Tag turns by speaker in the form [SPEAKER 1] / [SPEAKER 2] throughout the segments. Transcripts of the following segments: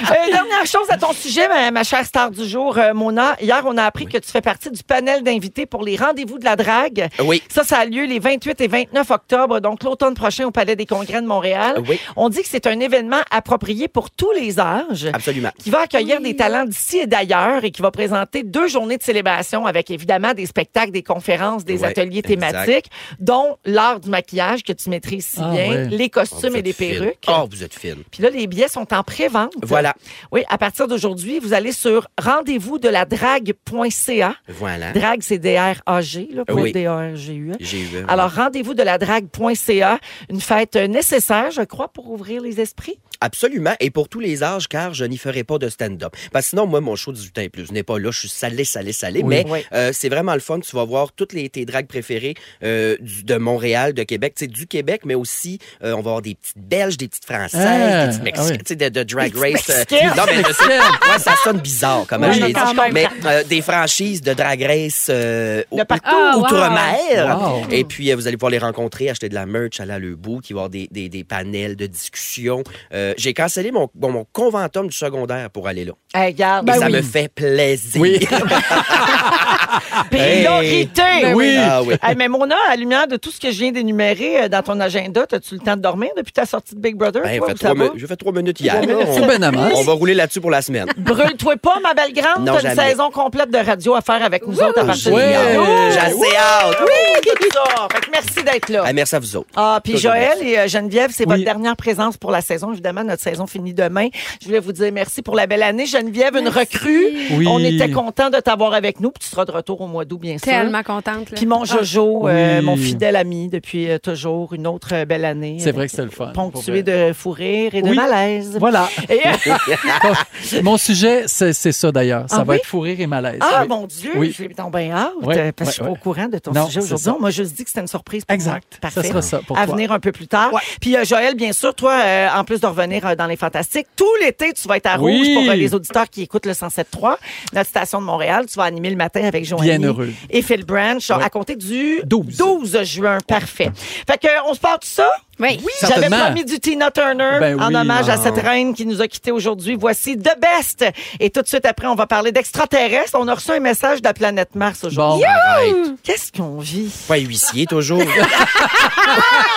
[SPEAKER 1] Euh, dernière chose à ton sujet, ma, ma chère star du jour, euh, Mona. Hier, on a appris que tu fais partie du panel d'invités pour les rendez-vous de la drague.
[SPEAKER 2] Oui.
[SPEAKER 1] Ça, ça a lieu les 28 et 29 octobre, donc l'automne prochain au Palais des Congrès de Montréal.
[SPEAKER 2] Oui.
[SPEAKER 1] On dit que c'est un événement approprié pour tous les âges.
[SPEAKER 2] Absolument.
[SPEAKER 1] qui va accueillir des talents d'ici et d'ailleurs et qui va présenter deux journées de célébration avec évidemment des spectacles, des conférences, des
[SPEAKER 2] Ouais,
[SPEAKER 1] ateliers
[SPEAKER 2] exact.
[SPEAKER 1] thématiques, dont l'art du maquillage que tu maîtrises si
[SPEAKER 3] Ah,
[SPEAKER 1] bien,
[SPEAKER 3] ouais.
[SPEAKER 1] les
[SPEAKER 2] Oh,
[SPEAKER 1] costumes
[SPEAKER 2] vous
[SPEAKER 1] et
[SPEAKER 2] êtes
[SPEAKER 1] les
[SPEAKER 2] fine.
[SPEAKER 1] perruques.
[SPEAKER 2] Oh, vous êtes fine.
[SPEAKER 1] Puis là, les billets sont en pré-vente.
[SPEAKER 2] Voilà.
[SPEAKER 1] Oui, à partir d'aujourd'hui, vous allez sur rendez-vous de la drague.ca.
[SPEAKER 2] Voilà.
[SPEAKER 1] Drague, c'est D-R-A-G, là, pas
[SPEAKER 2] Hein? Oui. E,
[SPEAKER 1] D-R-G-U.
[SPEAKER 2] J'ai eu. un-
[SPEAKER 1] E. Alors, rendez-vous de la drague.ca, une fête euh, nécessaire, je crois, pour ouvrir les esprits.
[SPEAKER 2] Absolument. Et pour tous les âges, car je n'y ferai pas de stand-up. Parce que sinon, moi, mon show 18 ans et plus n'est pas là. Je suis salé, salé, salé. Mais
[SPEAKER 1] Oui.
[SPEAKER 2] euh, c'est vraiment le fun. Tu vas voir toutes les, tes dragues préférées euh, du- de Montréal, de Québec. Tu sais, du Québec, mais aussi, euh, on va avoir des petites Belges, des petites Françaises,
[SPEAKER 3] Ah,
[SPEAKER 2] des petites Mexicaines,
[SPEAKER 3] ah oui.
[SPEAKER 2] tu sais, de, de Drag Race. euh,
[SPEAKER 1] Mexicaines.
[SPEAKER 2] non, mais je sais, ouais, ça sonne bizarre, comment
[SPEAKER 1] Oui,
[SPEAKER 2] je l'ai
[SPEAKER 1] quand
[SPEAKER 2] dit.
[SPEAKER 1] même.
[SPEAKER 2] Mais euh, des franchises de Drag Race euh,
[SPEAKER 1] De
[SPEAKER 2] ou-
[SPEAKER 1] partout.
[SPEAKER 4] Ah, wow.
[SPEAKER 2] outre-mer.
[SPEAKER 3] Wow.
[SPEAKER 2] Et puis, euh, vous allez pouvoir les rencontrer, acheter de la merch, aller à le bout, qui va avoir des, des, des panels de discussion. Euh, J'ai cancellé mon, bon, mon conventum du secondaire pour aller là.
[SPEAKER 1] Hey, Eh, regarde,
[SPEAKER 2] Et ça
[SPEAKER 3] Ben oui.
[SPEAKER 2] me fait plaisir. Ah
[SPEAKER 3] Oui.
[SPEAKER 1] priorité!
[SPEAKER 3] oui.
[SPEAKER 2] Ah oui.
[SPEAKER 1] Hey, Ben Eh, mais Mona, à la lumière de tout ce que je viens d'énumérer euh, dans ton agenda, as-tu le temps de dormir depuis ta sortie de Big Brother?
[SPEAKER 2] Ben,
[SPEAKER 1] toi,
[SPEAKER 2] fait
[SPEAKER 1] ou
[SPEAKER 2] trois
[SPEAKER 1] ça va?
[SPEAKER 2] mi- J'ai fait trois minutes hier. là.
[SPEAKER 3] C'est ben
[SPEAKER 2] on,
[SPEAKER 3] amant.
[SPEAKER 2] on va rouler là-dessus pour la semaine.
[SPEAKER 1] Brûle-toi pas, ma belle grande.
[SPEAKER 2] Non,
[SPEAKER 1] T'as une
[SPEAKER 2] jamais.
[SPEAKER 1] saison complète de radio à faire avec nous autres à partir de
[SPEAKER 3] génial.
[SPEAKER 1] maintenant.
[SPEAKER 3] Ah, Ouais.
[SPEAKER 2] J'ai assez hâte.
[SPEAKER 1] Oui, tout ça. Fait que merci d'être là.
[SPEAKER 2] Ah, merci à vous autres.
[SPEAKER 1] Ah, puis
[SPEAKER 2] Toujours
[SPEAKER 1] Joël
[SPEAKER 2] merci.
[SPEAKER 1] et euh, Geneviève, c'est
[SPEAKER 3] Oui.
[SPEAKER 1] votre dernière présence pour la saison. Évidemment, notre saison finit demain. Je voulais vous dire merci pour la belle année. Geneviève, une recrue.
[SPEAKER 3] Oui.
[SPEAKER 1] On était content de t'avoir avec nous. Puis tu seras de retour au mois d'août, bien sûr.
[SPEAKER 4] Tellement contente. Là.
[SPEAKER 1] Puis mon Jojo, euh,
[SPEAKER 3] Oui.
[SPEAKER 1] mon fidèle ami depuis euh, toujours, une autre euh, belle année.
[SPEAKER 3] C'est
[SPEAKER 1] euh,
[SPEAKER 3] vrai que c'était le fun.
[SPEAKER 1] Ponctué de fou rire et de
[SPEAKER 3] Oui.
[SPEAKER 1] malaise.
[SPEAKER 3] Voilà.
[SPEAKER 1] Et, euh,
[SPEAKER 3] Mon sujet, c'est c'est ça d'ailleurs. Ça
[SPEAKER 1] Ah
[SPEAKER 3] va
[SPEAKER 1] oui?
[SPEAKER 3] être fou rire et malaise.
[SPEAKER 1] ah,
[SPEAKER 3] Oui.
[SPEAKER 1] mon Dieu,
[SPEAKER 3] Oui.
[SPEAKER 1] j'ai tombé bien hâte,
[SPEAKER 3] Oui,
[SPEAKER 1] euh, parce que je
[SPEAKER 3] oui,
[SPEAKER 1] suis pas
[SPEAKER 3] oui.
[SPEAKER 1] au courant de ton
[SPEAKER 3] Non,
[SPEAKER 1] sujet
[SPEAKER 3] c'est
[SPEAKER 1] aujourd'hui.
[SPEAKER 3] ça.
[SPEAKER 1] On m'a juste dit que c'était une surprise pour
[SPEAKER 3] Exact.
[SPEAKER 1] moi.
[SPEAKER 3] Ça
[SPEAKER 1] Parfait.
[SPEAKER 3] sera ça pour
[SPEAKER 1] À
[SPEAKER 3] toi.
[SPEAKER 1] venir un peu plus tard. Puis, euh, Joël, bien sûr, toi, euh, en plus de revenir euh, dans les Fantastiques, tout l'été, tu vas être à
[SPEAKER 3] Oui.
[SPEAKER 1] Rouge pour euh, les auditeurs qui écoutent le 107.3, notre station de Montréal. Tu vas animer le matin avec Joanie
[SPEAKER 3] Bien heureux.
[SPEAKER 1] et Phil Branch à compter du
[SPEAKER 3] 12.
[SPEAKER 1] 12 juin. Parfait. Fait que, euh, on se part de ça?
[SPEAKER 4] Oui.
[SPEAKER 1] J'avais
[SPEAKER 3] Certainement.
[SPEAKER 1] promis du Tina Turner
[SPEAKER 3] Ben oui,
[SPEAKER 1] en hommage à
[SPEAKER 3] non.
[SPEAKER 1] cette reine qui nous a quittés aujourd'hui. Voici The Best. Et tout de suite après, on va parler d'extraterrestres. On a reçu un message de la planète Mars
[SPEAKER 3] Bon,
[SPEAKER 1] aujourd'hui.
[SPEAKER 2] Arrête.
[SPEAKER 1] Qu'est-ce qu'on vit?
[SPEAKER 2] Pas huissier, toujours.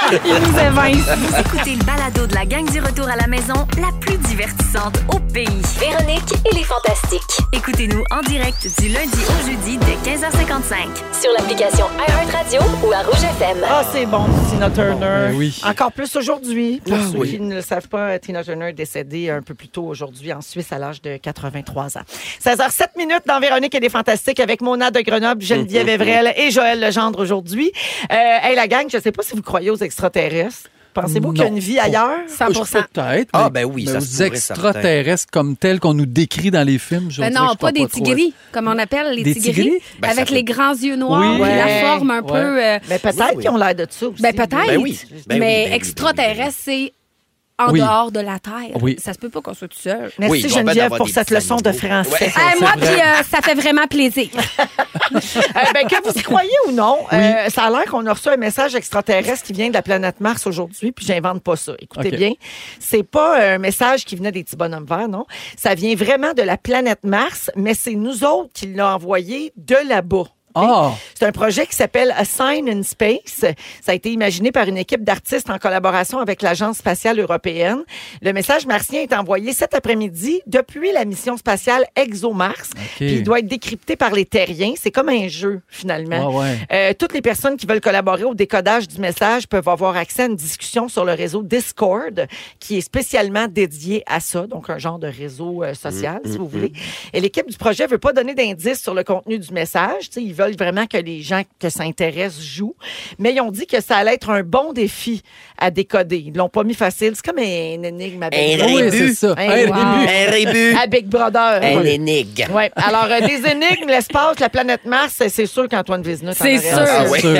[SPEAKER 5] Vous écoutez le balado de la gang du retour à la maison, la plus divertissante au pays.
[SPEAKER 6] Véronique et les Fantastiques.
[SPEAKER 5] Écoutez-nous en direct du lundi au jeudi dès 15h55.
[SPEAKER 6] Sur l'application iHeartRadio ou à Rouge FM.
[SPEAKER 1] Ah, c'est bon, Tina Turner.
[SPEAKER 3] Ben oui.
[SPEAKER 1] Encore plus aujourd'hui. Pour ceux
[SPEAKER 2] oui.
[SPEAKER 1] qui ne le savent pas, Tina Turner est décédée un peu plus tôt aujourd'hui en Suisse à l'âge de 83 ans. 16h07 minutes dans Véronique et les Fantastiques avec Mona de Grenoble, Geneviève Evrel et Joël Legendre aujourd'hui. Euh, hey, la gang, je ne sais pas si vous croyez aux extraterrestres. Pensez-vous qu'il y a une vie ailleurs?
[SPEAKER 4] 100
[SPEAKER 3] ben, Peut-être.
[SPEAKER 2] Ah,
[SPEAKER 3] mais-
[SPEAKER 2] ben oui,
[SPEAKER 3] mais
[SPEAKER 2] ça se
[SPEAKER 3] aux
[SPEAKER 2] pourrait,
[SPEAKER 3] extraterrestres comme tels qu'on nous décrit dans les films, je dirais
[SPEAKER 4] Ben
[SPEAKER 3] que
[SPEAKER 4] non,
[SPEAKER 3] je crois
[SPEAKER 4] pas des
[SPEAKER 3] trop à-
[SPEAKER 4] tigris, comme on appelle les
[SPEAKER 3] Des
[SPEAKER 4] tigris,
[SPEAKER 3] tigris?
[SPEAKER 2] Ben, ça
[SPEAKER 4] avec
[SPEAKER 2] fait-
[SPEAKER 4] les grands yeux noirs,
[SPEAKER 3] Oui.
[SPEAKER 4] puis
[SPEAKER 1] Ouais.
[SPEAKER 4] la forme un
[SPEAKER 3] Ouais.
[SPEAKER 4] peu. euh,
[SPEAKER 1] Mais Ben, peut-être qu'ils ont l'air de ça aussi.
[SPEAKER 4] ben peut-être.
[SPEAKER 2] Ben oui. Ben oui,
[SPEAKER 4] mais
[SPEAKER 2] ben oui,
[SPEAKER 4] extraterrestre, c'est en
[SPEAKER 3] Oui.
[SPEAKER 4] dehors de la Terre.
[SPEAKER 3] Oui.
[SPEAKER 4] Ça se peut pas qu'on soit tout seul.
[SPEAKER 1] Merci
[SPEAKER 2] Oui, ils vont bien
[SPEAKER 1] Geneviève
[SPEAKER 2] avoir
[SPEAKER 1] pour
[SPEAKER 2] des
[SPEAKER 1] cette
[SPEAKER 2] petits
[SPEAKER 1] leçon de
[SPEAKER 2] animaux.
[SPEAKER 1] français.
[SPEAKER 2] Ouais.
[SPEAKER 4] Eh, moi, puis euh, ça fait vraiment plaisir.
[SPEAKER 1] Eh ben, que vous y croyez ou non, euh, ça a l'air qu'on a reçu un message extraterrestre qui vient de la planète Mars aujourd'hui, puis j'invente pas ça. Écoutez
[SPEAKER 3] OK.
[SPEAKER 1] bien, c'est pas un message qui venait des petits bonhommes verts, non. Ça vient vraiment de la planète Mars, mais c'est nous autres qui l'a envoyé de là-bas.
[SPEAKER 3] Ah!
[SPEAKER 1] C'est un projet qui s'appelle A Sign in Space. Ça a été imaginé par une équipe d'artistes en collaboration avec l'Agence spatiale européenne. Le message martien est envoyé cet après-midi depuis la mission spatiale ExoMars. Puis il doit être décrypté par les terriens. C'est comme un jeu, finalement.
[SPEAKER 3] Ah ouais.
[SPEAKER 1] Euh, toutes les personnes qui veulent collaborer au décodage du message peuvent avoir accès à une discussion sur le réseau Discord, qui est spécialement dédié à ça, donc un genre de réseau euh, social,
[SPEAKER 2] Mm,
[SPEAKER 1] si vous voulez. Et l'équipe du projet veut pas donner d'indices sur le contenu du message. Tu sais, ils veulent vraiment que les gens que ça intéresse jouent. Mais ils ont dit que ça allait être un bon défi à décoder. Ils l'ont pas mis facile. C'est comme une énigme à Big
[SPEAKER 2] Un
[SPEAKER 3] Oui,
[SPEAKER 1] Brother.
[SPEAKER 2] rébus.
[SPEAKER 3] c'est ça.
[SPEAKER 1] Hey,
[SPEAKER 3] Hey,
[SPEAKER 1] wow.
[SPEAKER 3] Rébu.
[SPEAKER 2] Un rébus,
[SPEAKER 1] À Big Brother.
[SPEAKER 2] un
[SPEAKER 1] Ouais.
[SPEAKER 2] énigme.
[SPEAKER 1] Ouais. Alors, euh, des énigmes, l'espace, la planète Mars, c'est- c'est sûr qu'Antoine Vézina... t'en
[SPEAKER 4] C'est
[SPEAKER 1] aurait
[SPEAKER 4] sûr.
[SPEAKER 3] Ah,
[SPEAKER 1] raison.
[SPEAKER 3] c'est
[SPEAKER 2] ouais.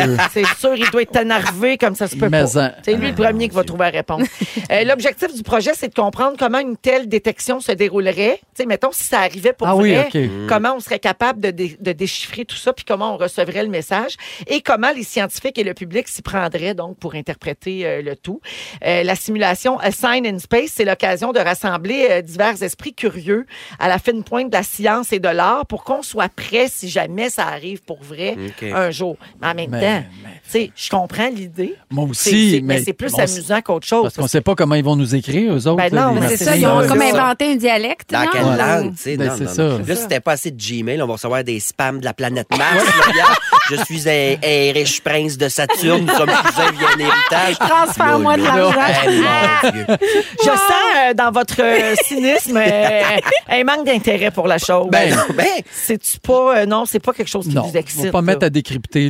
[SPEAKER 3] sûr.
[SPEAKER 1] C'est sûr, il doit être énervé comme ça se peut
[SPEAKER 3] Mais hein.
[SPEAKER 1] pas.
[SPEAKER 3] en-
[SPEAKER 1] C'est lui le premier qui va trouver la réponse. Euh, L'objectif du projet, c'est de comprendre comment une telle détection se déroulerait. Tu sais, mettons, si ça arrivait pour
[SPEAKER 3] Ah oui,
[SPEAKER 1] vrai,
[SPEAKER 3] OK.
[SPEAKER 1] comment on serait capable de, dé- de déchiffrer tout ça, puis comment on recevrait le message, et comment les scientifiques et le public s'y prendraient donc pour interpréter euh, le tout. Euh, la simulation A Sign in Space, c'est l'occasion de rassembler euh, divers esprits curieux à la fine pointe de la science et de l'art pour qu'on soit prêt si jamais ça arrive pour vrai
[SPEAKER 2] OK.
[SPEAKER 1] un jour. Mais en même
[SPEAKER 3] Mais-
[SPEAKER 1] temps,
[SPEAKER 3] mais-
[SPEAKER 1] tu sais, je comprends l'idée.
[SPEAKER 3] Moi
[SPEAKER 1] C'est-
[SPEAKER 3] aussi,
[SPEAKER 1] c'est- mais,
[SPEAKER 3] mais
[SPEAKER 1] c'est plus
[SPEAKER 3] on s-
[SPEAKER 1] amusant qu'autre chose.
[SPEAKER 3] Parce qu'on sait pas comment ils vont nous écrire, eux autres.
[SPEAKER 1] Ben non,
[SPEAKER 3] les
[SPEAKER 1] mais
[SPEAKER 4] C'est
[SPEAKER 1] c'est
[SPEAKER 4] ça, ils
[SPEAKER 3] Martiniens.
[SPEAKER 4] ont
[SPEAKER 1] ça,
[SPEAKER 4] comme
[SPEAKER 1] là.
[SPEAKER 4] inventé un dialecte.
[SPEAKER 2] Dans
[SPEAKER 4] non?
[SPEAKER 2] quelle
[SPEAKER 3] Ouais.
[SPEAKER 2] langue, tu sais?
[SPEAKER 3] Ben,
[SPEAKER 2] Non,
[SPEAKER 3] c'est
[SPEAKER 2] non,
[SPEAKER 3] ça.
[SPEAKER 2] non. Là, si t'es pas assez de Gmail, on va recevoir des spams de la planète Mars. là, Pierre. je suis un, un riche prince de Saturne. Nous sommes cousins via l'héritage.
[SPEAKER 4] Transfère-moi de
[SPEAKER 2] Là, là. Eh, mon Dieu.
[SPEAKER 1] Je sens euh, dans votre euh, cynisme euh, un manque d'intérêt pour la chose.
[SPEAKER 3] Ben,
[SPEAKER 2] Non, ben,
[SPEAKER 1] c'est-tu pas. euh, non, c'est pas quelque chose qui
[SPEAKER 3] Non,
[SPEAKER 1] vous excite.
[SPEAKER 3] on va pas
[SPEAKER 1] là.
[SPEAKER 3] mettre à décrypter,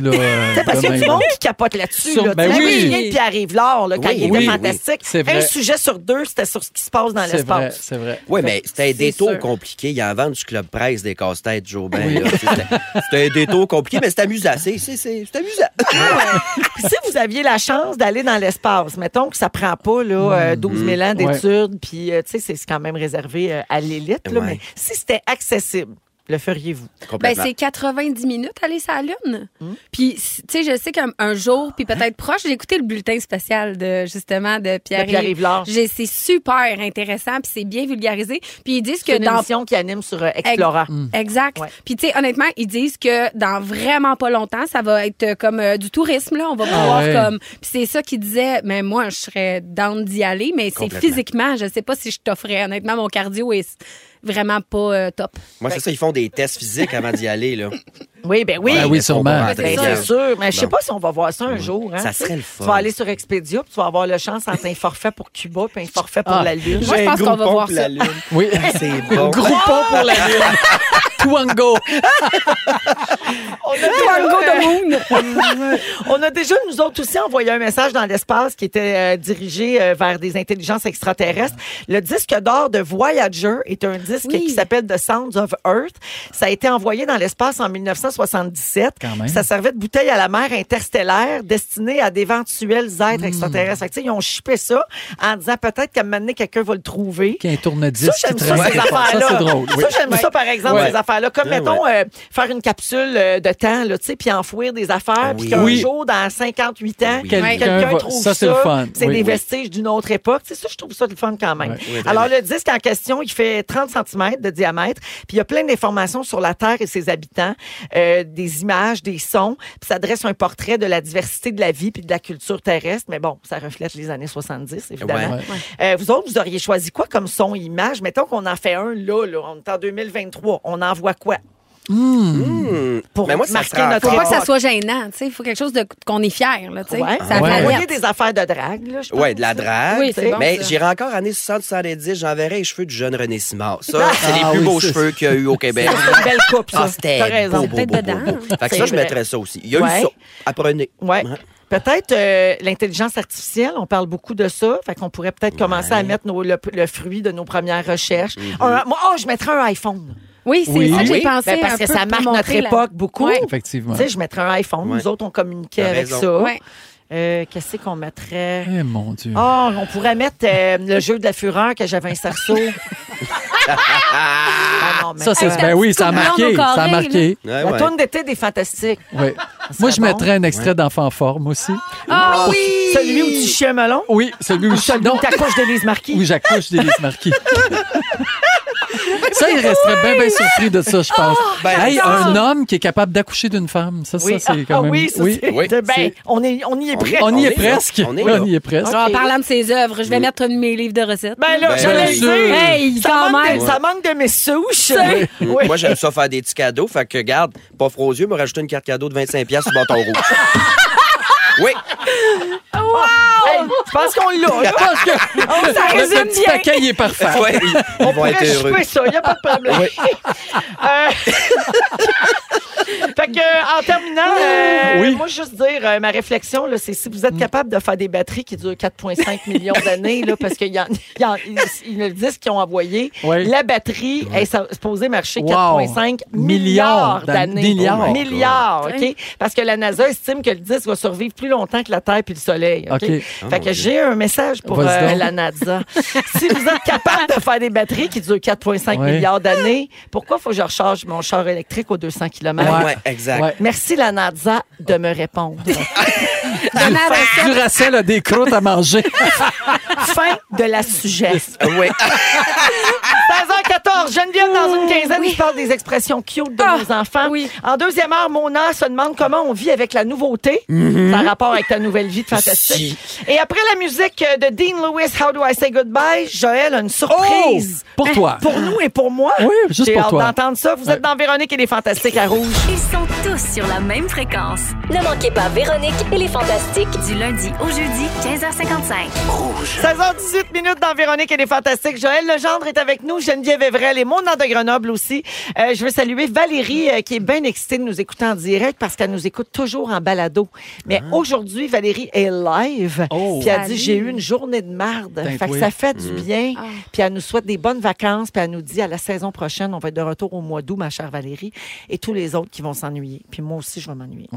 [SPEAKER 3] là. euh,
[SPEAKER 1] Tu sais, parce qu'il y a
[SPEAKER 3] demain,
[SPEAKER 1] du
[SPEAKER 3] là.
[SPEAKER 1] monde qui capote là-dessus.
[SPEAKER 3] Sur-
[SPEAKER 1] là.
[SPEAKER 3] ben
[SPEAKER 1] Tu sais,
[SPEAKER 3] oui.
[SPEAKER 1] Julien puis arrive l'or, là, quand
[SPEAKER 2] Oui,
[SPEAKER 1] il était
[SPEAKER 2] oui,
[SPEAKER 1] fantastique.
[SPEAKER 3] oui. C'est
[SPEAKER 1] Un
[SPEAKER 3] vrai.
[SPEAKER 1] sujet sur deux, c'était sur ce qui se passe dans
[SPEAKER 3] C'est vrai,
[SPEAKER 1] l'espace.
[SPEAKER 3] c'est vrai.
[SPEAKER 2] Oui, mais c'était un
[SPEAKER 4] Ben, c'est
[SPEAKER 2] détour
[SPEAKER 4] sûr.
[SPEAKER 2] compliqué. Il y en vend du club presse des casse-têtes, Joe Ben.
[SPEAKER 3] Oui.
[SPEAKER 2] là. C'était c'était un détour compliqué, mais c'est amusant. C'est c'est- c'est- c'est
[SPEAKER 4] Ben,
[SPEAKER 2] amusant.
[SPEAKER 1] Ah Puis si vous aviez la chance d'aller dans l'espace, mettons que ça prend pas
[SPEAKER 3] Mm-hmm.
[SPEAKER 1] là, euh, 12 000 ans d'études, puis euh, tu sais, c'est c'est quand même réservé euh, à l'élite, là,
[SPEAKER 2] Ouais.
[SPEAKER 1] mais si c'était accessible, le feriez-vous?
[SPEAKER 4] Ben,
[SPEAKER 2] Complètement.
[SPEAKER 4] c'est 90 minutes aller sur la Lune. Puis, tu sais, je sais qu'un un jour, puis peut-être proche, j'ai écouté le bulletin spatial de, justement, de Pierre.
[SPEAKER 1] Pierre-Yves Lard.
[SPEAKER 4] J'ai- C'est super intéressant, puis c'est bien vulgarisé. Puis ils disent
[SPEAKER 1] C'est
[SPEAKER 4] que
[SPEAKER 1] une
[SPEAKER 4] dans
[SPEAKER 1] émission qui anime sur euh, Explora.
[SPEAKER 4] Exact.
[SPEAKER 1] Ouais.
[SPEAKER 4] Puis, tu sais, honnêtement, ils disent que dans vraiment pas longtemps, ça va être euh, comme euh, du tourisme, là. On va pouvoir
[SPEAKER 3] ouais.
[SPEAKER 4] comme. Puis, c'est ça qu'ils disaient. Mais moi, je serais down d'y aller, mais c'est
[SPEAKER 2] Complètement.
[SPEAKER 4] physiquement. Je sais pas si je t'offrais. Honnêtement, mon cardio est vraiment pas euh, top.
[SPEAKER 2] Moi, c'est ça, ils font des tests physiques avant d'y aller. Là.
[SPEAKER 1] Oui, ben oui.
[SPEAKER 3] Ben oui, sûrement.
[SPEAKER 1] Ben,
[SPEAKER 4] C'est
[SPEAKER 1] c'est sûr, mais je sais
[SPEAKER 2] Non.
[SPEAKER 1] pas si on va voir ça un jour. hein,
[SPEAKER 2] Ça
[SPEAKER 1] tu sais.
[SPEAKER 2] serait le fun.
[SPEAKER 1] Tu vas aller sur Expedia, puis tu vas avoir le chance entre un forfait pour Cuba puis un forfait pour
[SPEAKER 3] Ah.
[SPEAKER 1] la Lune.
[SPEAKER 4] Moi, je pense qu'on va voir ça.
[SPEAKER 3] Oui.
[SPEAKER 2] C'est bon.
[SPEAKER 3] Groupon pour la lune. Twango.
[SPEAKER 1] On a, On a déjà, nous autres aussi, envoyé un message dans l'espace qui était euh, dirigé euh, vers des intelligences extraterrestres. Le disque d'or de Voyager est un disque
[SPEAKER 4] Oui.
[SPEAKER 1] qui s'appelle The Sounds of Earth. Ça a été envoyé dans l'espace en 1977.
[SPEAKER 3] Quand même.
[SPEAKER 1] Ça servait de bouteille à la mer interstellaire destinée à d'éventuels
[SPEAKER 3] Hmm.
[SPEAKER 1] êtres extraterrestres. Fait que, tu sais, ils ont chipé ça en disant peut-être qu'à un moment donné, quelqu'un va le trouver.
[SPEAKER 3] Qui a un tourne-disque
[SPEAKER 1] Ça,
[SPEAKER 3] qui
[SPEAKER 1] j'aime ça,
[SPEAKER 3] traîne
[SPEAKER 1] ces
[SPEAKER 3] quelque part.
[SPEAKER 1] affaires-là.
[SPEAKER 3] Ça, c'est drôle. oui.
[SPEAKER 1] Ça, j'aime ça, par exemple,
[SPEAKER 2] Ouais.
[SPEAKER 1] ces affaires-là. Comme,
[SPEAKER 2] Ouais,
[SPEAKER 1] mettons, euh, faire une capsule euh, de temps, là, tu sais, puis enfouir des affaires, puis
[SPEAKER 2] Oui.
[SPEAKER 1] qu'un
[SPEAKER 3] Oui.
[SPEAKER 1] jour, dans 58 ans,
[SPEAKER 2] Oui.
[SPEAKER 3] Quelqu'un
[SPEAKER 1] quelqu'un
[SPEAKER 3] va-
[SPEAKER 1] trouve ça.
[SPEAKER 3] ça, c'est le fun.
[SPEAKER 1] C'est
[SPEAKER 3] Oui,
[SPEAKER 1] des
[SPEAKER 3] oui.
[SPEAKER 1] vestiges d'une autre époque. Tu sais, ça, je trouve ça le fun quand même.
[SPEAKER 3] Ouais.
[SPEAKER 2] Oui, vraiment.
[SPEAKER 1] Alors, le disque en question, il fait 30 cm de diamètre, puis il y a plein d'informations sur la Terre et ses habitants, euh, des images, des sons, puis ça dresse un portrait de la diversité de la vie puis de la culture terrestre. Mais bon, ça reflète les années 70, évidemment.
[SPEAKER 3] Ouais.
[SPEAKER 1] Euh, vous autres, vous auriez choisi quoi comme son, image? Mettons qu'on en fait un là, là, on est en 2023, on envoie quoi? Pour
[SPEAKER 2] Mais Hmm. Ben, moi, ça
[SPEAKER 1] marquer
[SPEAKER 2] sera
[SPEAKER 1] notre
[SPEAKER 4] Faut pas que ça
[SPEAKER 1] époque.
[SPEAKER 4] soit gênant, tu sais. Faut quelque chose de qu'on est fier, là, tu sais.
[SPEAKER 1] Ouais.
[SPEAKER 4] Ça
[SPEAKER 3] Ouais.
[SPEAKER 4] alerte.
[SPEAKER 1] Envoyer des affaires de drague, là, je pense.
[SPEAKER 2] Ouais, de la drague.
[SPEAKER 4] Oui, c'est bon,
[SPEAKER 2] mais
[SPEAKER 4] ça.
[SPEAKER 2] j'irai encore années 60-70, j'enverrai les cheveux du jeune René Simard. Ça, c'est les
[SPEAKER 3] Ah
[SPEAKER 2] plus
[SPEAKER 3] oui,
[SPEAKER 2] beaux
[SPEAKER 3] c'est-
[SPEAKER 2] cheveux qu'il y a eu au Québec.
[SPEAKER 1] C'est une belle coupe, ça.
[SPEAKER 2] Ah, c'était
[SPEAKER 1] T'as raison.
[SPEAKER 2] beau,
[SPEAKER 4] C'est
[SPEAKER 2] beau,
[SPEAKER 4] peut-être
[SPEAKER 2] beau, beau,
[SPEAKER 4] dedans. hein.
[SPEAKER 2] beau. Fait que
[SPEAKER 1] C'est
[SPEAKER 2] ça, je
[SPEAKER 1] vrai.
[SPEAKER 2] mettrais ça aussi. Il y a
[SPEAKER 1] Ouais.
[SPEAKER 2] eu ça. Apprenez.
[SPEAKER 1] Ouais. Peut-être euh, l'intelligence artificielle, on parle beaucoup de ça. Fait qu'on pourrait peut-être commencer à mettre nos- le, le fruit de nos premières recherches.
[SPEAKER 2] Mm-hmm.
[SPEAKER 1] Un- moi, oh, je mettrais un iPhone.
[SPEAKER 4] Oui, c'est
[SPEAKER 3] Oui.
[SPEAKER 4] ça que j'ai
[SPEAKER 3] Oui.
[SPEAKER 4] pensé.
[SPEAKER 1] Ben, parce
[SPEAKER 4] un
[SPEAKER 1] que
[SPEAKER 4] peu
[SPEAKER 1] ça
[SPEAKER 4] pour
[SPEAKER 1] marque notre
[SPEAKER 4] montrer la-
[SPEAKER 1] époque beaucoup.
[SPEAKER 4] Ouais.
[SPEAKER 3] Effectivement.
[SPEAKER 1] Tu sais, je mettrais un iPhone.
[SPEAKER 2] Ouais.
[SPEAKER 1] Nous autres, on communiquait
[SPEAKER 2] T'as
[SPEAKER 1] avec
[SPEAKER 2] raison.
[SPEAKER 1] ça.
[SPEAKER 4] Ouais.
[SPEAKER 1] Euh, Qu'est-ce qu'on mettrait?
[SPEAKER 3] Eh mon Dieu.
[SPEAKER 1] Oh, on pourrait mettre euh, le jeu de la fureur que j'avais un cerceau. Ah non, mais-
[SPEAKER 3] ça, c'est...
[SPEAKER 1] Euh,
[SPEAKER 3] Ben oui, ça a
[SPEAKER 4] Coupe blonde
[SPEAKER 3] marqué.
[SPEAKER 4] au
[SPEAKER 3] Ça a
[SPEAKER 4] carré,
[SPEAKER 3] marqué.
[SPEAKER 2] Ouais,
[SPEAKER 1] La
[SPEAKER 2] ouais.
[SPEAKER 1] tourne d'été des fantastiques.
[SPEAKER 3] Oui.
[SPEAKER 1] serait
[SPEAKER 3] Moi, je
[SPEAKER 1] bon.
[SPEAKER 3] mettrais un extrait d'Enfant Forme aussi.
[SPEAKER 4] Ah oui!
[SPEAKER 1] Celui où tu chies un melon.
[SPEAKER 3] Oui, celui où je...
[SPEAKER 1] Donc,
[SPEAKER 3] Ah! non,
[SPEAKER 1] ta couche d'Élise Marquis.
[SPEAKER 3] où j'accouche d'Élise Marquis. ça, il resterait bien, bien surpris de ça, je
[SPEAKER 1] Ah!
[SPEAKER 3] pense.
[SPEAKER 2] Ben,
[SPEAKER 3] Hey,
[SPEAKER 2] ça,
[SPEAKER 3] un homme qui est capable d'accoucher d'une femme, ça,
[SPEAKER 1] Oui.
[SPEAKER 3] ça c'est quand
[SPEAKER 1] Ah,
[SPEAKER 3] même...
[SPEAKER 1] oui, ça, c'est-
[SPEAKER 2] Oui.
[SPEAKER 1] Ben,
[SPEAKER 3] C'est-
[SPEAKER 1] on, est, on y est prêt.
[SPEAKER 3] On, y
[SPEAKER 2] On
[SPEAKER 3] est,
[SPEAKER 2] est là.
[SPEAKER 3] presque.
[SPEAKER 2] On est
[SPEAKER 3] Oui,
[SPEAKER 2] là.
[SPEAKER 3] y est presque.
[SPEAKER 1] Ah!
[SPEAKER 4] En parlant de ses œuvres, je vais mettre un de mes livres de recettes.
[SPEAKER 1] Ben là,
[SPEAKER 2] Ben,
[SPEAKER 1] j'allais le
[SPEAKER 3] sûr.
[SPEAKER 1] dire.
[SPEAKER 4] Hey,
[SPEAKER 1] ça,
[SPEAKER 4] quand
[SPEAKER 1] manque
[SPEAKER 4] même.
[SPEAKER 1] de, ça manque de mes souches.
[SPEAKER 2] Mm.
[SPEAKER 1] Oui.
[SPEAKER 2] Moi, j'aime ça faire des petits cadeaux. Fait que, garde, pas froid aux yeux, me rajouter une carte cadeau de 25$ piastres sur le bâton rouge. Oui,
[SPEAKER 1] Hey, je pense qu'on l'a. là.
[SPEAKER 3] Parce que le,
[SPEAKER 1] Oh, ça
[SPEAKER 3] le
[SPEAKER 1] résume
[SPEAKER 3] petit
[SPEAKER 1] bien.
[SPEAKER 3] paquet, il est parfait.
[SPEAKER 2] Ouais, ils, ils
[SPEAKER 1] On
[SPEAKER 2] vont
[SPEAKER 1] pourrait
[SPEAKER 2] être heureux.
[SPEAKER 1] choper ça, il n'y a pas de problème. Euh, fait que, euh, en terminant, euh,
[SPEAKER 3] Oui. Mm.
[SPEAKER 1] moi, juste dire, euh, ma réflexion, là, c'est si vous êtes capable de faire des batteries qui durent 4,5 millions d'années, là, parce qu'ils le disent qu'ils ont envoyé,
[SPEAKER 3] Oui.
[SPEAKER 1] la batterie est sa- supposée marcher
[SPEAKER 3] Wow.
[SPEAKER 1] 4,5 milliards
[SPEAKER 3] Milliards d'années.
[SPEAKER 1] d'années.
[SPEAKER 3] Milliards.
[SPEAKER 2] Oh my God.
[SPEAKER 1] Milliards, OK? Parce que la NASA estime que le disque va survivre plus longtemps que la Terre puis le Soleil, OK?
[SPEAKER 3] OK. Ah,
[SPEAKER 2] Oh
[SPEAKER 1] fait
[SPEAKER 2] mon
[SPEAKER 1] que
[SPEAKER 2] Dieu.
[SPEAKER 1] j'ai un message pour
[SPEAKER 3] Vas-y
[SPEAKER 1] euh,
[SPEAKER 3] donc.
[SPEAKER 1] la NASA. si vous êtes capable de faire des batteries qui durent 4,5
[SPEAKER 3] Ouais.
[SPEAKER 1] milliards d'années, pourquoi faut que je recharge mon char électrique aux 200 km?
[SPEAKER 3] Ouais.
[SPEAKER 2] Ouais, exact.
[SPEAKER 3] Ouais.
[SPEAKER 1] Merci la NASA de me répondre.
[SPEAKER 4] Dans ma recette,
[SPEAKER 3] Duracell a des croûtes à manger.
[SPEAKER 1] fin de la suggestion.
[SPEAKER 3] Euh,
[SPEAKER 2] Oui.
[SPEAKER 1] 16h14, Geneviève, dans une quinzaine, qui parle des expressions cute de nos enfants.
[SPEAKER 4] oui.
[SPEAKER 1] En deuxième heure, Mona se demande comment on vit avec la nouveauté.
[SPEAKER 3] Mm-hmm.
[SPEAKER 1] Ça a rapport avec ta nouvelle vie de fantastique. Et après la musique euh, de Dean Lewis, How Do I Say Goodbye, Joël a une surprise.
[SPEAKER 3] Oh! Pour toi.
[SPEAKER 1] Pour nous et pour moi.
[SPEAKER 3] Oui, juste
[SPEAKER 1] J'ai
[SPEAKER 3] pour
[SPEAKER 1] hâte
[SPEAKER 3] toi.
[SPEAKER 1] d'entendre ça. Vous êtes dans Véronique et les Fantastiques à Rouge.
[SPEAKER 5] Ils sont tous sur la même fréquence.
[SPEAKER 6] Ne manquez pas Véronique et les Fantastiques.
[SPEAKER 5] Du lundi au jeudi, 15h55.
[SPEAKER 1] 16h18 minutes dans Véronique et les Fantastiques. Joël Legendre est avec nous, Geneviève Evrel et Mona de Grenoble aussi. Euh, je veux saluer Valérie euh, qui est bien excitée de nous écouter en direct parce qu'elle nous écoute toujours en balado. Mais aujourd'hui, Valérie est live.
[SPEAKER 3] Ah. Oh.
[SPEAKER 1] Puis elle dit
[SPEAKER 4] Salut.
[SPEAKER 1] j'ai eu une journée de marde.
[SPEAKER 3] Ben
[SPEAKER 1] Fait que
[SPEAKER 3] oui.
[SPEAKER 1] ça fait du bien. Puis elle nous souhaite des bonnes vacances. Puis elle nous dit à la saison prochaine, on va être de retour au mois d'août, ma chère Valérie, et tous les autres qui vont s'ennuyer. Puis moi aussi, je vais m'ennuyer.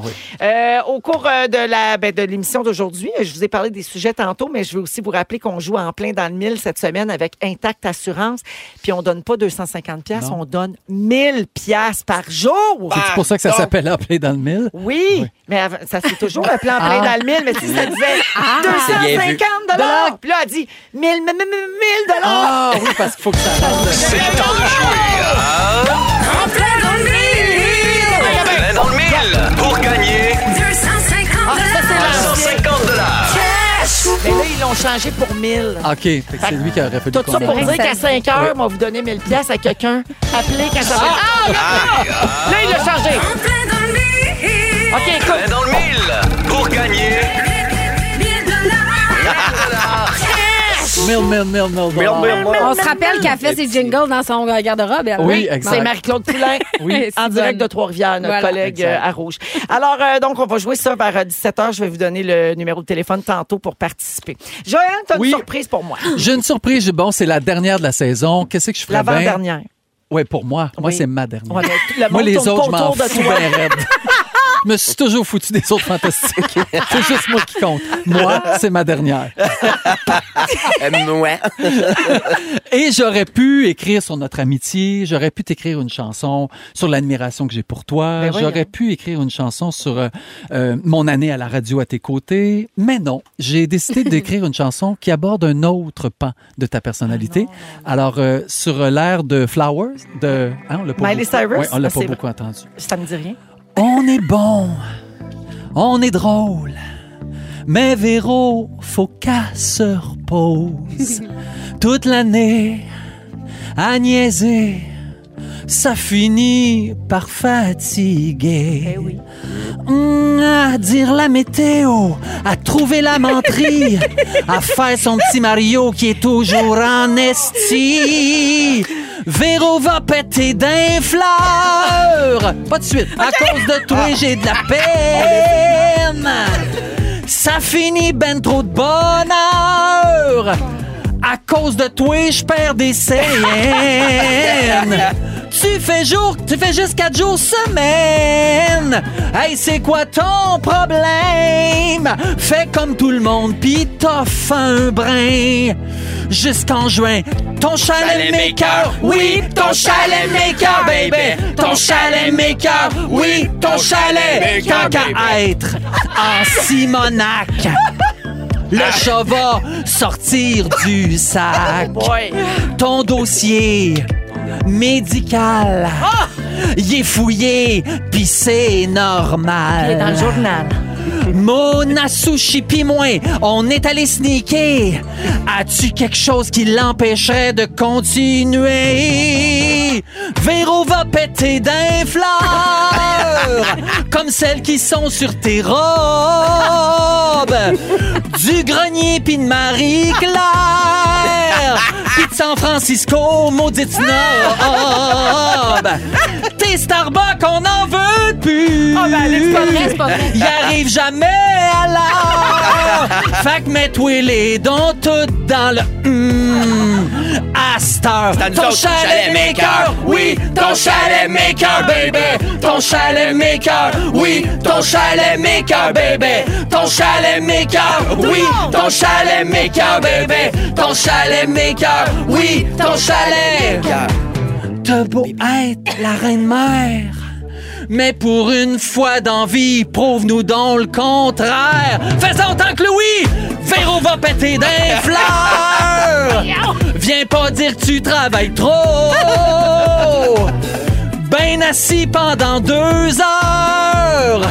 [SPEAKER 1] Euh, au cours euh, de la ben, de l'émission d'aujourd'hui, euh, je vous ai parlé des sujets tantôt, mais je veux aussi vous rappeler qu'on joue en plein dans le mille cette semaine avec Intact Assurance. Puis on donne pas 250 pièces,
[SPEAKER 3] Non.
[SPEAKER 1] on donne 1000 pièces par jour.
[SPEAKER 3] C'est pour ça que ça
[SPEAKER 2] donc.
[SPEAKER 3] s'appelle appeler dans le mille.
[SPEAKER 1] Oui, mais avant- ça c'est toujours un plan
[SPEAKER 3] Ah.
[SPEAKER 1] plein dans le mille, mais si ça disait 250 dollars, puis là elle dit 1000 1000 dollars.
[SPEAKER 3] Ah oui, parce qu'il faut que ça reste.
[SPEAKER 7] C'est le temps de jouer à... Plein dans le mille Pour gagner 150 dollars
[SPEAKER 1] Mais là ils l'ont changé pour 1000.
[SPEAKER 3] OK, fait que Ah, c'est lui qui aurait fallu
[SPEAKER 1] Tout ça pour
[SPEAKER 3] comprendre.
[SPEAKER 1] dire qu'à 5 heures, on va vous donner 1000 pièces à quelqu'un. Appelez quand ça va. Ah, là, il l'a changé. OK,
[SPEAKER 7] Plein
[SPEAKER 1] écoute.
[SPEAKER 7] dans le mille Pour gagner
[SPEAKER 3] Mille, mille, mille, mille dollars.
[SPEAKER 2] mille, mille.
[SPEAKER 4] on se rappelle qu'elle fait ses jingles dans son euh, garde-robe. elle.
[SPEAKER 3] Oui, exact.
[SPEAKER 1] C'est Marie-Claude Poulain,
[SPEAKER 3] Oui.
[SPEAKER 1] en direct de Trois-Rivières, notre
[SPEAKER 4] Voilà.
[SPEAKER 1] collègue
[SPEAKER 3] Exact.
[SPEAKER 1] euh, à Rouge. Alors, euh, donc, on va jouer ça vers 17h. Je vais vous donner le numéro de téléphone tantôt pour participer. Joël, t'as
[SPEAKER 3] Oui.
[SPEAKER 1] une surprise pour moi.
[SPEAKER 3] J'ai une surprise. J'ai- Bon, c'est la dernière de la saison. Qu'est-ce que je ferais bien?
[SPEAKER 1] L'avant-dernière.
[SPEAKER 3] Oui, pour moi. Moi,
[SPEAKER 1] Oui.
[SPEAKER 3] c'est ma dernière.
[SPEAKER 1] Ouais, mais le
[SPEAKER 3] moi,
[SPEAKER 1] monde
[SPEAKER 3] les
[SPEAKER 1] tourne pas
[SPEAKER 3] autres, je m'en
[SPEAKER 1] autour
[SPEAKER 3] fous
[SPEAKER 1] de toi.
[SPEAKER 3] bien raide. Je me suis toujours foutu des autres fantastiques. C'est juste moi qui compte. Moi, c'est ma dernière.
[SPEAKER 2] Euh, ouais.
[SPEAKER 3] Et j'aurais pu écrire sur notre amitié, j'aurais pu t'écrire une chanson sur l'admiration que j'ai pour toi,
[SPEAKER 1] Ben voyons.
[SPEAKER 3] j'aurais pu écrire une chanson sur euh, euh, mon année à la radio à tes côtés, mais non, j'ai décidé d'écrire une chanson qui aborde un autre pan de ta personnalité.
[SPEAKER 1] Ah
[SPEAKER 3] Alors, euh, sur euh, l'air de Flowers, de... hein, on l'a pas
[SPEAKER 1] Miley
[SPEAKER 3] beaucoup-
[SPEAKER 1] Cyrus?
[SPEAKER 3] Ouais, on l'a
[SPEAKER 1] Ah,
[SPEAKER 3] pas
[SPEAKER 1] c'est
[SPEAKER 3] beaucoup entendu.
[SPEAKER 1] Ça me dit rien.
[SPEAKER 3] On est bon, on est drôle, mais Véro, faut qu'elle se repose. Toute l'année à niaiser, ça finit par fatiguer. Hum, à dire la météo, à trouver la menterie, à faire son petit Mario qui est toujours en esti. Véro va péter d'un fleur. Pas de suite. À cause de toi, j'ai de la peine. Ça finit ben trop de bonheur. À cause de toi, je perds des scènes. tu fais jour, tu fais juste quatre jours semaine. Hey, c'est quoi ton problème? Fais comme tout le monde, pis t'offres un brin. Jusqu'en juin, ton chalet
[SPEAKER 2] Chalet
[SPEAKER 3] maker,
[SPEAKER 2] maker.
[SPEAKER 3] oui, ton chalet maker, baby, ton chalet maker, oui, ton chalet, tant qu'à être en Simonac. Le chat va sortir du sac.
[SPEAKER 1] Boy.
[SPEAKER 3] Ton dossier médical, il est fouillé, puis c'est normal.
[SPEAKER 1] Il est dans le journal.
[SPEAKER 3] Mona Sushi pis moins, on est allé sneaker. As-tu quelque chose qui l'empêcherait de continuer? Véro va péter d'un fleur, comme celles qui sont sur tes robes. Du grenier pis de Marie-Claire, pis de San Francisco, maudite snob. Tes Starbucks, on n'en veut plus.
[SPEAKER 1] Ah, ben, allez, c'est pas vrai,
[SPEAKER 4] c'est pas vrai.
[SPEAKER 3] Il arrive jamais à l'heure. fait que mets-toi les dons toutes dans le hum. À cette heure.
[SPEAKER 2] à nous
[SPEAKER 3] Ton
[SPEAKER 2] autres,
[SPEAKER 3] chalet
[SPEAKER 2] chalet
[SPEAKER 3] maker,
[SPEAKER 2] maker.
[SPEAKER 3] oui, ton chalet maker, baby. Ton chalet maker, oui, ton chalet maker, baby. Ton chalet maker, oui, ton chalet maker, baby. Ton chalet maker, oui, ton chalet. T'as beau être la reine mère. Mais pour une fois d'envie, prouve-nous donc le contraire. Fais-en tant que Louis, Véro va péter des fleurs. Viens pas dire que tu travailles trop. Ben assis pendant deux heures.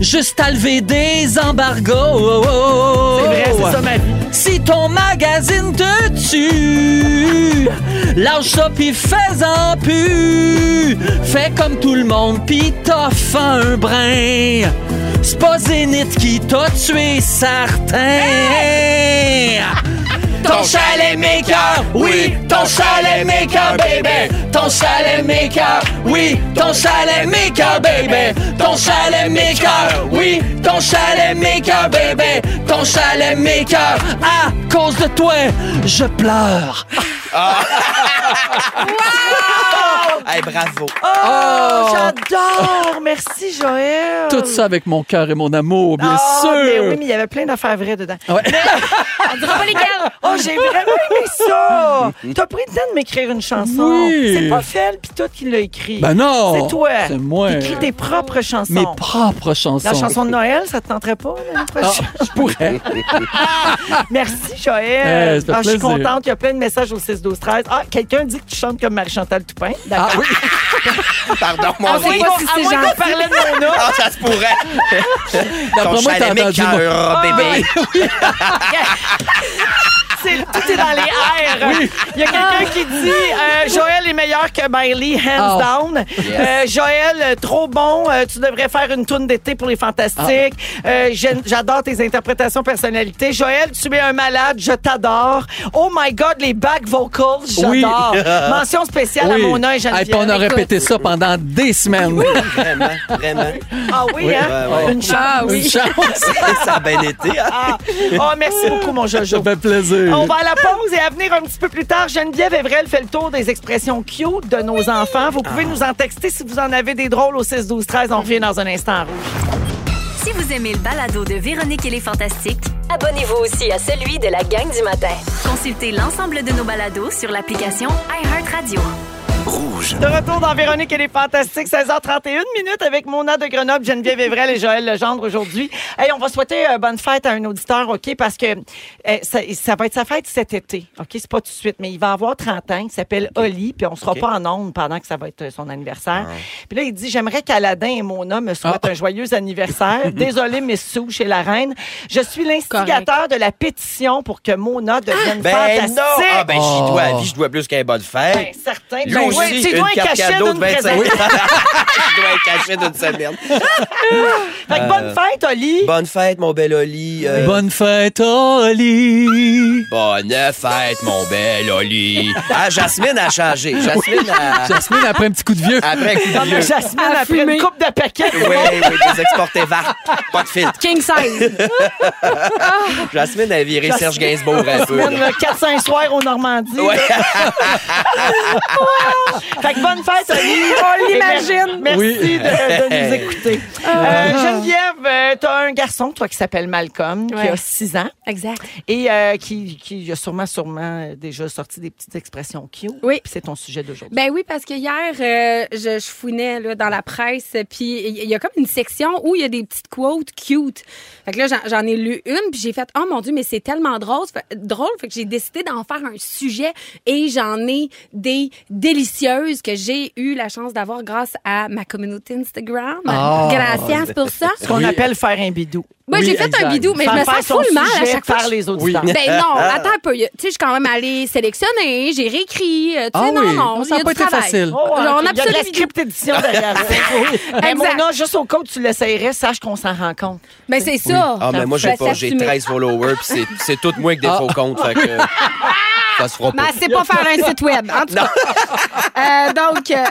[SPEAKER 3] Juste à lever des embargos.
[SPEAKER 1] C'est vrai, c'est ça ma vie.
[SPEAKER 3] Si ton magazine te tue, lâche ça pis fais-en plus. Fais comme tout le monde pis t'offres un brin. C'est pas Zénith qui t'a tué, certain. Ton chalet maker, oui, ton chalet maker, baby. Ton chalet maker, oui, ton chalet maker, baby. Ton chalet maker, oui, ton chalet maker, baby. Ton chalet maker, à cause de toi, je pleure.
[SPEAKER 2] Hey, bravo.
[SPEAKER 1] Oh, j'adore! Merci, Joël!
[SPEAKER 3] Tout ça avec mon cœur et mon amour, bien
[SPEAKER 1] Ah, mais oui,
[SPEAKER 3] sûr.
[SPEAKER 1] mais il y avait plein d'affaires vraies dedans.
[SPEAKER 3] Ouais.
[SPEAKER 4] On dira pas lesquels.
[SPEAKER 1] Oh, j'ai vraiment aimé ça! T'as pris le temps de m'écrire une chanson.
[SPEAKER 3] Oui.
[SPEAKER 1] C'est pas Fel pis toi qui l'a écrit.
[SPEAKER 3] Ben non!
[SPEAKER 1] C'est toi.
[SPEAKER 3] C'est moi.
[SPEAKER 1] T'écris tes propres chansons.
[SPEAKER 3] Mes propres chansons.
[SPEAKER 1] La chanson de Noël, ça te tenterait pas l'année
[SPEAKER 3] Ah,
[SPEAKER 1] prochaine?
[SPEAKER 3] je pourrais.
[SPEAKER 1] Merci,
[SPEAKER 3] Eh,
[SPEAKER 1] Joël.
[SPEAKER 3] ça fait
[SPEAKER 1] Ah, je suis
[SPEAKER 3] plaisir.
[SPEAKER 1] contente. Il y a plein de messages au 6-12-13. Ah, quelqu'un dit que tu chantes comme Marie-Chantal Toupin. D'accord.
[SPEAKER 2] Pardon,
[SPEAKER 1] À
[SPEAKER 2] mon
[SPEAKER 1] moins
[SPEAKER 2] Dieu.
[SPEAKER 4] pas
[SPEAKER 1] qu'on-
[SPEAKER 4] si
[SPEAKER 1] à
[SPEAKER 4] c'est
[SPEAKER 1] moins qu'on parlait de mon
[SPEAKER 2] Ah, ça se pourrait. Ton
[SPEAKER 3] D'après moi, t'as
[SPEAKER 2] chalet
[SPEAKER 3] entendu
[SPEAKER 2] maker,
[SPEAKER 3] mon-
[SPEAKER 2] bébé.
[SPEAKER 1] C'est- tout est dans les airs. Il y a quelqu'un qui dit euh, Joël est meilleur que Miley, hands
[SPEAKER 3] Oh.
[SPEAKER 1] down. Euh, Joël, euh, trop bon. Euh, tu devrais faire une tourne d'été pour les fantastiques.
[SPEAKER 3] Ah.
[SPEAKER 1] Euh, j'ai- J'adore tes interprétations personnalités. Joël, tu es un malade. Je t'adore. Oh my God, les back vocals,
[SPEAKER 3] Oui.
[SPEAKER 1] j'adore. Mention spéciale
[SPEAKER 3] Oui.
[SPEAKER 1] à Mona et
[SPEAKER 3] Hey,
[SPEAKER 1] Geneviève.
[SPEAKER 3] puis on a répété ça pendant des semaines.
[SPEAKER 2] Vraiment, vraiment.
[SPEAKER 1] Ah oui, hein?
[SPEAKER 2] ouais, ouais.
[SPEAKER 1] Une chance.
[SPEAKER 4] Ah
[SPEAKER 3] Une
[SPEAKER 4] oui.
[SPEAKER 3] chance.
[SPEAKER 2] ça a bien été. hein?
[SPEAKER 1] Ah. Oh, merci beaucoup, mon Jojo.
[SPEAKER 3] Ça fait plaisir.
[SPEAKER 1] On va à la pause et à venir un petit peu plus tard, Geneviève Evrel fait le tour des expressions cute de nos enfants. Vous pouvez nous en texter si vous en avez des drôles au 6 12 13. On revient dans un instant. en rouge.
[SPEAKER 5] Si vous aimez le balado de Véronique et les Fantastiques,
[SPEAKER 6] Abonnez-vous aussi à celui de la gang du matin.
[SPEAKER 5] consultez l'ensemble de nos balados sur l'application iHeartRadio.
[SPEAKER 1] De retour dans Véronique et les Fantastiques, 16h31 minutes avec Mona de Grenoble, Geneviève Evrel et Joël Legendre aujourd'hui. Hey, on va souhaiter euh, bonne fête à un auditeur, OK? Parce que euh, ça, ça va être sa fête cet été, OK? C'est pas tout de suite, mais il va avoir 30 ans. Il s'appelle Oli, puis on sera
[SPEAKER 2] OK. Ah.
[SPEAKER 1] pas en ondes pendant que ça va être euh, son anniversaire. Puis là, il dit J'aimerais qu'Aladin et Mona me souhaitent un joyeux anniversaire. Désolé, Miss Sou, chez la reine. Je suis l'instigateur de la pétition pour que Mona devienne
[SPEAKER 2] Ben
[SPEAKER 1] fantastique.
[SPEAKER 2] non! Ah, ben, j'y dois la
[SPEAKER 3] Oh.
[SPEAKER 2] vie, je dois plus qu'un bonne fête.
[SPEAKER 1] Ben, certain.
[SPEAKER 2] Lui
[SPEAKER 1] Ben
[SPEAKER 2] aussi,
[SPEAKER 1] oui, tu
[SPEAKER 2] une
[SPEAKER 1] dois un
[SPEAKER 2] carte
[SPEAKER 1] cachet
[SPEAKER 2] cadeau de
[SPEAKER 1] d'une
[SPEAKER 2] 25
[SPEAKER 1] présentation.
[SPEAKER 2] je dois être caché d'une semaine.
[SPEAKER 1] Fait que
[SPEAKER 2] Euh,
[SPEAKER 1] bonne fête, Oli.
[SPEAKER 2] Bonne fête, mon bel Oli. Euh,
[SPEAKER 3] Bonne fête, Oli!
[SPEAKER 2] Bonne fête, mon bel Oli. Ah, Jasmine a changé. Jasmine a...
[SPEAKER 3] Jasmine, après un petit coup de vieux.
[SPEAKER 2] Après un coup de
[SPEAKER 1] Comme
[SPEAKER 2] vieux.
[SPEAKER 1] Ah, Jasmine
[SPEAKER 4] À
[SPEAKER 1] après
[SPEAKER 4] fumer.
[SPEAKER 1] une coupe de paquets.
[SPEAKER 2] Oui, oui, des exportés verts. Pas de filtre.
[SPEAKER 4] King size.
[SPEAKER 2] Jasmine a viré Serge Gainsbourg un peu.
[SPEAKER 1] Même
[SPEAKER 2] là.
[SPEAKER 1] le 4-5 soirs au Normandie.
[SPEAKER 2] Ouais.
[SPEAKER 1] Fait que bonne fête, Oli.
[SPEAKER 4] On l'imagine. Ah.
[SPEAKER 1] Merci
[SPEAKER 3] Oui.
[SPEAKER 1] de, de nous écouter. Euh, Geneviève, euh, t'as un garçon, toi, qui s'appelle Malcolm, qui
[SPEAKER 4] Ouais.
[SPEAKER 1] a 6 ans
[SPEAKER 4] Exact.
[SPEAKER 1] et euh, qui, qui a sûrement, sûrement euh, déjà sorti des petites expressions cute.
[SPEAKER 4] Oui.
[SPEAKER 1] Puis c'est ton sujet d'aujourd'hui.
[SPEAKER 4] Ben oui, parce que hier, euh, je, je fouinais là, dans la presse, puis il y- y a comme une section où il y a des petites quotes cute. Fait que là, j'en- j'en ai lu une, puis j'ai fait « Oh mon Dieu, mais c'est tellement drôle! Fait- drôle! » Fait que j'ai décidé d'en faire un sujet, et j'en ai des délicieuses que j'ai eu la chance d'avoir grâce à ma communauté Instagram.
[SPEAKER 3] Ah.
[SPEAKER 4] Gracias pour ça!
[SPEAKER 1] Ce qu'on appelle faire un bidou.
[SPEAKER 4] Moi,
[SPEAKER 3] Oui,
[SPEAKER 4] j'ai fait
[SPEAKER 3] exact.
[SPEAKER 4] un bidou, mais
[SPEAKER 1] Faire
[SPEAKER 4] je me
[SPEAKER 1] faire
[SPEAKER 4] sens
[SPEAKER 1] son
[SPEAKER 4] full mal à
[SPEAKER 1] sujet
[SPEAKER 4] chaque fois.
[SPEAKER 1] par
[SPEAKER 4] que je-
[SPEAKER 1] les auditeurs.
[SPEAKER 4] Ben non, attends un peu. Tu sais, je suis quand même allée sélectionner, j'ai réécrit. euh, Tu sais,
[SPEAKER 3] Ah
[SPEAKER 4] non,
[SPEAKER 3] oui.
[SPEAKER 4] non,
[SPEAKER 3] Ça
[SPEAKER 4] il
[SPEAKER 3] a
[SPEAKER 4] y a
[SPEAKER 3] pas
[SPEAKER 4] du
[SPEAKER 3] été
[SPEAKER 4] travail.
[SPEAKER 3] facile.
[SPEAKER 1] Oh, ouais, ok.
[SPEAKER 4] Genre, en
[SPEAKER 1] Il y a de la
[SPEAKER 4] absolu vidéo.
[SPEAKER 1] script édition derrière ça. Oui. Mais
[SPEAKER 4] Exact.
[SPEAKER 1] Mona, juste au cas où tu l'essayerais, sache qu'on s'en rend compte.
[SPEAKER 4] Mais Ben, c'est ça. Ben,
[SPEAKER 2] Ah, mais moi, j'ai
[SPEAKER 4] Parce
[SPEAKER 2] pas,
[SPEAKER 4] que
[SPEAKER 2] j'ai
[SPEAKER 4] tu Ah. mets-
[SPEAKER 2] 13 followers, puis c'est, c'est tout moi avec des faux comptes, fait que ça se fera
[SPEAKER 4] Mais
[SPEAKER 2] pas.
[SPEAKER 4] c'est pas faire un site web. En tout cas. Euh, donc, euh,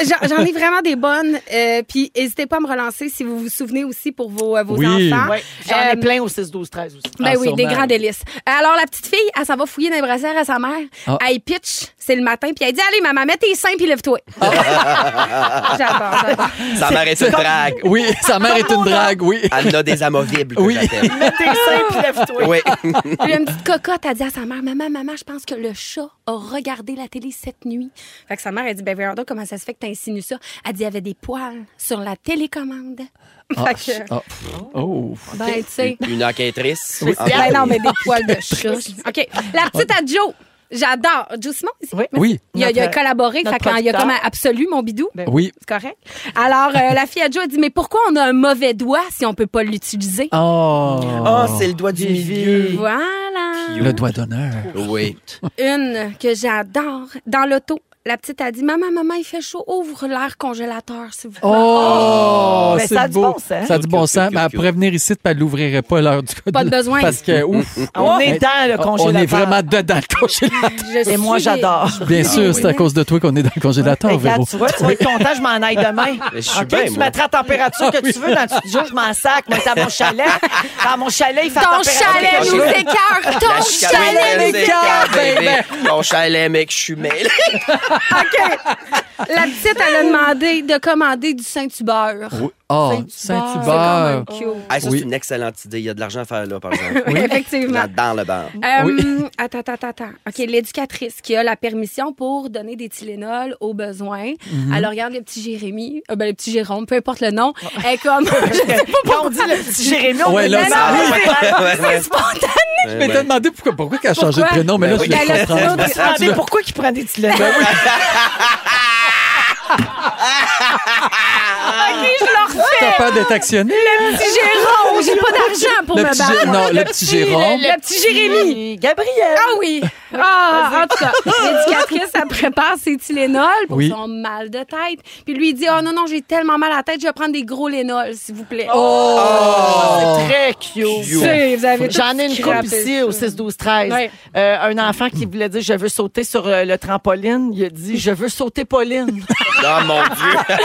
[SPEAKER 4] j'en- j'en ai vraiment des bonnes. euh, Puis, n'hésitez pas à me relancer si vous vous souvenez aussi pour vos, euh, vos
[SPEAKER 3] Oui.
[SPEAKER 4] enfants.
[SPEAKER 1] Ouais, J'en ai
[SPEAKER 4] Euh,
[SPEAKER 1] plein au 6, 12, 13 aussi.
[SPEAKER 4] Ben
[SPEAKER 3] Ah,
[SPEAKER 4] oui,
[SPEAKER 3] sûrement.
[SPEAKER 4] des grands délices. Alors, la petite fille, elle s'en va fouiller dans les brassières à sa mère.
[SPEAKER 3] Ah.
[SPEAKER 4] Elle pitch, c'est le matin, puis elle dit Allez, maman, mets tes seins, puis lève-toi. j'adore, j'adore.
[SPEAKER 2] Ça m'arrête une drague.
[SPEAKER 3] Oui, sa mère est une drague, oui.
[SPEAKER 2] Elle a des amovibles, que
[SPEAKER 3] Oui.
[SPEAKER 2] j'appelle.
[SPEAKER 1] Mets tes seins puis lève-toi.
[SPEAKER 2] Oui.
[SPEAKER 4] Puis une petite cocotte a dit à sa mère, maman, maman, je pense que le chat a regardé la télé cette nuit. Fait que sa mère a dit, ben voyons donc, comment ça se fait que t'insinues ça? Elle dit, il y avait des poils sur la télécommande.
[SPEAKER 3] Ah,
[SPEAKER 4] Fait que-
[SPEAKER 3] ah, oh.
[SPEAKER 4] Ben, tu sais.
[SPEAKER 2] Une enquêtrice. Ah. En
[SPEAKER 4] Ben non,
[SPEAKER 2] premier.
[SPEAKER 4] mais des poils de chat. OK. La petite à Joe. J'adore. Joe Simon, ici.
[SPEAKER 1] Oui.
[SPEAKER 4] Merci.
[SPEAKER 3] Oui.
[SPEAKER 4] Il a, il a collaboré,
[SPEAKER 1] Notre
[SPEAKER 4] fait qu'il a
[SPEAKER 1] producteur.
[SPEAKER 4] comme absolu mon bidou.
[SPEAKER 1] Ben
[SPEAKER 3] Oui.
[SPEAKER 4] C'est correct. Alors, euh, la fille à Joe a dit, mais pourquoi on a un mauvais doigt si on peut pas l'utiliser?
[SPEAKER 3] Oh.
[SPEAKER 2] Ah, c'est le doigt du milieu.
[SPEAKER 4] Voilà.
[SPEAKER 3] le doigt d'honneur.
[SPEAKER 2] Oui.
[SPEAKER 4] Une que j'adore dans l'auto. La petite a dit Maman, maman, il fait chaud, ouvre l'air congélateur, s'il vous plaît.
[SPEAKER 3] Oh,
[SPEAKER 1] Mais
[SPEAKER 3] c'est
[SPEAKER 1] Ben, ça a du
[SPEAKER 3] beau.
[SPEAKER 1] bon sens.
[SPEAKER 3] Ça a du bon
[SPEAKER 2] Cute, cute,
[SPEAKER 3] sens,
[SPEAKER 2] cute,
[SPEAKER 3] mais
[SPEAKER 2] cute.
[SPEAKER 3] après venir ici, elle l'ouvrirait pas à l'heure du code.
[SPEAKER 4] Pas de besoin.
[SPEAKER 3] Parce que, ouf, Oh.
[SPEAKER 1] On est dans le
[SPEAKER 3] on
[SPEAKER 1] congélateur.
[SPEAKER 3] est vraiment dedans le congélateur.
[SPEAKER 4] Je
[SPEAKER 1] Et moi,
[SPEAKER 4] suis-
[SPEAKER 1] j'adore.
[SPEAKER 3] Bien sûr, c'est à
[SPEAKER 4] oui.
[SPEAKER 3] cause de toi qu'on est dans le congélateur,
[SPEAKER 1] Regarde,
[SPEAKER 3] Véro.
[SPEAKER 1] tu vois, tu vas être content, je m'en aille demain.
[SPEAKER 2] Mais je suis
[SPEAKER 1] Ok,
[SPEAKER 2] bien,
[SPEAKER 1] tu
[SPEAKER 2] moi.
[SPEAKER 1] mettras la température
[SPEAKER 3] Ah,
[SPEAKER 1] que tu veux dans le studio, je m'en sac. Moi, c'est à mon chalet. À mon chalet, il fait la
[SPEAKER 4] Ton
[SPEAKER 1] température
[SPEAKER 4] chalet
[SPEAKER 1] que je
[SPEAKER 4] nous
[SPEAKER 1] veux.
[SPEAKER 4] écœure. Ton chalet ben, nous écœure.
[SPEAKER 2] Mon chalet, mec, je suis mêlé.
[SPEAKER 4] La petite, elle a demandé de commander du Saint-Hubert. Ah,
[SPEAKER 3] Oh,
[SPEAKER 4] C'est
[SPEAKER 3] Saint-Hubert.
[SPEAKER 4] quand même cute.
[SPEAKER 2] Ah, ça,
[SPEAKER 3] Oui.
[SPEAKER 2] c'est une excellente idée. Il y a de l'argent à faire là, par exemple.
[SPEAKER 4] Oui, effectivement.
[SPEAKER 2] Dans le bar.
[SPEAKER 4] Euh,
[SPEAKER 3] Oui.
[SPEAKER 4] Attends, attends, attends. OK, l'éducatrice qui a la permission pour donner des Tylenol aux besoins. Elle regarde le petit Jérémy, euh, ben, le petit Jérôme, peu importe le nom. Elle est comme, je sais pas
[SPEAKER 1] Quand on dit le petit Jérémy, on
[SPEAKER 3] Ouais,
[SPEAKER 1] est
[SPEAKER 3] là,
[SPEAKER 1] dedans.
[SPEAKER 3] ça- Ah,
[SPEAKER 1] Mais non,
[SPEAKER 2] Ouais,
[SPEAKER 1] mais
[SPEAKER 2] ouais.
[SPEAKER 4] pourquoi Ah, c'est spontané.
[SPEAKER 3] Je m'étais demandé pourquoi, pourquoi qu'elle a
[SPEAKER 4] Pourquoi?
[SPEAKER 3] changé de prénom, mais là,
[SPEAKER 2] Ben
[SPEAKER 3] je
[SPEAKER 4] oui.
[SPEAKER 3] le
[SPEAKER 4] Elle a-
[SPEAKER 3] comprends.
[SPEAKER 1] c'est- Je me demandais pourquoi il prend des
[SPEAKER 3] Ben
[SPEAKER 1] Tylenol.
[SPEAKER 3] T'as peur d'être actionné?
[SPEAKER 4] Le petit Jérôme, j'ai pas d'argent pour
[SPEAKER 3] Le
[SPEAKER 4] me
[SPEAKER 3] petit
[SPEAKER 4] battre.
[SPEAKER 3] Jé- non, le petit Jérôme.
[SPEAKER 4] Le petit Jérémy.
[SPEAKER 1] Gabriel.
[SPEAKER 4] Ah oui! Ah, en tout cas, l'éducatrice, elle prépare ses Tylenol pour
[SPEAKER 3] Oui.
[SPEAKER 4] son mal de tête. Puis lui, il dit, « Oh non, non, j'ai tellement mal à la tête, je vais prendre des gros Lénol, s'il vous plaît.
[SPEAKER 3] Oh!
[SPEAKER 1] Très cute.
[SPEAKER 2] Cute.
[SPEAKER 4] C'est- vous avez
[SPEAKER 1] J'en ai
[SPEAKER 4] tout
[SPEAKER 1] une coupe
[SPEAKER 4] scrappé
[SPEAKER 1] ici
[SPEAKER 4] ça.
[SPEAKER 1] au 6, 12, 13.
[SPEAKER 4] Ouais.
[SPEAKER 1] Euh, un enfant qui voulait dire Je veux sauter sur euh, le trampoline. Il a dit Je veux sauter Pauline.
[SPEAKER 2] Oh mon Dieu.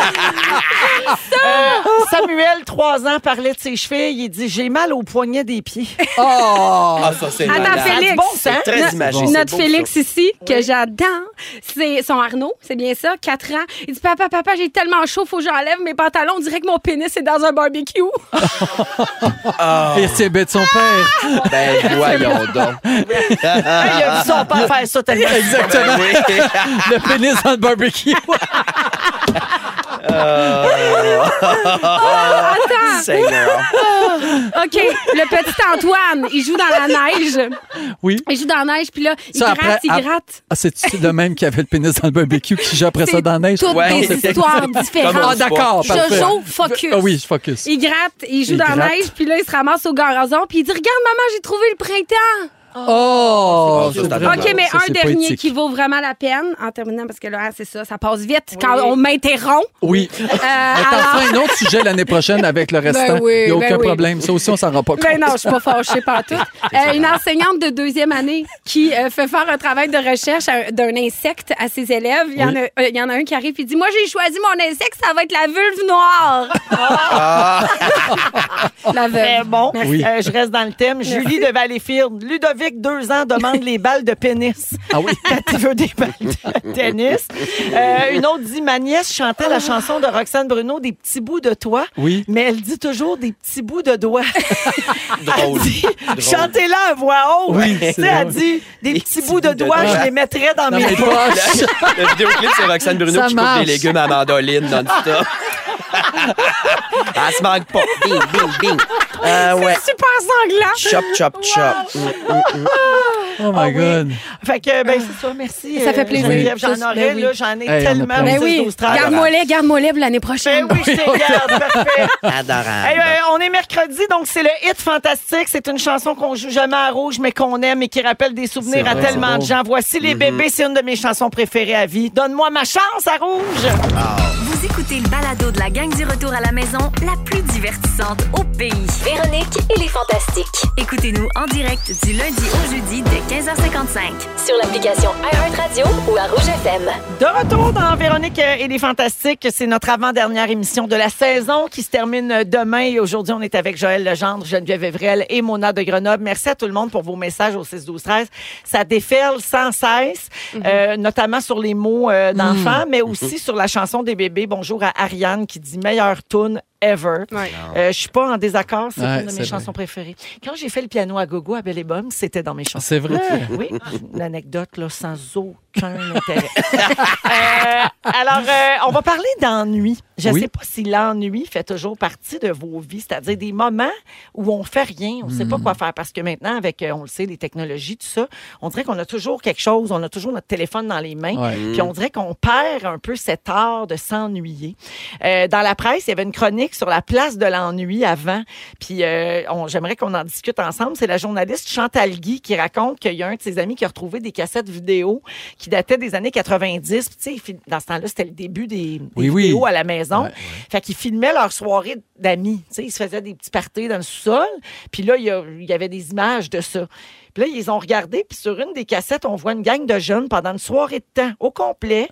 [SPEAKER 1] Euh, Samuel, 3 ans, parlait de ses chevilles. Il dit J'ai mal au poignet des pieds.
[SPEAKER 3] Oh!
[SPEAKER 2] Ah, ça, c'est
[SPEAKER 4] Attends,
[SPEAKER 2] malade.
[SPEAKER 4] Félix.
[SPEAKER 1] C'est
[SPEAKER 4] hein?
[SPEAKER 1] bon, ça.
[SPEAKER 2] C'est très imagé.
[SPEAKER 3] bon.
[SPEAKER 2] c'est
[SPEAKER 4] Notre
[SPEAKER 2] beau,
[SPEAKER 4] Félix
[SPEAKER 2] ça.
[SPEAKER 4] ici, que j'adore, c'est son Arnaud, c'est bien ça, 4 ans. Il dit Papa, papa, j'ai tellement chaud, faut que j'enlève mes pantalons, on dirait que mon pénis est dans un barbecue.
[SPEAKER 3] Ah! Et c'est bête son père.
[SPEAKER 2] Ben, voyons donc.
[SPEAKER 1] Hey, il a dit son père faire ça tellement.
[SPEAKER 3] Exactement.
[SPEAKER 2] Ben oui.
[SPEAKER 3] Le pénis dans le barbecue.
[SPEAKER 4] Attends,
[SPEAKER 2] Seigneur.
[SPEAKER 4] OK, le petit Antoine, il joue dans la neige.
[SPEAKER 3] Oui.
[SPEAKER 4] Il joue dans la neige, puis là, il
[SPEAKER 3] Ça,
[SPEAKER 4] gratte,
[SPEAKER 3] après,
[SPEAKER 4] il
[SPEAKER 3] ap-
[SPEAKER 4] gratte.
[SPEAKER 3] Ah, c'est-tu le même qui avait le pénis dans le barbecue qui j'ai après ça
[SPEAKER 4] C'est
[SPEAKER 3] dans la neige?
[SPEAKER 4] Toutes
[SPEAKER 2] Ouais,
[SPEAKER 4] des
[SPEAKER 2] c'est-
[SPEAKER 4] histoires
[SPEAKER 2] Comme
[SPEAKER 3] Ah,
[SPEAKER 4] différentes.
[SPEAKER 2] on-
[SPEAKER 3] d'accord, parfait.
[SPEAKER 4] Jojo, focus.
[SPEAKER 3] Ah oui, je focus.
[SPEAKER 4] Il gratte, il joue
[SPEAKER 3] Il
[SPEAKER 4] dans la
[SPEAKER 3] gratte.
[SPEAKER 4] neige, puis là, il se ramasse au gazon, puis il dit Regarde, maman, j'ai trouvé le printemps.
[SPEAKER 3] Oh,
[SPEAKER 2] c'est
[SPEAKER 3] c'est
[SPEAKER 2] pas-
[SPEAKER 3] vraiment-
[SPEAKER 4] OK, mais
[SPEAKER 3] ça,
[SPEAKER 4] un
[SPEAKER 3] c'est
[SPEAKER 4] dernier
[SPEAKER 3] poétique.
[SPEAKER 4] qui vaut vraiment la peine, en terminant, parce que là, hein, c'est ça, ça passe vite quand on m'interrompt.
[SPEAKER 3] Oui.
[SPEAKER 4] Euh,
[SPEAKER 3] Mais t'en
[SPEAKER 4] alors-
[SPEAKER 3] feras un autre sujet l'année prochaine avec le restant.
[SPEAKER 4] oui,
[SPEAKER 3] Il n'y a aucun
[SPEAKER 4] ben oui.
[SPEAKER 3] problème. Ça aussi, on s'en rend pas compte.
[SPEAKER 4] Ben non, je suis pas fâchée pas tout. une enseignante de deuxième année qui euh, fait faire un travail de recherche à- d'un insecte à ses élèves. Il y, en a,
[SPEAKER 3] Oui.
[SPEAKER 4] euh, il y en a un qui arrive et dit Moi, j'ai choisi mon insecte, ça va être la vulve noire. la
[SPEAKER 1] Très
[SPEAKER 4] vulve.
[SPEAKER 1] bon.
[SPEAKER 3] Merci.
[SPEAKER 1] Euh, je reste dans le thème. Julie de Valleyfield. Ludovic, deux ans, demande les balles de pénis.
[SPEAKER 3] Ah oui.
[SPEAKER 1] Quand il veut des balles de tennis. Euh, une autre dit Ma nièce chantait la chanson de Roxane Bruno, Des petits bouts de toi.
[SPEAKER 3] Oui.
[SPEAKER 1] Mais elle dit toujours des petits bouts de doigts.
[SPEAKER 2] Drôle. Drôle.
[SPEAKER 1] Chantez-la à voix haute.
[SPEAKER 3] Oui,
[SPEAKER 1] Tu sais,
[SPEAKER 3] c'est
[SPEAKER 1] elle
[SPEAKER 3] drôle.
[SPEAKER 1] dit Des petits bouts de doigts,
[SPEAKER 2] doigts.
[SPEAKER 1] je les mettrais dans
[SPEAKER 3] Dans
[SPEAKER 1] mes
[SPEAKER 3] mes
[SPEAKER 1] poches.
[SPEAKER 3] poches.
[SPEAKER 2] Le vidéoclip, c'est Roxane Bruno
[SPEAKER 3] Ça
[SPEAKER 2] qui
[SPEAKER 3] marche.
[SPEAKER 2] coupe des légumes à la mandoline non-stop. Elle se manque pas. Bing, bing, bing. Euh, ouais.
[SPEAKER 1] Super sanglant.
[SPEAKER 2] Chop, chop, chop. Mm, mm, mm.
[SPEAKER 3] Oh my
[SPEAKER 1] Ah oui.
[SPEAKER 3] God.
[SPEAKER 1] Fait que, ben, c'est ça. Merci.
[SPEAKER 4] Ça
[SPEAKER 1] euh,
[SPEAKER 4] fait plaisir.
[SPEAKER 1] Geneviève. J'en
[SPEAKER 4] Juste,
[SPEAKER 1] aurais,
[SPEAKER 4] ben oui.
[SPEAKER 1] là. J'en ai
[SPEAKER 3] Hey, on a
[SPEAKER 1] tellement.
[SPEAKER 3] plein.
[SPEAKER 4] Ben
[SPEAKER 1] au
[SPEAKER 4] oui,
[SPEAKER 1] 6-12-13.
[SPEAKER 4] garde-moi les, garde-moi les pour l'année prochaine.
[SPEAKER 1] Ben oui, je te garde. Parfait.
[SPEAKER 2] Adorable.
[SPEAKER 1] Hey, euh, on est mercredi, donc c'est le hit fantastique. C'est une chanson qu'on joue jamais à rouge, mais qu'on aime et qui rappelle des souvenirs
[SPEAKER 3] C'est Mm-hmm.
[SPEAKER 1] à
[SPEAKER 3] vrai,
[SPEAKER 1] tellement
[SPEAKER 3] c'est
[SPEAKER 1] de
[SPEAKER 3] beau.
[SPEAKER 1] gens. Voici les bébés, c'est une de mes chansons préférées à vie. Donne-moi ma chance à rouge.
[SPEAKER 5] Vous écoutez le balado de la gang du retour à la maison, la plus divertissante au pays.
[SPEAKER 6] Véronique et les Fantastiques.
[SPEAKER 5] Écoutez-nous en direct du lundi au jeudi dès 15h55.
[SPEAKER 6] Sur l'application iHeartRadio ou à Rouge FM.
[SPEAKER 1] De retour dans Véronique et les Fantastiques, c'est notre avant-dernière émission de la saison qui se termine demain. Et aujourd'hui, on est avec Joël Legendre, Geneviève Evrel et Mona de Grenoble. Merci à tout le monde pour vos messages au 6 12 13 Ça déferle sans cesse, euh, notamment sur les mots euh, d'enfants, mais aussi sur la chanson des bébés. Bonjour à Ariane qui dit « Meilleure tune ever
[SPEAKER 4] Ouais.
[SPEAKER 1] Euh, Je suis pas en désaccord, c'est
[SPEAKER 3] Ouais,
[SPEAKER 1] une de mes
[SPEAKER 3] c'est
[SPEAKER 1] chansons préférées. Quand j'ai fait le piano à gogo à Belle et Bomme, c'était dans mes chansons.
[SPEAKER 3] C'est vrai.
[SPEAKER 1] Oui, l'anecdote, là, sans aucun intérêt. Euh, alors, euh, on va parler d'ennui. Je ne
[SPEAKER 3] Oui.
[SPEAKER 1] sais pas si l'ennui fait toujours partie de vos vies, c'est-à-dire des moments où on fait rien, on ne sait pas quoi faire. Parce que maintenant, avec, euh, on le sait, les technologies, tout ça, on dirait qu'on a toujours quelque chose, on a toujours notre téléphone dans les mains.
[SPEAKER 3] Ouais.
[SPEAKER 1] Puis on dirait qu'on perd un peu cet art de s'ennuyer. Euh, dans la presse, il y avait une chronique sur la place de l'ennui avant. Puis euh, on- j'aimerais qu'on en discute ensemble. C'est la journaliste Chantal Guy qui raconte qu'il y a un de ses amis qui a retrouvé des cassettes vidéo qui dataient des années 90. Puis, tu sais, il fil- dans ce temps-là, c'était le début des, des
[SPEAKER 3] Oui, oui.
[SPEAKER 1] vidéos à la maison.
[SPEAKER 3] Ouais, ouais.
[SPEAKER 1] Fait qu'ils filmaient leur soirée d'amis. Tu sais, ils se faisaient des petits parties dans le sous-sol. Puis là, il y, a- il y avait des images de ça. Puis là, ils ont regardé, puis sur une des cassettes, on voit une gang de jeunes pendant une soirée de temps au complet.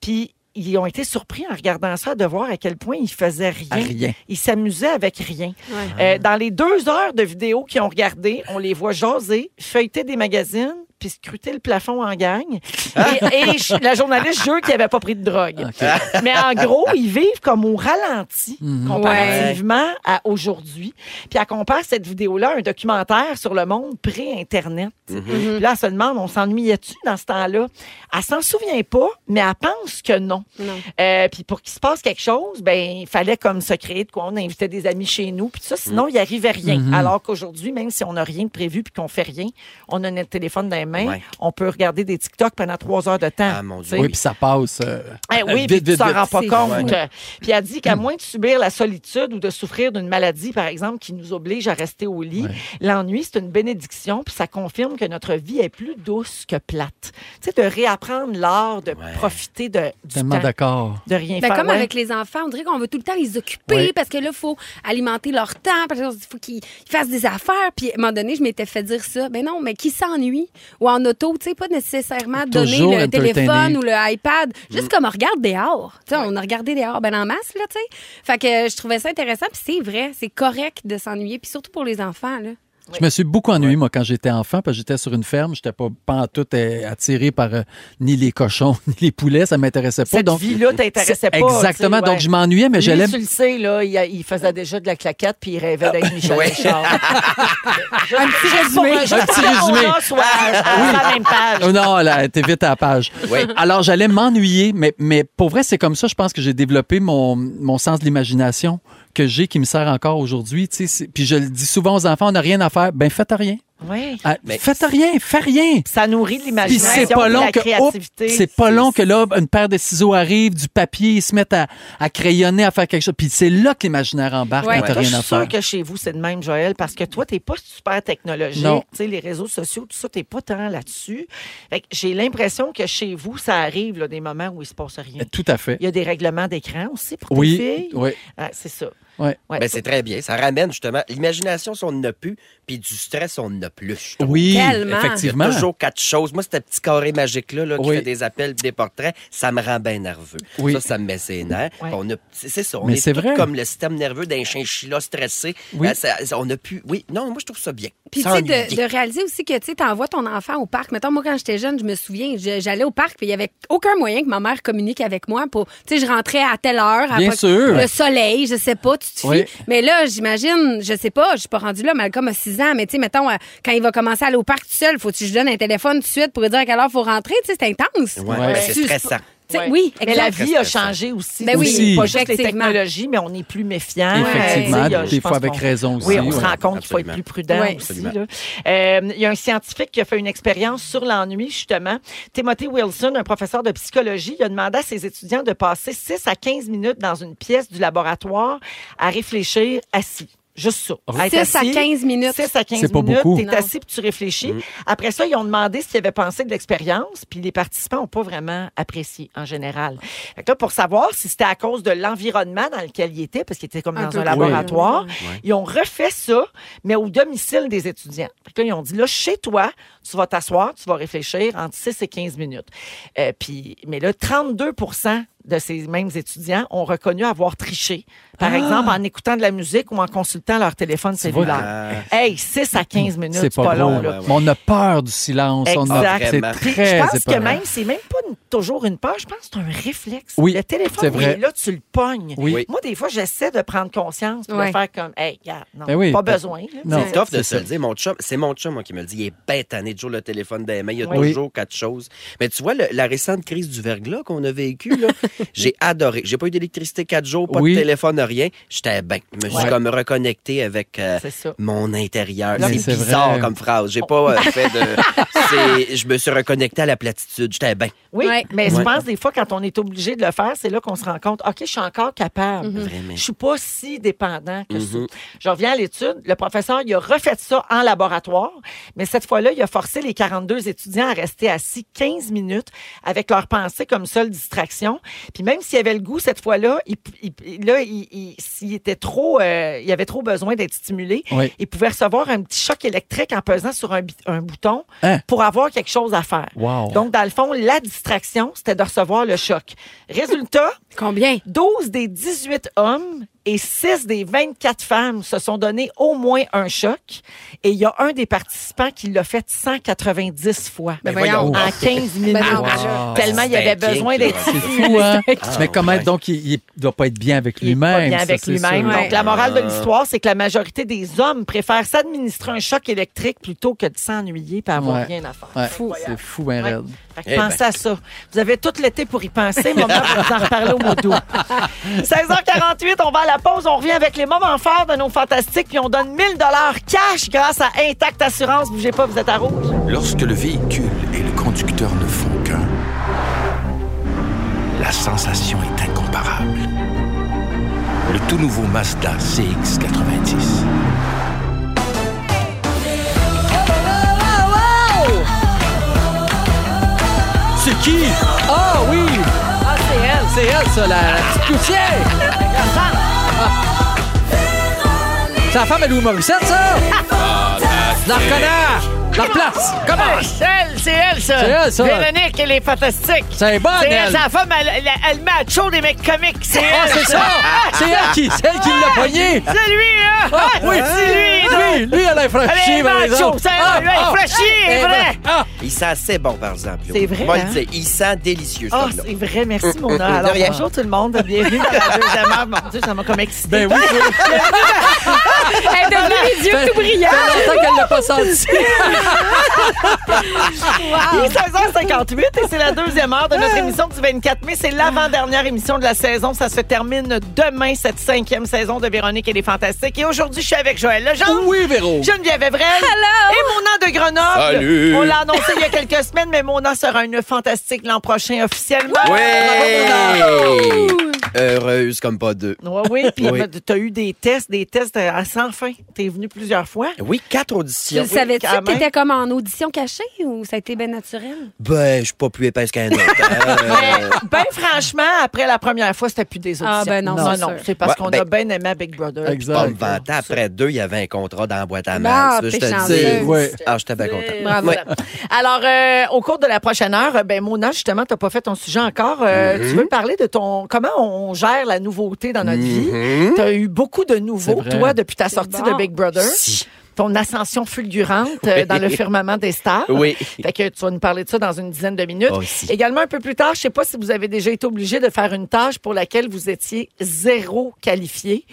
[SPEAKER 1] Puis ils ont été surpris en regardant ça de voir à quel point ils faisaient rien.
[SPEAKER 3] À rien.
[SPEAKER 1] Ils s'amusaient avec rien.
[SPEAKER 4] Ouais.
[SPEAKER 1] Euh, dans les deux heures de vidéos qu'ils ont regardées, on les voit jaser, feuilleter des magazines, puis scruter le plafond en gang. Et, et ch- la journaliste jure qu'ils n'avaient pas pris de drogue. Mais en gros, ils vivent comme au ralenti comparativement à aujourd'hui. Puis elle compare cette vidéo-là à un documentaire sur le monde pré-Internet.
[SPEAKER 2] Mhm.
[SPEAKER 1] Puis là, elle se demande, on s'ennuyait-tu dans ce temps-là? Elle s'en souvient pas, mais elle pense que non. Euh, puis pour qu'il se passe quelque chose, ben il fallait comme se créer de quoi. On invitait des amis chez nous, puis tout ça, sinon, il n'y arrivait rien.
[SPEAKER 2] Mhm.
[SPEAKER 1] Alors qu'aujourd'hui, même si on n'a rien de prévu puis qu'on fait rien, on a notre téléphone dans les mains,
[SPEAKER 2] Ouais.
[SPEAKER 1] on peut regarder des TikTok pendant trois heures de temps.
[SPEAKER 2] Ah, mon Dieu.
[SPEAKER 1] Tu sais.
[SPEAKER 3] Oui, puis ça passe. euh,
[SPEAKER 1] Eh oui,
[SPEAKER 3] vite,
[SPEAKER 1] puis tu
[SPEAKER 3] vite,
[SPEAKER 1] t'en
[SPEAKER 3] vite.
[SPEAKER 1] rends pas
[SPEAKER 4] C'est
[SPEAKER 1] compte. Puis elle dit qu'à moins de subir la solitude ou de souffrir d'une maladie, par exemple, qui nous oblige à rester au lit,
[SPEAKER 3] Ouais.
[SPEAKER 1] l'ennui, c'est une bénédiction, puis ça confirme que notre vie est plus douce que plate. Tu sais, de réapprendre l'art, de profiter de, du
[SPEAKER 3] Tellement
[SPEAKER 1] temps,
[SPEAKER 3] d'accord.
[SPEAKER 1] de rien
[SPEAKER 4] Ben,
[SPEAKER 1] faire.
[SPEAKER 4] comme
[SPEAKER 1] Ouais.
[SPEAKER 4] avec les enfants, on dirait qu'on veut tout le temps les occuper
[SPEAKER 3] Oui.
[SPEAKER 4] parce que là, il faut alimenter leur temps, parce qu'il faut qu'ils ils fassent des affaires. Puis à un moment donné, je m'étais fait dire ça. Ben non, mais qui s'ennuie? Ou en auto, tu sais, pas nécessairement donner
[SPEAKER 3] Toujours
[SPEAKER 4] le
[SPEAKER 3] entertainer.
[SPEAKER 4] téléphone ou le iPad,
[SPEAKER 1] Mm.
[SPEAKER 4] juste comme on regarde dehors. Tu sais, on a regardé dehors, ben en masse, là, tu sais. Fait que euh, je trouvais ça intéressant, puis c'est vrai, c'est correct de s'ennuyer, puis surtout pour les enfants, là.
[SPEAKER 3] Je me suis beaucoup ennuyé, moi, quand j'étais enfant, parce que j'étais sur une ferme. J'étais pas, pas en tout euh, attiré par euh, ni les cochons, ni les poulets. Ça m'intéressait pas.
[SPEAKER 1] Cette
[SPEAKER 3] Oh, donc,
[SPEAKER 1] vie-là t'intéressait
[SPEAKER 3] c'est-
[SPEAKER 1] pas.
[SPEAKER 3] Exactement.
[SPEAKER 1] tu sais, ouais. Ah.
[SPEAKER 3] Donc, je m'ennuyais, mais
[SPEAKER 1] Lui,
[SPEAKER 3] j'allais. Ah.
[SPEAKER 1] tu le sais, là, il, a- il faisait déjà de la claquette, puis il rêvait d'être Michel Richard. Ah, un petit résumé.
[SPEAKER 3] Un petit résumé.
[SPEAKER 1] Soit à, à la même page.
[SPEAKER 3] Oh non, là, t'es vite à la page.
[SPEAKER 2] Oui.
[SPEAKER 3] Alors, j'allais m'ennuyer, mais, mais pour vrai, c'est comme ça, je pense que j'ai développé mon, mon sens de l'imagination que j'ai qui me sert encore aujourd'hui. tu sais, c'est- Puis je le dis souvent aux enfants, on n'a rien à faire. Ben, faites rien.
[SPEAKER 1] Oui.
[SPEAKER 3] Ah,
[SPEAKER 2] Mais-
[SPEAKER 3] faites rien, fais rien.
[SPEAKER 1] Ça nourrit
[SPEAKER 3] Puis
[SPEAKER 1] l'imagination,
[SPEAKER 3] c'est pas long
[SPEAKER 1] la
[SPEAKER 3] que oups,
[SPEAKER 1] créativité.
[SPEAKER 3] c'est pas long que là une paire de ciseaux arrive, du papier, ils se mettent à, à crayonner, à faire quelque chose. Puis c'est là que l'imaginaire embarque
[SPEAKER 4] Ouais.
[SPEAKER 3] quand t'as
[SPEAKER 1] Toi, je
[SPEAKER 3] rien à
[SPEAKER 1] suis
[SPEAKER 3] faire.
[SPEAKER 1] sûre que chez vous, c'est de même, Joël, parce que toi, t'es pas super technologique.
[SPEAKER 3] Non.
[SPEAKER 1] Tu sais, les réseaux sociaux, tout ça, t'es pas tant là-dessus. Fait que j'ai l'impression que chez vous, ça arrive, là, des moments où il se passe rien.
[SPEAKER 3] Tout à fait.
[SPEAKER 1] Il y a des règlements d'écran aussi pour
[SPEAKER 3] Oui,
[SPEAKER 1] tes filles.
[SPEAKER 3] oui.
[SPEAKER 1] Ah, c'est ça.
[SPEAKER 3] Ouais.
[SPEAKER 1] Ouais.
[SPEAKER 2] Ben, c'est très bien. Ça ramène justement l'imagination, si on n'a plus, puis du stress, on n'a plus. je trouve.
[SPEAKER 3] Oui,
[SPEAKER 4] Tellement.
[SPEAKER 3] effectivement.
[SPEAKER 2] Toujours quatre choses. Moi, ce petit carré magique-là là, qui
[SPEAKER 3] Oui.
[SPEAKER 2] fait des appels, des portraits, ça me rend bien nerveux.
[SPEAKER 3] Oui.
[SPEAKER 2] Ça, ça me met ses nerfs.
[SPEAKER 1] Ouais.
[SPEAKER 2] On a- c'est c'est ça. On
[SPEAKER 3] Mais
[SPEAKER 2] est,
[SPEAKER 3] c'est
[SPEAKER 2] tous
[SPEAKER 3] vrai.
[SPEAKER 2] comme le système nerveux d'un chinchilla stressé.
[SPEAKER 3] Oui.
[SPEAKER 2] Ben, ça- ça- on a pu... Oui, non, moi, je trouve ça bien.
[SPEAKER 4] Puis, tu sais, de, de réaliser aussi que, tu sais, t'envoies ton enfant au parc. Mettons, moi, quand j'étais jeune, je me souviens, je- j'allais au parc, puis il y avait aucun moyen que ma mère communique avec moi pour, tu sais, je rentrais à telle heure. à
[SPEAKER 3] Bien
[SPEAKER 4] pas-
[SPEAKER 3] sûr.
[SPEAKER 4] Le soleil, je sais pas, tu te fies.
[SPEAKER 3] Oui.
[SPEAKER 4] Mais là, j'imagine, je sais pas, je suis pas rendue là, Malcolm a 6 ans, mais tu sais, mettons, euh, quand il va commencer à aller au parc tout seul, faut-tu que je donne un téléphone tout de suite pour lui dire à quelle heure faut rentrer, tu sais, c'est intense.
[SPEAKER 2] Ouais,
[SPEAKER 3] Ouais.
[SPEAKER 2] ben, c'est
[SPEAKER 4] Tu-
[SPEAKER 2] stressant.
[SPEAKER 4] Tu sais,
[SPEAKER 1] Ouais.
[SPEAKER 4] Oui,
[SPEAKER 1] Mais la
[SPEAKER 4] exact.
[SPEAKER 1] vie a changé aussi.
[SPEAKER 4] Ben
[SPEAKER 3] oui, Aussi.
[SPEAKER 1] pas juste les
[SPEAKER 4] effectivement.
[SPEAKER 1] technologies, mais on est plus méfiant.
[SPEAKER 3] Effectivement,
[SPEAKER 1] Tu sais, je
[SPEAKER 3] des
[SPEAKER 1] pense
[SPEAKER 3] fois avec
[SPEAKER 1] qu'on-
[SPEAKER 3] raison aussi.
[SPEAKER 1] Oui, on se
[SPEAKER 3] ouais.
[SPEAKER 1] rend compte qu'il faut être
[SPEAKER 2] Absolument.
[SPEAKER 1] plus prudent
[SPEAKER 4] Ouais.
[SPEAKER 1] aussi.
[SPEAKER 2] Absolument.
[SPEAKER 1] là. Euh, Il y a un scientifique qui a fait une expérience sur l'ennui, justement. Timothy Wilson, un professeur de psychologie, il a demandé à ses étudiants de passer 6 à 15 minutes dans une pièce du laboratoire à réfléchir assis. Juste ça. Être
[SPEAKER 4] 6 à
[SPEAKER 1] assis,
[SPEAKER 4] 15 minutes.
[SPEAKER 1] 6 à 15
[SPEAKER 3] Ah. C'est pas
[SPEAKER 1] minutes.
[SPEAKER 3] beaucoup. Mm.
[SPEAKER 1] T'es
[SPEAKER 4] Non.
[SPEAKER 1] assis puis tu réfléchis. Après ça, ils ont demandé ce qu'ils avaient pensé de l'expérience, puis les participants n'ont pas vraiment apprécié en général. Fait que là, pour savoir si c'était à cause de l'environnement dans lequel ils étaient, parce qu'ils étaient comme
[SPEAKER 4] Un
[SPEAKER 1] dans
[SPEAKER 4] peu
[SPEAKER 1] un
[SPEAKER 4] plus,
[SPEAKER 1] laboratoire,
[SPEAKER 4] oui.
[SPEAKER 3] Ah,
[SPEAKER 1] ils ont refait ça, mais au domicile des étudiants. Fait que là, ils ont dit, là, chez toi, tu vas t'asseoir, tu vas réfléchir entre 6 et 15 minutes. Euh, puis, mais là, 32 de ces mêmes étudiants ont reconnu avoir triché. Par
[SPEAKER 3] Ah!
[SPEAKER 1] exemple, en écoutant de la musique ou en consultant leur téléphone
[SPEAKER 3] vois.
[SPEAKER 1] cellulaire. Hey, 6 à 15 minutes,
[SPEAKER 3] Ah. C'est pas,
[SPEAKER 1] long.
[SPEAKER 3] long.
[SPEAKER 1] là.
[SPEAKER 3] Mais on a peur du silence. On a,
[SPEAKER 1] Exact.
[SPEAKER 3] c'est
[SPEAKER 2] Ah, vraiment.
[SPEAKER 3] très
[SPEAKER 1] Puis je pense que
[SPEAKER 3] épeurant.
[SPEAKER 1] même, c'est même pas une- toujours une peur, je pense que c'est un réflexe.
[SPEAKER 3] Oui,
[SPEAKER 1] le
[SPEAKER 3] c'est
[SPEAKER 1] téléphone, il
[SPEAKER 3] vrai.
[SPEAKER 1] est là, tu le pognes.
[SPEAKER 3] Oui.
[SPEAKER 1] Moi, des fois, j'essaie de prendre conscience pour
[SPEAKER 4] Ouais.
[SPEAKER 1] de faire comme, hey, regarde, non,
[SPEAKER 3] Ben oui,
[SPEAKER 1] pas
[SPEAKER 3] ben-
[SPEAKER 1] besoin. là.
[SPEAKER 3] Non.
[SPEAKER 2] C'est tough de
[SPEAKER 3] C'est
[SPEAKER 2] se
[SPEAKER 3] ça.
[SPEAKER 2] le dire. Mon chum, c'est mon chum moi, qui me le dit. Il est bête tanné de toujours le téléphone dans les mains. Il y a
[SPEAKER 3] Oui.
[SPEAKER 2] toujours quatre choses. Mais tu vois, le- la récente crise du verglas qu'on a vécue, là, j'ai adoré. J'ai pas eu d'électricité quatre jours, pas
[SPEAKER 3] Oui.
[SPEAKER 2] de téléphone, rien. J'étais bien. Je me suis
[SPEAKER 1] Ouais.
[SPEAKER 2] comme reconnecté avec euh,
[SPEAKER 1] C'est ça.
[SPEAKER 2] mon intérieur.
[SPEAKER 3] Non, mais
[SPEAKER 2] C'est
[SPEAKER 3] c'est
[SPEAKER 2] bizarre
[SPEAKER 3] vrai.
[SPEAKER 2] comme phrase. J'ai pas euh, fait de. c'est- Je me suis reconnecté à la platitude. J'étais bien.
[SPEAKER 1] Oui,
[SPEAKER 4] Ouais.
[SPEAKER 1] mais je
[SPEAKER 2] Ouais.
[SPEAKER 1] pense des fois, quand on est obligé de le faire, c'est là qu'on se rend compte, OK, je suis encore capable.
[SPEAKER 2] Vraiment.
[SPEAKER 1] Je suis pas si dépendant que ça. Je reviens à l'étude. Le professeur, il a refait ça en laboratoire, mais cette fois-là, il a forcé les 42 étudiants à rester assis 15 minutes avec leurs pensées comme seule distraction. Puis même s'il avait le goût, cette fois-là, il, il- là, il, il- s'il était trop, euh, il avait trop besoin d'être stimulé,
[SPEAKER 3] Oui.
[SPEAKER 1] il pouvait recevoir un petit choc électrique en pesant sur un, bi- un bouton
[SPEAKER 3] Hein?
[SPEAKER 1] pour avoir quelque chose à faire.
[SPEAKER 3] Wow.
[SPEAKER 1] Donc, dans le fond, la distraction, c'était de recevoir le choc. Résultat,
[SPEAKER 4] Combien?
[SPEAKER 1] 12 des 18 hommes et 6 des 24 femmes se sont donné au moins un choc. Et il y a un des participants qui l'a fait 190 fois
[SPEAKER 4] Ben voyons.
[SPEAKER 1] en 15 minutes.
[SPEAKER 4] Ben non,
[SPEAKER 3] Wow.
[SPEAKER 1] Tellement il y avait
[SPEAKER 2] Stinking,
[SPEAKER 1] besoin d'être
[SPEAKER 3] C'est fou, hein? Mais comment,
[SPEAKER 2] ouais.
[SPEAKER 3] donc, il, il doit pas être bien avec
[SPEAKER 1] il est pas
[SPEAKER 3] lui-même.
[SPEAKER 1] bien
[SPEAKER 3] ça,
[SPEAKER 1] avec
[SPEAKER 3] c'est
[SPEAKER 1] lui-même.
[SPEAKER 3] sûr. Euh.
[SPEAKER 1] Donc, la morale de l'histoire, c'est que la majorité des hommes préfèrent s'administrer un choc électrique plutôt que de s'ennuyer et avoir
[SPEAKER 3] Ouais.
[SPEAKER 1] rien à faire.
[SPEAKER 3] Ouais,
[SPEAKER 1] Fou. hein.
[SPEAKER 3] C'est fou, ben
[SPEAKER 1] Ouais.
[SPEAKER 3] raide.
[SPEAKER 1] Fait que
[SPEAKER 2] Eh
[SPEAKER 1] pensez à ça. Vous avez tout l'été pour y penser. mais on va vous en reparler au mois d'août. 16h48, on va à la pause. On revient avec les moments forts de nos fantastiques. Puis on donne 1000 cash grâce à Intact Assurance. Bougez pas, vous êtes à rouge.
[SPEAKER 8] Lorsque le véhicule et le conducteur ne font qu'un, la sensation est incomparable. Le tout nouveau Mazda CX90.
[SPEAKER 3] C'est qui? Ah oui!
[SPEAKER 1] Ah, c'est elle.
[SPEAKER 3] C'est elle, ça, la la petite poussière! C'est la femme à Louis Morissette, ça? Je la reconnais! La replace! Commence!
[SPEAKER 1] Ah, C'est elle, c'est elle, ça.
[SPEAKER 3] C'est elle, ça.
[SPEAKER 1] Véronique, elle est fantastique.
[SPEAKER 3] C'est bonne,
[SPEAKER 1] C'est elle,
[SPEAKER 3] elle!
[SPEAKER 1] c'est la femme, elle, elle, elle met à chaud des mecs comiques. C'est
[SPEAKER 3] Ah,
[SPEAKER 1] elle,
[SPEAKER 3] c'est ça! C'est elle qui, c'est elle qui l'a pogné!
[SPEAKER 1] C'est lui, là.
[SPEAKER 3] Ah,
[SPEAKER 1] C'est lui, là.
[SPEAKER 3] Lui, lui, elle est
[SPEAKER 1] Elle
[SPEAKER 3] franchie,
[SPEAKER 1] est
[SPEAKER 3] par
[SPEAKER 1] macho,
[SPEAKER 3] exemple!
[SPEAKER 1] ça, elle est
[SPEAKER 3] Ah, ah.
[SPEAKER 1] franchie, elle est
[SPEAKER 3] Eh ben,
[SPEAKER 1] vraie.
[SPEAKER 3] Ah!
[SPEAKER 2] Il sent assez bon, par exemple.
[SPEAKER 1] C'est vrai,
[SPEAKER 2] Moi,
[SPEAKER 1] hein?
[SPEAKER 2] il, il sent délicieux, ce
[SPEAKER 1] Ah,
[SPEAKER 2] homme-là.
[SPEAKER 1] c'est vrai, merci, Mona.
[SPEAKER 2] De
[SPEAKER 1] Alors,
[SPEAKER 2] rien.
[SPEAKER 1] bonjour tout le monde. Bienvenue dans la deuxième heure. Mon Dieu, ça m'a comme excité.
[SPEAKER 3] Ben oui, oui.
[SPEAKER 4] Elle est devenue les yeux tout brillants.
[SPEAKER 3] Ça fait longtemps qu'elle l'a pas senti.
[SPEAKER 1] Il est 16h58 et c'est la deuxième heure de
[SPEAKER 3] Ah.
[SPEAKER 1] notre émission du 24 mai. C'est l'avant-dernière émission de la saison. Ça se termine demain, cette cinquième saison de Véronique et les Fantastiques. Et aujourd'hui, je suis avec Joël Lejeune.
[SPEAKER 3] Oui, Véro.
[SPEAKER 1] Geneviève Evrel. Et Mona de Grenoble.
[SPEAKER 2] Salut.
[SPEAKER 1] On l'a annoncé il y a quelques semaines, mais Mona sera une fantastique l'an prochain officiellement.
[SPEAKER 2] Oui! Heureuse comme pas deux.
[SPEAKER 1] Ouais, oui, puis
[SPEAKER 2] Oui.
[SPEAKER 1] tu as eu des tests, des tests à sans fin. T'es venu plusieurs fois.
[SPEAKER 2] Oui, quatre
[SPEAKER 4] Tu
[SPEAKER 2] auditions.
[SPEAKER 4] le savais-tu
[SPEAKER 1] quand
[SPEAKER 4] que
[SPEAKER 1] même.
[SPEAKER 4] t'étais comme en audition cachée ou ça a été bien naturel?
[SPEAKER 2] Ben, je suis pas plus épaisse qu'un autre. hein.
[SPEAKER 1] Mais, ben franchement, après la première fois, c'était plus des auditions.
[SPEAKER 4] Ah, ben non,
[SPEAKER 1] non,
[SPEAKER 4] c'est sûr.
[SPEAKER 1] c'est parce
[SPEAKER 2] Ouais,
[SPEAKER 1] qu'on
[SPEAKER 2] ben-
[SPEAKER 1] a bien aimé à Big Brother.
[SPEAKER 2] Pas me
[SPEAKER 3] Exact.
[SPEAKER 2] vanter. Après deux, il y avait un contrat dans la boîte à
[SPEAKER 4] Non,
[SPEAKER 2] maths. là,
[SPEAKER 4] t'es
[SPEAKER 2] je te le
[SPEAKER 4] chanceuse.
[SPEAKER 2] dis.
[SPEAKER 3] Ouais.
[SPEAKER 2] Ah, j'étais bien content.
[SPEAKER 4] Bravo.
[SPEAKER 2] Ouais.
[SPEAKER 1] Alors, euh, au cours de la prochaine heure, euh, ben Mona, justement, t'as pas fait ton sujet encore. Euh,
[SPEAKER 2] Mm-hmm.
[SPEAKER 1] Tu veux parler de ton comment on gère la nouveauté dans notre vie.
[SPEAKER 2] Mm-hmm.
[SPEAKER 1] T'as eu beaucoup de nouveaux,
[SPEAKER 3] C'est vrai.
[SPEAKER 1] toi, depuis ta sortie
[SPEAKER 4] bon.
[SPEAKER 1] de Big Brother.
[SPEAKER 2] Si.
[SPEAKER 1] Ton ascension fulgurante euh, dans le firmament des stars.
[SPEAKER 2] Oui.
[SPEAKER 1] Fait que tu vas nous parler de ça dans une dizaine de minutes.
[SPEAKER 2] Oh, si.
[SPEAKER 1] Également, un peu plus tard, je sais pas si vous avez déjà été obligé de faire une tâche pour laquelle vous étiez zéro qualifié.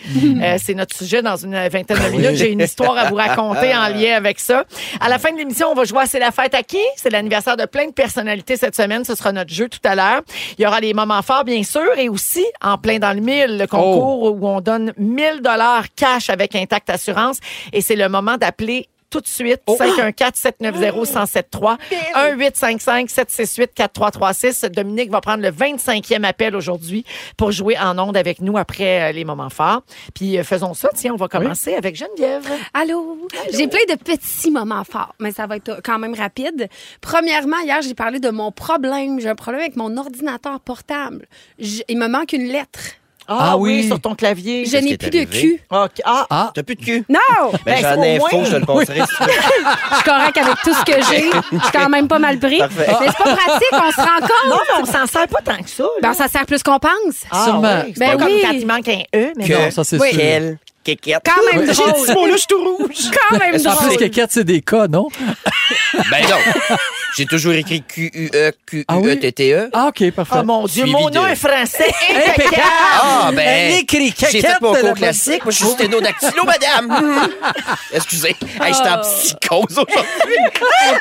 [SPEAKER 1] Euh, C'est notre sujet dans une vingtaine de minutes. J'ai une histoire à vous raconter en lien avec ça. À la fin de l'émission, on va jouer à C'est la fête à qui? C'est l'anniversaire de plein de personnalités cette semaine. Ce sera notre jeu tout à l'heure. Il y aura les moments forts, bien sûr, et aussi, en plein dans le mille, le concours où on donne 1000 dollars cash avec Intact Assurance. Et c'est le moment d'appeler tout de suite 514 790 1073 1 855 768 4336 Dominique va prendre le 25e appel aujourd'hui pour jouer en onde avec nous après euh, les moments forts. Puis euh, faisons ça, tiens, on va commencer avec Geneviève.
[SPEAKER 4] Allô? J'ai plein de petits moments forts, mais ça va être quand même rapide. Premièrement, hier, j'ai parlé de mon problème. J'ai un problème avec mon ordinateur portable. Je- il me manque une lettre.
[SPEAKER 3] Ah oui.
[SPEAKER 1] sur ton clavier.
[SPEAKER 4] Je n'ai
[SPEAKER 2] qui est
[SPEAKER 4] plus de
[SPEAKER 2] arrivé?
[SPEAKER 4] cul.
[SPEAKER 1] Ok. Ah,
[SPEAKER 3] Ah,
[SPEAKER 2] T'as plus de cul?
[SPEAKER 4] Non!
[SPEAKER 2] Ben,
[SPEAKER 1] Ben,
[SPEAKER 2] j'en
[SPEAKER 1] au
[SPEAKER 2] ai
[SPEAKER 1] moins.
[SPEAKER 2] info, je te le passerai. si tu veux.
[SPEAKER 4] Je suis correcte avec tout ce que j'ai. Je suis quand même pas mal pris.
[SPEAKER 2] Parfait.
[SPEAKER 4] Mais c'est pas pratique, on se rend
[SPEAKER 1] non,
[SPEAKER 4] compte.
[SPEAKER 1] mais ah, on s'en sert pas tant que ça. là.
[SPEAKER 4] Ben, ça sert plus qu'on pense.
[SPEAKER 1] Ah,
[SPEAKER 3] Sûrement.
[SPEAKER 1] oui. C'est
[SPEAKER 4] Ben
[SPEAKER 1] pas
[SPEAKER 4] oui.
[SPEAKER 1] comme quand il manque un E, mais
[SPEAKER 3] non,
[SPEAKER 1] non.
[SPEAKER 3] ça, c'est
[SPEAKER 4] Oui.
[SPEAKER 3] sûr.
[SPEAKER 2] Quelle kékette.
[SPEAKER 4] Quand même
[SPEAKER 2] J'ai
[SPEAKER 4] drôle.
[SPEAKER 2] dit ce mot-là, je suis tout rouge.
[SPEAKER 4] Quand même
[SPEAKER 3] En plus,
[SPEAKER 4] drôle.
[SPEAKER 3] que 4, c'est des cas, non?
[SPEAKER 2] Ben non. J'ai toujours écrit Q-U-E,
[SPEAKER 3] Ah oui?
[SPEAKER 2] Q-U-E-T-T-E.
[SPEAKER 3] Ah, OK, parfait.
[SPEAKER 1] Oh mon Dieu,
[SPEAKER 2] Suivi
[SPEAKER 1] mon
[SPEAKER 2] de-
[SPEAKER 1] nom est français. Impeccable.
[SPEAKER 2] Ah, ben.
[SPEAKER 3] Elle écrit
[SPEAKER 2] J'ai
[SPEAKER 3] caquette,
[SPEAKER 2] fait mon
[SPEAKER 3] la
[SPEAKER 2] cours
[SPEAKER 3] bonne-
[SPEAKER 2] classique. Moi, je suis sténodactylo, madame. Excusez. Hey, J'étais
[SPEAKER 3] Ah.
[SPEAKER 2] en psychose aujourd'hui.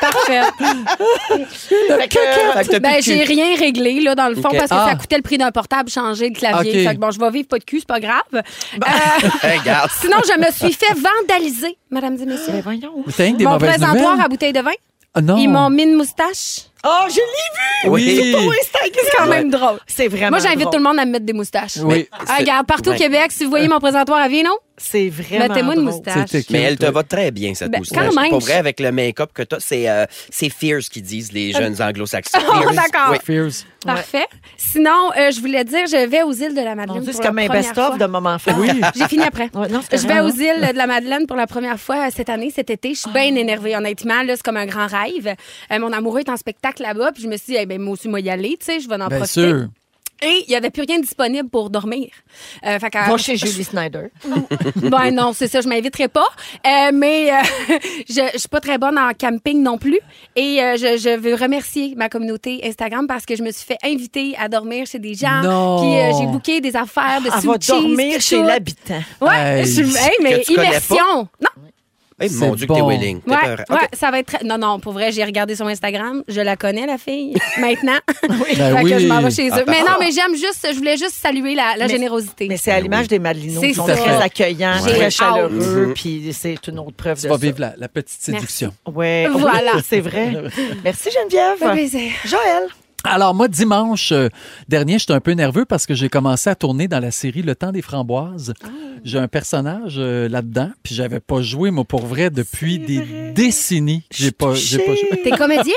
[SPEAKER 4] Parfait.
[SPEAKER 1] Fait que- euh,
[SPEAKER 2] Fait que t'as plus
[SPEAKER 4] Ben,
[SPEAKER 2] de cul.
[SPEAKER 4] j'ai rien réglé, là, dans le fond,
[SPEAKER 2] Ok.
[SPEAKER 4] parce que
[SPEAKER 3] Ah.
[SPEAKER 4] ça coûtait le prix d'un portable changer de clavier.
[SPEAKER 3] Ok.
[SPEAKER 4] Fait que bon, je vais vivre pas de cul, c'est pas grave.
[SPEAKER 2] Ben,
[SPEAKER 4] Euh,
[SPEAKER 2] Hey, Regarde.
[SPEAKER 4] sinon, je me suis fait vandaliser, mesdames et messieurs.
[SPEAKER 1] Ben voyons.
[SPEAKER 3] T'as rien que des
[SPEAKER 4] Mon
[SPEAKER 3] mauvaises
[SPEAKER 4] présentoir
[SPEAKER 3] nouvelles.
[SPEAKER 4] à bouteille de vin.
[SPEAKER 3] Ah, non.
[SPEAKER 4] Ils m'ont mis une moustache.
[SPEAKER 1] Oh, je l'ai vu.
[SPEAKER 3] Oui.
[SPEAKER 1] Sur ton Instagram.
[SPEAKER 4] C'est quand même drôle.
[SPEAKER 1] C'est vraiment
[SPEAKER 4] Moi, j'invite
[SPEAKER 1] drôle.
[SPEAKER 4] tout le monde à me mettre des moustaches.
[SPEAKER 3] Oui.
[SPEAKER 4] Ah, regarde, partout au
[SPEAKER 2] Ouais.
[SPEAKER 4] Québec, si vous voyez mon présentoir à Vino,
[SPEAKER 1] C'est vraiment
[SPEAKER 4] mettez-moi une
[SPEAKER 1] drôle.
[SPEAKER 4] moustache.
[SPEAKER 3] C'était-
[SPEAKER 2] Mais elle te
[SPEAKER 3] toi.
[SPEAKER 2] va très bien, cette
[SPEAKER 4] Ben,
[SPEAKER 2] moustache.
[SPEAKER 4] quand même,
[SPEAKER 2] Pour
[SPEAKER 4] je-
[SPEAKER 2] vrai, avec le make-up que t'as, c'est euh, c'est fierce qu'ils disent les jeunes anglo-saxons.
[SPEAKER 4] Euh, Oh,
[SPEAKER 2] Fierce.
[SPEAKER 4] d'accord.
[SPEAKER 2] Oui.
[SPEAKER 3] Fierce.
[SPEAKER 4] Parfait. Sinon, euh, je voulais dire, je vais aux îles de la
[SPEAKER 1] Mon
[SPEAKER 4] Madeleine.
[SPEAKER 1] Dieu,
[SPEAKER 4] pour
[SPEAKER 1] c'est
[SPEAKER 4] la
[SPEAKER 1] comme un
[SPEAKER 4] première
[SPEAKER 1] best-of
[SPEAKER 4] fois.
[SPEAKER 1] de moments forts.
[SPEAKER 3] Oui.
[SPEAKER 4] J'ai fini après.
[SPEAKER 1] Ouais, non, c'est
[SPEAKER 4] je vais
[SPEAKER 1] correct,
[SPEAKER 4] aux
[SPEAKER 1] hein.
[SPEAKER 4] îles de la Madeleine pour la première fois cette année, cet été. Je suis
[SPEAKER 1] Ah.
[SPEAKER 4] bien énervée, honnêtement. Là, c'est comme un grand rêve. Euh, mon amoureux est en spectacle là-bas, puis je me suis dit, eh ben, moi aussi, moi y aller, tu sais, je vais en
[SPEAKER 3] Bien
[SPEAKER 4] profiter.
[SPEAKER 3] sûr.
[SPEAKER 4] Et il n'y avait plus rien de disponible pour dormir. Euh, fait qu'à-
[SPEAKER 1] Va chez Julie Snyder.
[SPEAKER 4] ben non, c'est ça, je m'inviterai pas. Euh, mais euh, je, je suis pas très bonne en camping non plus. Et euh, je, je veux remercier ma communauté Instagram parce que je me suis fait inviter à dormir chez des gens.
[SPEAKER 3] Non.
[SPEAKER 4] Puis euh, j'ai booké des affaires de
[SPEAKER 1] Ah, Elle va
[SPEAKER 4] sushi,
[SPEAKER 1] dormir
[SPEAKER 4] puis
[SPEAKER 1] chez
[SPEAKER 4] tout.
[SPEAKER 1] l'habitant.
[SPEAKER 4] Ouais,
[SPEAKER 3] Hey.
[SPEAKER 4] je, hey, mais
[SPEAKER 2] Que tu connais
[SPEAKER 4] immersion.
[SPEAKER 2] pas.
[SPEAKER 4] Non,
[SPEAKER 2] Hey, Eh, mon
[SPEAKER 3] C'est
[SPEAKER 2] Dieu,
[SPEAKER 3] bon.
[SPEAKER 2] que t'es willing. T'es
[SPEAKER 4] ouais,
[SPEAKER 2] peurant.
[SPEAKER 4] ouais,
[SPEAKER 2] OK.
[SPEAKER 4] ça va être très- Non, non, pour vrai, j'ai regardé sur Instagram. Je la connais, la fille, maintenant.
[SPEAKER 3] Ben
[SPEAKER 4] Fait que
[SPEAKER 3] oui.
[SPEAKER 4] je m'en vais chez eux.
[SPEAKER 2] Ah,
[SPEAKER 4] Mais non,
[SPEAKER 2] ah.
[SPEAKER 4] mais j'aime juste, je voulais juste saluer la, la
[SPEAKER 1] Mais-
[SPEAKER 4] générosité.
[SPEAKER 1] Mais
[SPEAKER 3] Ben
[SPEAKER 1] c'est à l'image des Madelinos.
[SPEAKER 4] C'est
[SPEAKER 1] Ils sont
[SPEAKER 3] ça.
[SPEAKER 1] très accueillants,
[SPEAKER 4] J'ai
[SPEAKER 1] très
[SPEAKER 4] hâte.
[SPEAKER 1] chaleureux, puis c'est une autre preuve
[SPEAKER 3] Mhm. Tu
[SPEAKER 1] de
[SPEAKER 3] vas
[SPEAKER 1] ça.
[SPEAKER 3] vivre la, la petite séduction.
[SPEAKER 1] Ouais.
[SPEAKER 4] Voilà. Ben
[SPEAKER 1] Oui, c'est vrai. Merci
[SPEAKER 4] Ça fait
[SPEAKER 1] Geneviève.
[SPEAKER 4] plaisir.
[SPEAKER 1] Joël.
[SPEAKER 3] Alors, moi, dimanche euh, dernier, j'étais un peu nerveux parce que j'ai commencé à tourner dans la série Le Temps des Framboises.
[SPEAKER 1] Ah.
[SPEAKER 3] J'ai un personnage euh, là-dedans, puis j'avais pas joué, moi, pour vrai, depuis des décennies. J'ai pas, j'ai pas joué.
[SPEAKER 4] T'es comédien?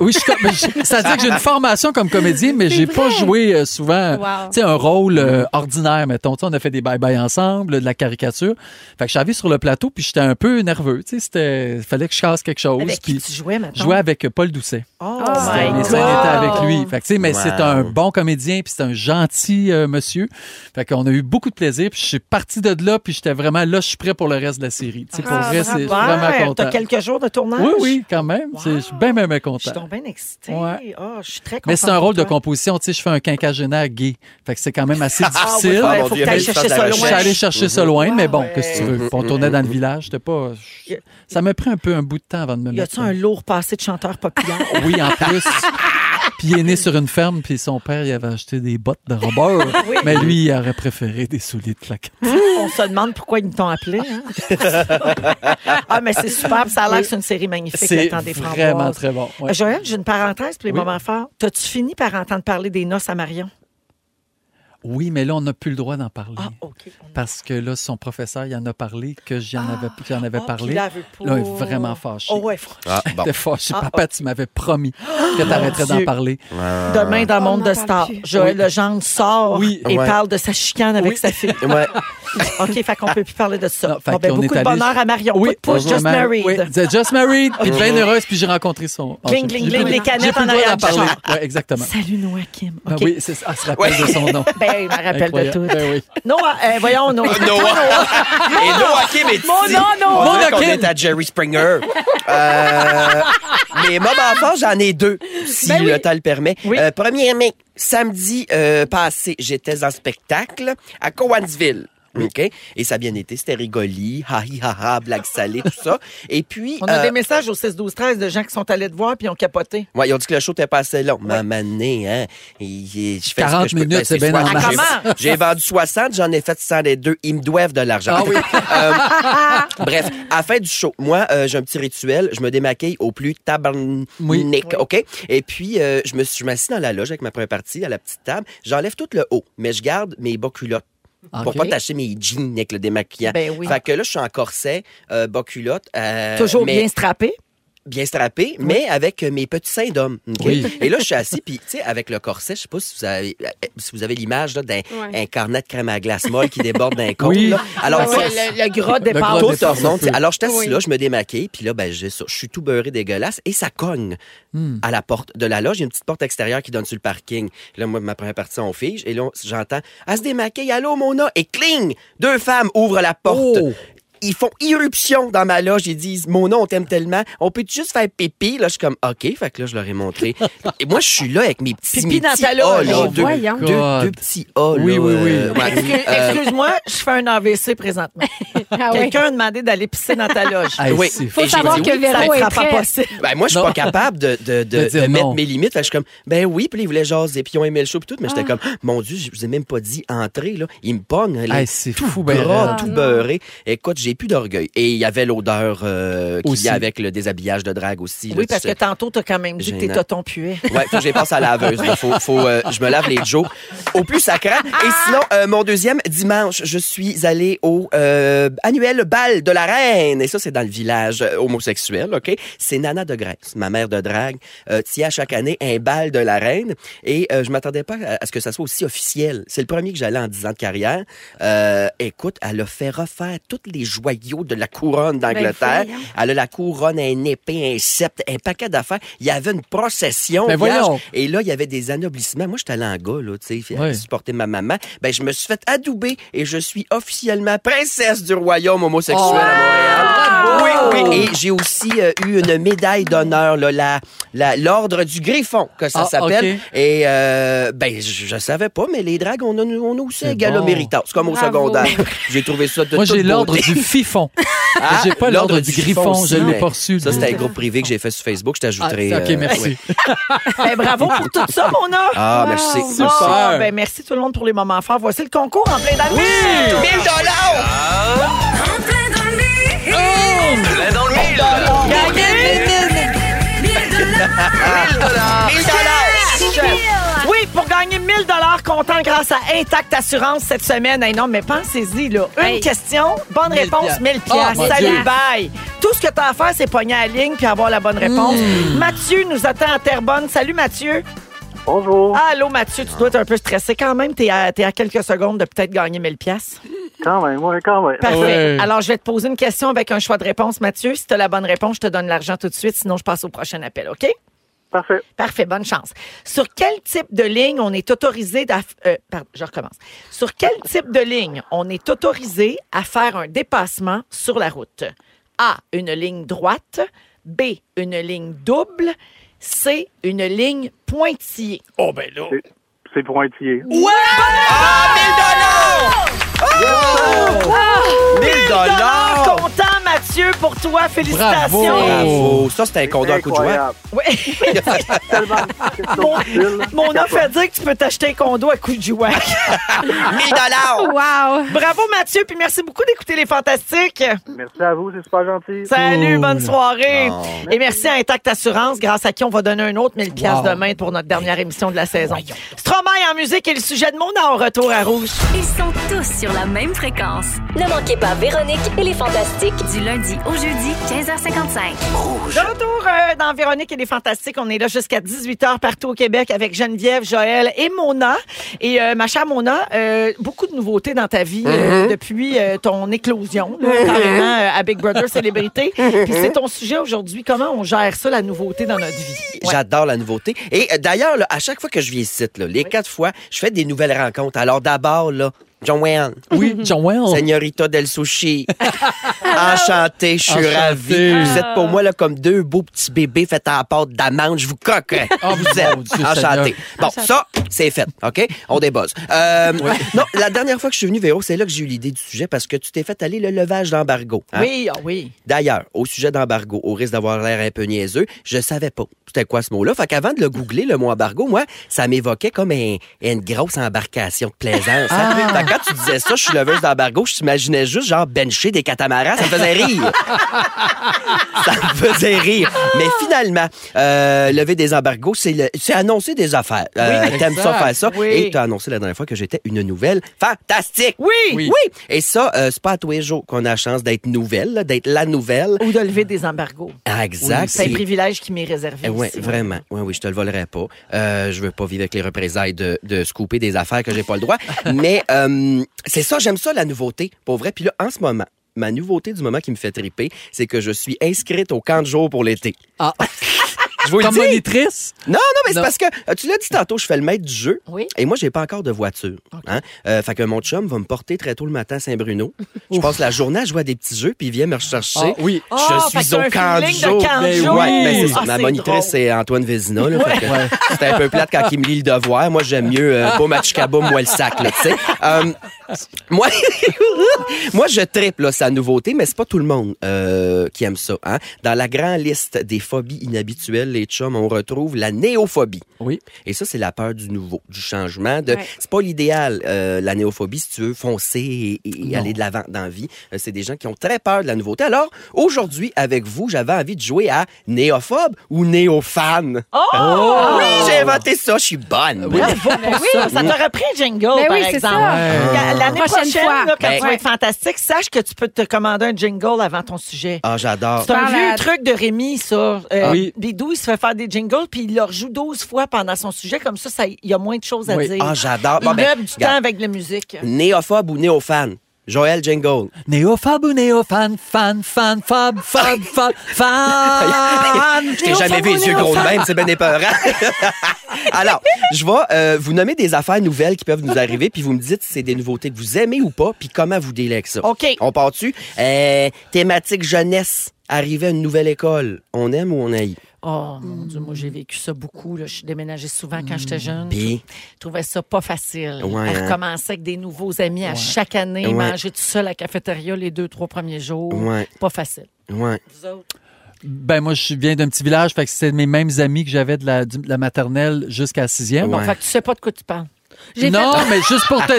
[SPEAKER 3] Oui, je suis com- mais j'ai- ça veut dire que j'ai une formation comme comédien, mais j'ai pas joué euh, souvent
[SPEAKER 4] Wow.
[SPEAKER 3] tu sais, un rôle euh, ordinaire, mettons. Tu sais, on a fait des bye-bye ensemble, de la caricature. Fait que j'arrivais sur le plateau, puis j'étais un peu nerveux. Tu sais, c'était- fallait que je casse quelque chose.
[SPEAKER 1] Avec qui
[SPEAKER 3] puis
[SPEAKER 1] tu jouais maintenant?
[SPEAKER 3] je jouais avec Paul Doucet.
[SPEAKER 2] Oh,
[SPEAKER 3] C'était-
[SPEAKER 1] my
[SPEAKER 3] les scènes
[SPEAKER 1] God.
[SPEAKER 3] étaient avec lui. Fait que, tu sais, mais
[SPEAKER 2] Wow.
[SPEAKER 3] c'est un bon comédien, puis c'est un gentil euh, monsieur. Fait qu'on a eu beaucoup de plaisir, puis je suis parti de là, puis j'étais vraiment là, je suis prêt pour le reste de la série. Tu sais, pour
[SPEAKER 1] Ah,
[SPEAKER 3] vrai, c'est je suis
[SPEAKER 1] bravo.
[SPEAKER 3] vraiment
[SPEAKER 1] T'as
[SPEAKER 3] content.
[SPEAKER 1] quelques jours de tournage?
[SPEAKER 3] Oui, oui, quand même.
[SPEAKER 1] Wow.
[SPEAKER 3] C'est- Je suis bien, bien, bien
[SPEAKER 1] Je suis
[SPEAKER 3] content.
[SPEAKER 1] donc bien excitée.
[SPEAKER 3] Ouais.
[SPEAKER 1] Ah, je suis très contente.
[SPEAKER 3] Mais c'est un
[SPEAKER 1] pour
[SPEAKER 3] rôle de
[SPEAKER 1] toi.
[SPEAKER 3] composition. Tu sais, je fais un quinquagénaire gay. Fait que c'est quand même assez
[SPEAKER 1] Ah,
[SPEAKER 3] difficile.
[SPEAKER 1] ouais,
[SPEAKER 2] Ah,
[SPEAKER 1] faut
[SPEAKER 2] mon
[SPEAKER 1] que
[SPEAKER 2] Dieu,
[SPEAKER 1] t'ailles
[SPEAKER 2] mais ça,
[SPEAKER 1] chercher ça
[SPEAKER 2] la
[SPEAKER 3] Je suis
[SPEAKER 1] loin.
[SPEAKER 3] allé chercher ça loin, mais bon,
[SPEAKER 1] Ouais.
[SPEAKER 3] qu'est-ce que tu veux? On tournait dans le village, j'étais pas.
[SPEAKER 1] Y a-
[SPEAKER 3] Ça me prend un peu un bout de temps avant de me
[SPEAKER 1] Y
[SPEAKER 3] mettre.
[SPEAKER 1] a-tu un lourd passé de chanteur populaire?
[SPEAKER 3] Oui, en plus. Puis il est né sur une ferme, puis son père, il avait acheté des bottes de robeur. Mais lui, il aurait préféré des souliers de claquettes.
[SPEAKER 1] On se demande pourquoi ils nous t'ont appelé. hein. ah, mais c'est super. Ça a l'air que c'est une série magnifique,
[SPEAKER 3] C'est
[SPEAKER 1] Le temps des
[SPEAKER 3] vraiment
[SPEAKER 1] framboises.
[SPEAKER 3] très bon. ouais.
[SPEAKER 1] Joël, j'ai une parenthèse pour les
[SPEAKER 3] Oui.
[SPEAKER 1] moments forts. T'as-tu fini par entendre parler des noces à Marion? Ah,
[SPEAKER 3] Oui, mais là, on n'a plus le droit d'en parler.
[SPEAKER 1] OK.
[SPEAKER 3] Parce que là, son professeur, il en a parlé, que j'en avais, j'en avais
[SPEAKER 1] Ah,
[SPEAKER 3] parlé.
[SPEAKER 1] puis
[SPEAKER 3] Là,
[SPEAKER 1] elle veut pas.
[SPEAKER 3] il est vraiment fâché.
[SPEAKER 1] Oh, ouais, fr-
[SPEAKER 2] Ah, bon.
[SPEAKER 3] T'es fâché.
[SPEAKER 1] Ah,
[SPEAKER 3] Papa, tu m'avais promis que t'arrêterais
[SPEAKER 1] Dieu.
[SPEAKER 3] d'en parler.
[SPEAKER 1] Demain, dans Monde de Stars, Joël Legendre sort
[SPEAKER 3] Oui.
[SPEAKER 1] et
[SPEAKER 2] Ouais.
[SPEAKER 1] parle de sa chicane avec sa fille.
[SPEAKER 2] Ouais.
[SPEAKER 1] OK, fait qu'on peut plus parler de ça.
[SPEAKER 3] Non, fait
[SPEAKER 1] Bon, ben,
[SPEAKER 3] qu'on
[SPEAKER 1] beaucoup
[SPEAKER 3] est
[SPEAKER 1] de
[SPEAKER 3] allé-
[SPEAKER 1] bonheur à Marion. Oui, push, just
[SPEAKER 3] Mar-
[SPEAKER 1] married.
[SPEAKER 3] Oui, the Just Married, puis bien heureuse, puis j'ai rencontré son... Ah,
[SPEAKER 1] Gling,
[SPEAKER 3] j'ai-
[SPEAKER 1] gling,
[SPEAKER 3] j'ai
[SPEAKER 1] gling,
[SPEAKER 3] plus-
[SPEAKER 1] les canettes
[SPEAKER 3] j'ai plus
[SPEAKER 1] en
[SPEAKER 3] le droit
[SPEAKER 1] arrière
[SPEAKER 3] d'en
[SPEAKER 1] du
[SPEAKER 3] parler.
[SPEAKER 1] char.
[SPEAKER 3] Ouais, exactement.
[SPEAKER 1] Salut, Noah Kim.
[SPEAKER 3] Ben
[SPEAKER 1] OK.
[SPEAKER 3] oui, c'est ça, elle se rappelle de son nom.
[SPEAKER 1] Ben, il me rappelle de
[SPEAKER 3] Incroyable.
[SPEAKER 1] tout.
[SPEAKER 3] Ben oui.
[SPEAKER 1] Noah, euh, voyons, Noah.
[SPEAKER 2] Noah. Et Noah Kim est
[SPEAKER 1] Mon
[SPEAKER 2] ici.
[SPEAKER 1] nom, Noah.
[SPEAKER 2] On dirait
[SPEAKER 3] Mon
[SPEAKER 2] qu'on
[SPEAKER 3] Kim.
[SPEAKER 2] est à Jerry Springer. Euh, mais moments forts, j'en ai deux, si
[SPEAKER 1] Ben oui.
[SPEAKER 2] le temps le permet.
[SPEAKER 1] Oui.
[SPEAKER 2] Euh, premier mai, samedi euh, passé, j'étais en spectacle à Cowansville. OK? Et ça a bien été, c'était rigoli, ha hi ha ha, blague salée, tout ça. Et puis.
[SPEAKER 1] On a
[SPEAKER 2] euh,
[SPEAKER 1] des messages au 6, 12, 13 de gens qui sont allés te voir puis ils ont capoté.
[SPEAKER 2] Ouais, ils ont dit que le show était pas assez long. Ma manée, hein. il- il- je fais
[SPEAKER 3] 40
[SPEAKER 2] ce que je peux.
[SPEAKER 3] minutes, c'est bien
[SPEAKER 2] 60.
[SPEAKER 3] normal.
[SPEAKER 2] J'ai-
[SPEAKER 1] Ah, comment?
[SPEAKER 2] J'ai vendu 60, j'en ai fait 102. Ils me doivent de
[SPEAKER 3] Ah
[SPEAKER 2] l'argent. Euh, bref, à la fin du show, moi, euh, j'ai un petit rituel. Je me démaquille au plus tabarnak,
[SPEAKER 3] Oui.
[SPEAKER 2] OK? Et puis, euh, je me suis- je m'assis dans la loge avec ma première partie, à la petite table. J'enlève tout le haut, mais je garde mes bas culottes pour
[SPEAKER 3] OK.
[SPEAKER 2] pas tacher mes jeans avec le démaquillant.
[SPEAKER 1] Ben oui.
[SPEAKER 2] Fait que là, je suis en corset, euh, bas culotte. euh,
[SPEAKER 1] Toujours
[SPEAKER 2] mais-
[SPEAKER 1] bien strappé.
[SPEAKER 2] bien strappé, mais avec euh, mes petits seins d'homme. ok?
[SPEAKER 3] Oui.
[SPEAKER 2] Et là, je suis assis, puis, tu sais, avec le corset, je sais pas si vous avez, euh, si vous avez l'image là, d'un un carnet de crème à glace molle qui déborde d'un cône.
[SPEAKER 3] Oui.
[SPEAKER 2] là. Alors,
[SPEAKER 1] Ah Ouais,
[SPEAKER 2] ça,
[SPEAKER 1] le, le gras départ.
[SPEAKER 3] gras dépend.
[SPEAKER 2] tout
[SPEAKER 3] dépasse
[SPEAKER 2] ornon,
[SPEAKER 3] un
[SPEAKER 2] tu sais.
[SPEAKER 3] peu.
[SPEAKER 2] Alors, je suis assis là, je me démaquille, puis là, ben, j'ai ça. Je suis tout beurré dégueulasse, et ça cogne à la porte de la loge. Il y a une petite porte extérieure qui donne sur le parking. Là, moi, ma première partie, on fige, et là, on- j'entends « À se démaquiller, allô, Mona! » Et cling! Deux femmes ouvrent la porte.
[SPEAKER 3] Oh!
[SPEAKER 2] Ils font irruption dans ma loge. Ils disent, mon nom, on t'aime tellement. On peut juste faire pipi. Là, je suis comme, OK. Fait que là, je leur ai montré. Et moi, je suis là avec mes petits.
[SPEAKER 1] Pipi
[SPEAKER 2] mes
[SPEAKER 1] dans
[SPEAKER 2] petits
[SPEAKER 1] ta loge.
[SPEAKER 2] A, là,
[SPEAKER 1] Oh,
[SPEAKER 2] deux,
[SPEAKER 4] voyons.
[SPEAKER 2] deux-
[SPEAKER 3] God.
[SPEAKER 2] deux petits A.
[SPEAKER 3] Oui,
[SPEAKER 2] là,
[SPEAKER 3] oui, oui.
[SPEAKER 2] euh, ouais.
[SPEAKER 1] Excuse-
[SPEAKER 2] Euh,
[SPEAKER 1] Excuse-moi, je fais un AVC présentement.
[SPEAKER 4] Ah oui.
[SPEAKER 1] Quelqu'un a demandé d'aller pisser dans ta loge.
[SPEAKER 3] Hey,
[SPEAKER 2] oui.
[SPEAKER 3] c'est-
[SPEAKER 2] Et
[SPEAKER 4] Faut
[SPEAKER 2] j'ai
[SPEAKER 4] savoir
[SPEAKER 2] dit
[SPEAKER 4] que
[SPEAKER 2] oui.
[SPEAKER 1] Ça
[SPEAKER 4] Véro
[SPEAKER 1] ne
[SPEAKER 4] est
[SPEAKER 1] sera pas
[SPEAKER 4] prêt.
[SPEAKER 1] possible.
[SPEAKER 2] Ben, moi, je suis
[SPEAKER 3] Non.
[SPEAKER 2] pas capable de, de, de,
[SPEAKER 3] De dire
[SPEAKER 2] de mettre
[SPEAKER 3] non.
[SPEAKER 2] mes limites. Fait que je suis comme, ben oui. Puis là, ils voulaient jaser. Puis ils ont aimé le show. Puis tout. Mais
[SPEAKER 3] Ah.
[SPEAKER 2] j'étais comme, mon Dieu, je vous ai même pas dit entrer. Là. Ils me pognent. là.
[SPEAKER 3] Hey, c'est
[SPEAKER 2] tout
[SPEAKER 3] fou, ben
[SPEAKER 2] gras,
[SPEAKER 3] raide.
[SPEAKER 2] tout beurré. Écoute, j'ai plus d'orgueil. Et il y avait l'odeur euh, qui
[SPEAKER 3] Aussi.
[SPEAKER 2] vient avec le déshabillage de drague aussi. là,
[SPEAKER 1] Oui,
[SPEAKER 2] tu
[SPEAKER 1] parce que
[SPEAKER 2] sais.
[SPEAKER 1] tantôt, t'as quand même dit que tes
[SPEAKER 2] Gênant.
[SPEAKER 1] totons puaient.
[SPEAKER 2] Ouais, faut que je les passe à la laveuse. là. Faut, faut, euh, je me lave les Joe au plus sacrant. Et sinon, euh, mon deuxième dimanche, je suis allée au euh, annuel bal de la reine. Et ça, c'est dans le village euh, homosexuel, OK? C'est Nana de Grèce, ma mère de drague, euh, tient à chaque année un bal de la reine. Et euh, je m'attendais pas à, à ce que ça soit aussi officiel. C'est le premier que j'allais en 10 ans de carrière. Euh, écoute, elle a fait refaire tous les joyaux de la couronne d'Angleterre.
[SPEAKER 4] voyons.
[SPEAKER 2] elle a la couronne, un épée, un sceptre, un paquet d'affaires. Il y avait une procession.
[SPEAKER 3] Ben
[SPEAKER 2] vierge.
[SPEAKER 3] voyons.
[SPEAKER 2] Et là, il y avait des anoblissements. Moi, j'étais allé en gars, là, tu sais,
[SPEAKER 3] Ouais.
[SPEAKER 2] supporter ma maman. Ben, je me suis fait adouber et je suis officiellement princesse du royaume homosexuel à Montréal. Oui, oui. Et j'ai aussi euh, eu une médaille d'honneur, là, la- la- l'ordre du Griffon, que ça
[SPEAKER 3] Ah,
[SPEAKER 2] s'appelle.
[SPEAKER 3] ok.
[SPEAKER 2] Et, euh, ben, je, je savais pas, mais les dragues, on a, on a aussi
[SPEAKER 3] C'est
[SPEAKER 2] un gala
[SPEAKER 3] bon.
[SPEAKER 2] méritant. C'est comme au
[SPEAKER 4] Bravo.
[SPEAKER 2] secondaire. j'ai trouvé ça de
[SPEAKER 3] Moi,
[SPEAKER 2] toute
[SPEAKER 3] j'ai l'ordre
[SPEAKER 2] beauté.
[SPEAKER 3] du fifon.
[SPEAKER 2] Ah,
[SPEAKER 3] j'ai pas l'ordre du griffon, je
[SPEAKER 2] aussi,
[SPEAKER 3] l'ai
[SPEAKER 2] mais
[SPEAKER 3] pas reçu.
[SPEAKER 2] Ça,
[SPEAKER 3] lui.
[SPEAKER 2] c'était un groupe privé que j'ai fait sur Facebook. Je
[SPEAKER 3] Ah,
[SPEAKER 2] t'ajouterai.
[SPEAKER 3] OK,
[SPEAKER 2] euh,
[SPEAKER 3] merci.
[SPEAKER 2] ouais.
[SPEAKER 1] Ben, bravo pour tout ça, mon homme.
[SPEAKER 2] Ah, merci.
[SPEAKER 3] Wow.
[SPEAKER 2] merci.
[SPEAKER 1] Ah, ben, merci tout le monde pour les moments forts. Voici le concours en plein d'amour.
[SPEAKER 7] Plein dans le mille.
[SPEAKER 1] Oui, pour gagner gagné 1000 dollars comptant grâce à Intact Assurance cette semaine. Hey, non, mais pensez-y, là. Une
[SPEAKER 4] Hey.
[SPEAKER 1] question, bonne
[SPEAKER 3] 1000
[SPEAKER 1] réponse,
[SPEAKER 3] piastres.
[SPEAKER 1] 1000
[SPEAKER 3] Oh,
[SPEAKER 1] piastres.
[SPEAKER 3] mon
[SPEAKER 1] Salut,
[SPEAKER 3] Dieu.
[SPEAKER 1] bye. Tout ce que tu as à faire, c'est pogner à la ligne puis avoir la bonne réponse.
[SPEAKER 3] Hmm.
[SPEAKER 1] Mathieu nous attend à Terrebonne. Salut, Mathieu. Bonjour. Allô, Mathieu, tu dois être un peu stressé quand même. T'es à, t'es à quelques secondes de peut-être gagner 1000 piastres.
[SPEAKER 9] Quand même, ouais, quand même.
[SPEAKER 1] Parfait.
[SPEAKER 3] Ouais.
[SPEAKER 1] Alors, je vais te poser une question avec un choix de réponse, Mathieu. Si tu as la bonne réponse, je te donne l'argent tout de suite. Sinon, je passe au prochain appel, OK?
[SPEAKER 9] Parfait.
[SPEAKER 1] Parfait, bonne chance. Sur quel type de ligne on est autorisé à pardon, je recommence. Sur quel type de ligne on est autorisé à faire un dépassement sur la route A, une ligne droite, B, une ligne double, C, une ligne pointillée.
[SPEAKER 3] Oh, ben là.
[SPEAKER 9] C'est pointillé.
[SPEAKER 2] Oh
[SPEAKER 1] Dollars Content Mathieu pour toi, félicitations.
[SPEAKER 3] Oh.
[SPEAKER 2] Bravo! Ça, c'était un condom à coup de joie.
[SPEAKER 9] Incroyable.
[SPEAKER 1] Oui.
[SPEAKER 9] Tellement de questions utiles.
[SPEAKER 1] Mon offre a dit que tu peux t'acheter un condo à coups de jouet.
[SPEAKER 2] 1000 dollars!
[SPEAKER 4] Oh, Wow!
[SPEAKER 1] Bravo Mathieu, puis merci beaucoup d'écouter les fantastiques.
[SPEAKER 9] Merci à vous, c'est super gentil.
[SPEAKER 1] Salut,
[SPEAKER 3] Cool.
[SPEAKER 1] bonne soirée. Et merci à Intact Assurance, grâce à qui on va donner un autre 1000 pièces
[SPEAKER 3] Wow.
[SPEAKER 1] demain pour notre dernière émission de la saison. Stromae en musique et le sujet de mon en retour à rouge.
[SPEAKER 5] Ils sont tous sur la même fréquence.
[SPEAKER 6] Ne manquez pas Véronique et les Fantastiques.
[SPEAKER 5] Du lundi au jeudi, 15h55.
[SPEAKER 1] De retour euh, dans Véronique et les Fantastiques, on est là jusqu'à 18h partout au Québec avec Geneviève, Joël et Mona. Et euh, ma chère Mona, euh, beaucoup de nouveautés dans ta vie euh, depuis euh, ton éclosion là, carrément, euh, à Big Brother Célébrité. Puis c'est ton sujet aujourd'hui, comment on gère ça, la nouveauté dans notre vie? Ouais.
[SPEAKER 2] J'adore la nouveauté. Et euh, d'ailleurs, là, à chaque fois que je viens ici, là, les quatre fois, je fais des nouvelles rencontres. Alors d'abord, là, John Wayne,
[SPEAKER 3] Oui, John Well.
[SPEAKER 2] Señorita del Sushi. Enchanté, je suis
[SPEAKER 3] Enchanté.
[SPEAKER 2] ravie. Vous êtes pour moi là, comme deux beaux petits bébés faits à la pâte d'amande. Je vous coquerai.
[SPEAKER 3] Oh,
[SPEAKER 2] vous
[SPEAKER 3] mon
[SPEAKER 2] êtes
[SPEAKER 3] Dieu,
[SPEAKER 2] enchanté.
[SPEAKER 3] Seigneur.
[SPEAKER 2] Bon, ça, c'est fait. OK? On débuzz. Euh, Non, la dernière fois que je suis venu, Véro, c'est là que j'ai eu l'idée du sujet parce que tu t'es fait aller le levage d'embargo. hein?
[SPEAKER 1] Oui, ah oui.
[SPEAKER 2] D'ailleurs, au sujet d'embargo, au risque d'avoir l'air un peu niaiseux, je savais pas c'était quoi ce mot-là. Fait qu'avant de le googler, le mot embargo, moi, ça m'évoquait comme un- une grosse embarcation de plaisance. hein. Fait que quand tu disais ça, je suis leveuse d'embargo, je t'imaginais juste genre bencher des catamarans, ça me faisait rire. ça me faisait rire. Mais finalement, euh, lever des embargos, c'est le- c'est annoncer des affaires. Euh,
[SPEAKER 3] Oui,
[SPEAKER 2] T'aimes ça
[SPEAKER 3] exact.
[SPEAKER 2] faire ça.
[SPEAKER 1] Oui.
[SPEAKER 2] Et tu as annoncé la dernière fois que j'étais une nouvelle fantastique.
[SPEAKER 1] Oui!
[SPEAKER 3] Oui.
[SPEAKER 2] Oui, et ça, euh, c'est pas à tous les jours qu'on a la chance d'être nouvelle, là, d'être la nouvelle.
[SPEAKER 1] Ou de lever des embargos.
[SPEAKER 2] Ah, Exact.
[SPEAKER 1] C'est un
[SPEAKER 2] c'est-
[SPEAKER 1] privilège qui m'est réservé.
[SPEAKER 2] Eh ouais,
[SPEAKER 1] ici.
[SPEAKER 2] vraiment. Oui, oui, je te le volerai pas. Euh, je veux pas vivre avec les représailles de, de scooper des affaires que j'ai pas le droit. Mais euh, c'est ça, j'aime ça, la nouveauté, pour vrai. Puis là, en ce moment, ma nouveauté du moment qui me fait triper, c'est que je suis inscrite au camp de jour pour l'été.
[SPEAKER 3] Ah.
[SPEAKER 2] Je vous le
[SPEAKER 3] Comme
[SPEAKER 2] dis.
[SPEAKER 3] monitrice.
[SPEAKER 2] Non, non, mais c'est
[SPEAKER 3] Non.
[SPEAKER 2] parce que, euh, tu l'as dit tantôt, je fais le maître du jeu.
[SPEAKER 1] Oui.
[SPEAKER 2] Et moi, j'ai pas encore de voiture. Hein? Euh, fait que mon chum va me porter très tôt le matin à Saint-Bruno. je passe la journée à jouer à des petits jeux, puis il vient me rechercher.
[SPEAKER 3] Ah, oui.
[SPEAKER 1] Ah,
[SPEAKER 2] Je
[SPEAKER 1] fait que
[SPEAKER 2] suis au
[SPEAKER 1] t'as un
[SPEAKER 2] camp du
[SPEAKER 1] feeling de
[SPEAKER 2] jour.
[SPEAKER 1] camp de
[SPEAKER 2] Ben
[SPEAKER 1] jour.
[SPEAKER 2] ouais, ben c'est ça.
[SPEAKER 1] Ah,
[SPEAKER 2] Ma
[SPEAKER 1] c'est
[SPEAKER 2] monitrice,
[SPEAKER 1] drôle.
[SPEAKER 2] c'est Antoine Vézina. là, fait que C'était un peu plate quand il me lit le devoir. Moi, j'aime mieux euh, boum, atchikaboum, moi le sac, là, tu sais. Euh, moi, moi, je tripe là, sa nouveauté, mais c'est pas tout le monde euh, qui aime ça. Hein? Dans la grande liste des phobies inhabituelles, les chums, on retrouve la néophobie.
[SPEAKER 3] Oui.
[SPEAKER 2] Et ça, c'est la peur du nouveau, du changement. De...
[SPEAKER 4] Ouais.
[SPEAKER 2] C'est pas l'idéal, euh, la néophobie, si tu veux foncer et, et
[SPEAKER 3] Non.
[SPEAKER 2] aller de l'avant dans la vie. Euh, c'est des gens qui ont très peur de la nouveauté. Alors, aujourd'hui, avec vous, j'avais envie de jouer à néophobe ou néophane. Oh! Oui, j'ai inventé ça, je suis bonne.
[SPEAKER 1] Bravo pour ça. Ça t'aurait pris un jingle,
[SPEAKER 4] Ben
[SPEAKER 1] Oh, par
[SPEAKER 4] oui, c'est
[SPEAKER 1] exemple.
[SPEAKER 4] ça.
[SPEAKER 1] Quand- L'année
[SPEAKER 4] Prochaine
[SPEAKER 1] prochaine,
[SPEAKER 4] fois.
[SPEAKER 1] là, quand
[SPEAKER 2] Euh. Ben.
[SPEAKER 1] tu vas être fantastique, sache que tu peux te commander un jingle avant ton sujet.
[SPEAKER 2] Ah, j'adore.
[SPEAKER 1] C'est un
[SPEAKER 4] Parle
[SPEAKER 1] vieux
[SPEAKER 4] à-
[SPEAKER 1] truc de Rémi, ça. Euh,
[SPEAKER 3] oui.
[SPEAKER 1] Bidou, il se fait faire des jingles, puis il leur joue 12 fois pendant son sujet. Comme ça, ça- il y a moins de choses à
[SPEAKER 3] Oui.
[SPEAKER 1] dire.
[SPEAKER 2] Ah, j'adore.
[SPEAKER 1] il
[SPEAKER 2] Bon, ben,
[SPEAKER 1] meuble du
[SPEAKER 2] regarde.
[SPEAKER 1] temps avec la musique.
[SPEAKER 2] Néophobe ou néophane? Joël Jingle.
[SPEAKER 3] Néophobe ou néofan, fan, fan, fab, fab, fab, fan.
[SPEAKER 2] Je t'ai jamais vu les yeux gros de même, c'est bien épeurant. Alors, je vais euh, vous nommer des affaires nouvelles qui peuvent nous arriver, puis vous me dites si c'est des nouveautés que vous aimez ou pas, puis comment vous délèguez ça.
[SPEAKER 1] OK.
[SPEAKER 2] On part-tu? Euh, thématique jeunesse. Arriver à une nouvelle école. On aime ou on haït?
[SPEAKER 1] Oh, mon Dieu, moi, j'ai vécu ça beaucoup. là. Je suis déménagée souvent quand
[SPEAKER 2] Mm.
[SPEAKER 1] j'étais jeune.
[SPEAKER 2] Puis,
[SPEAKER 1] Je trouvais ça pas facile.
[SPEAKER 2] Ouais,
[SPEAKER 1] à
[SPEAKER 2] hein.
[SPEAKER 1] recommencer avec des nouveaux amis à chaque année,
[SPEAKER 2] Ouais.
[SPEAKER 1] manger tout seul à la cafétéria les deux, trois premiers jours.
[SPEAKER 2] Ouais.
[SPEAKER 1] Pas facile.
[SPEAKER 2] ouais.
[SPEAKER 1] Vous autres?
[SPEAKER 3] Ben, moi, je viens d'un petit village, fait que c'est mes mêmes amis que j'avais de la, du- de la maternelle jusqu'à la sixième.
[SPEAKER 1] Ah
[SPEAKER 2] Ouais.
[SPEAKER 1] Fait que tu sais pas de quoi tu parles.
[SPEAKER 4] J'ai
[SPEAKER 3] Non,
[SPEAKER 4] fait-
[SPEAKER 3] mais juste pour te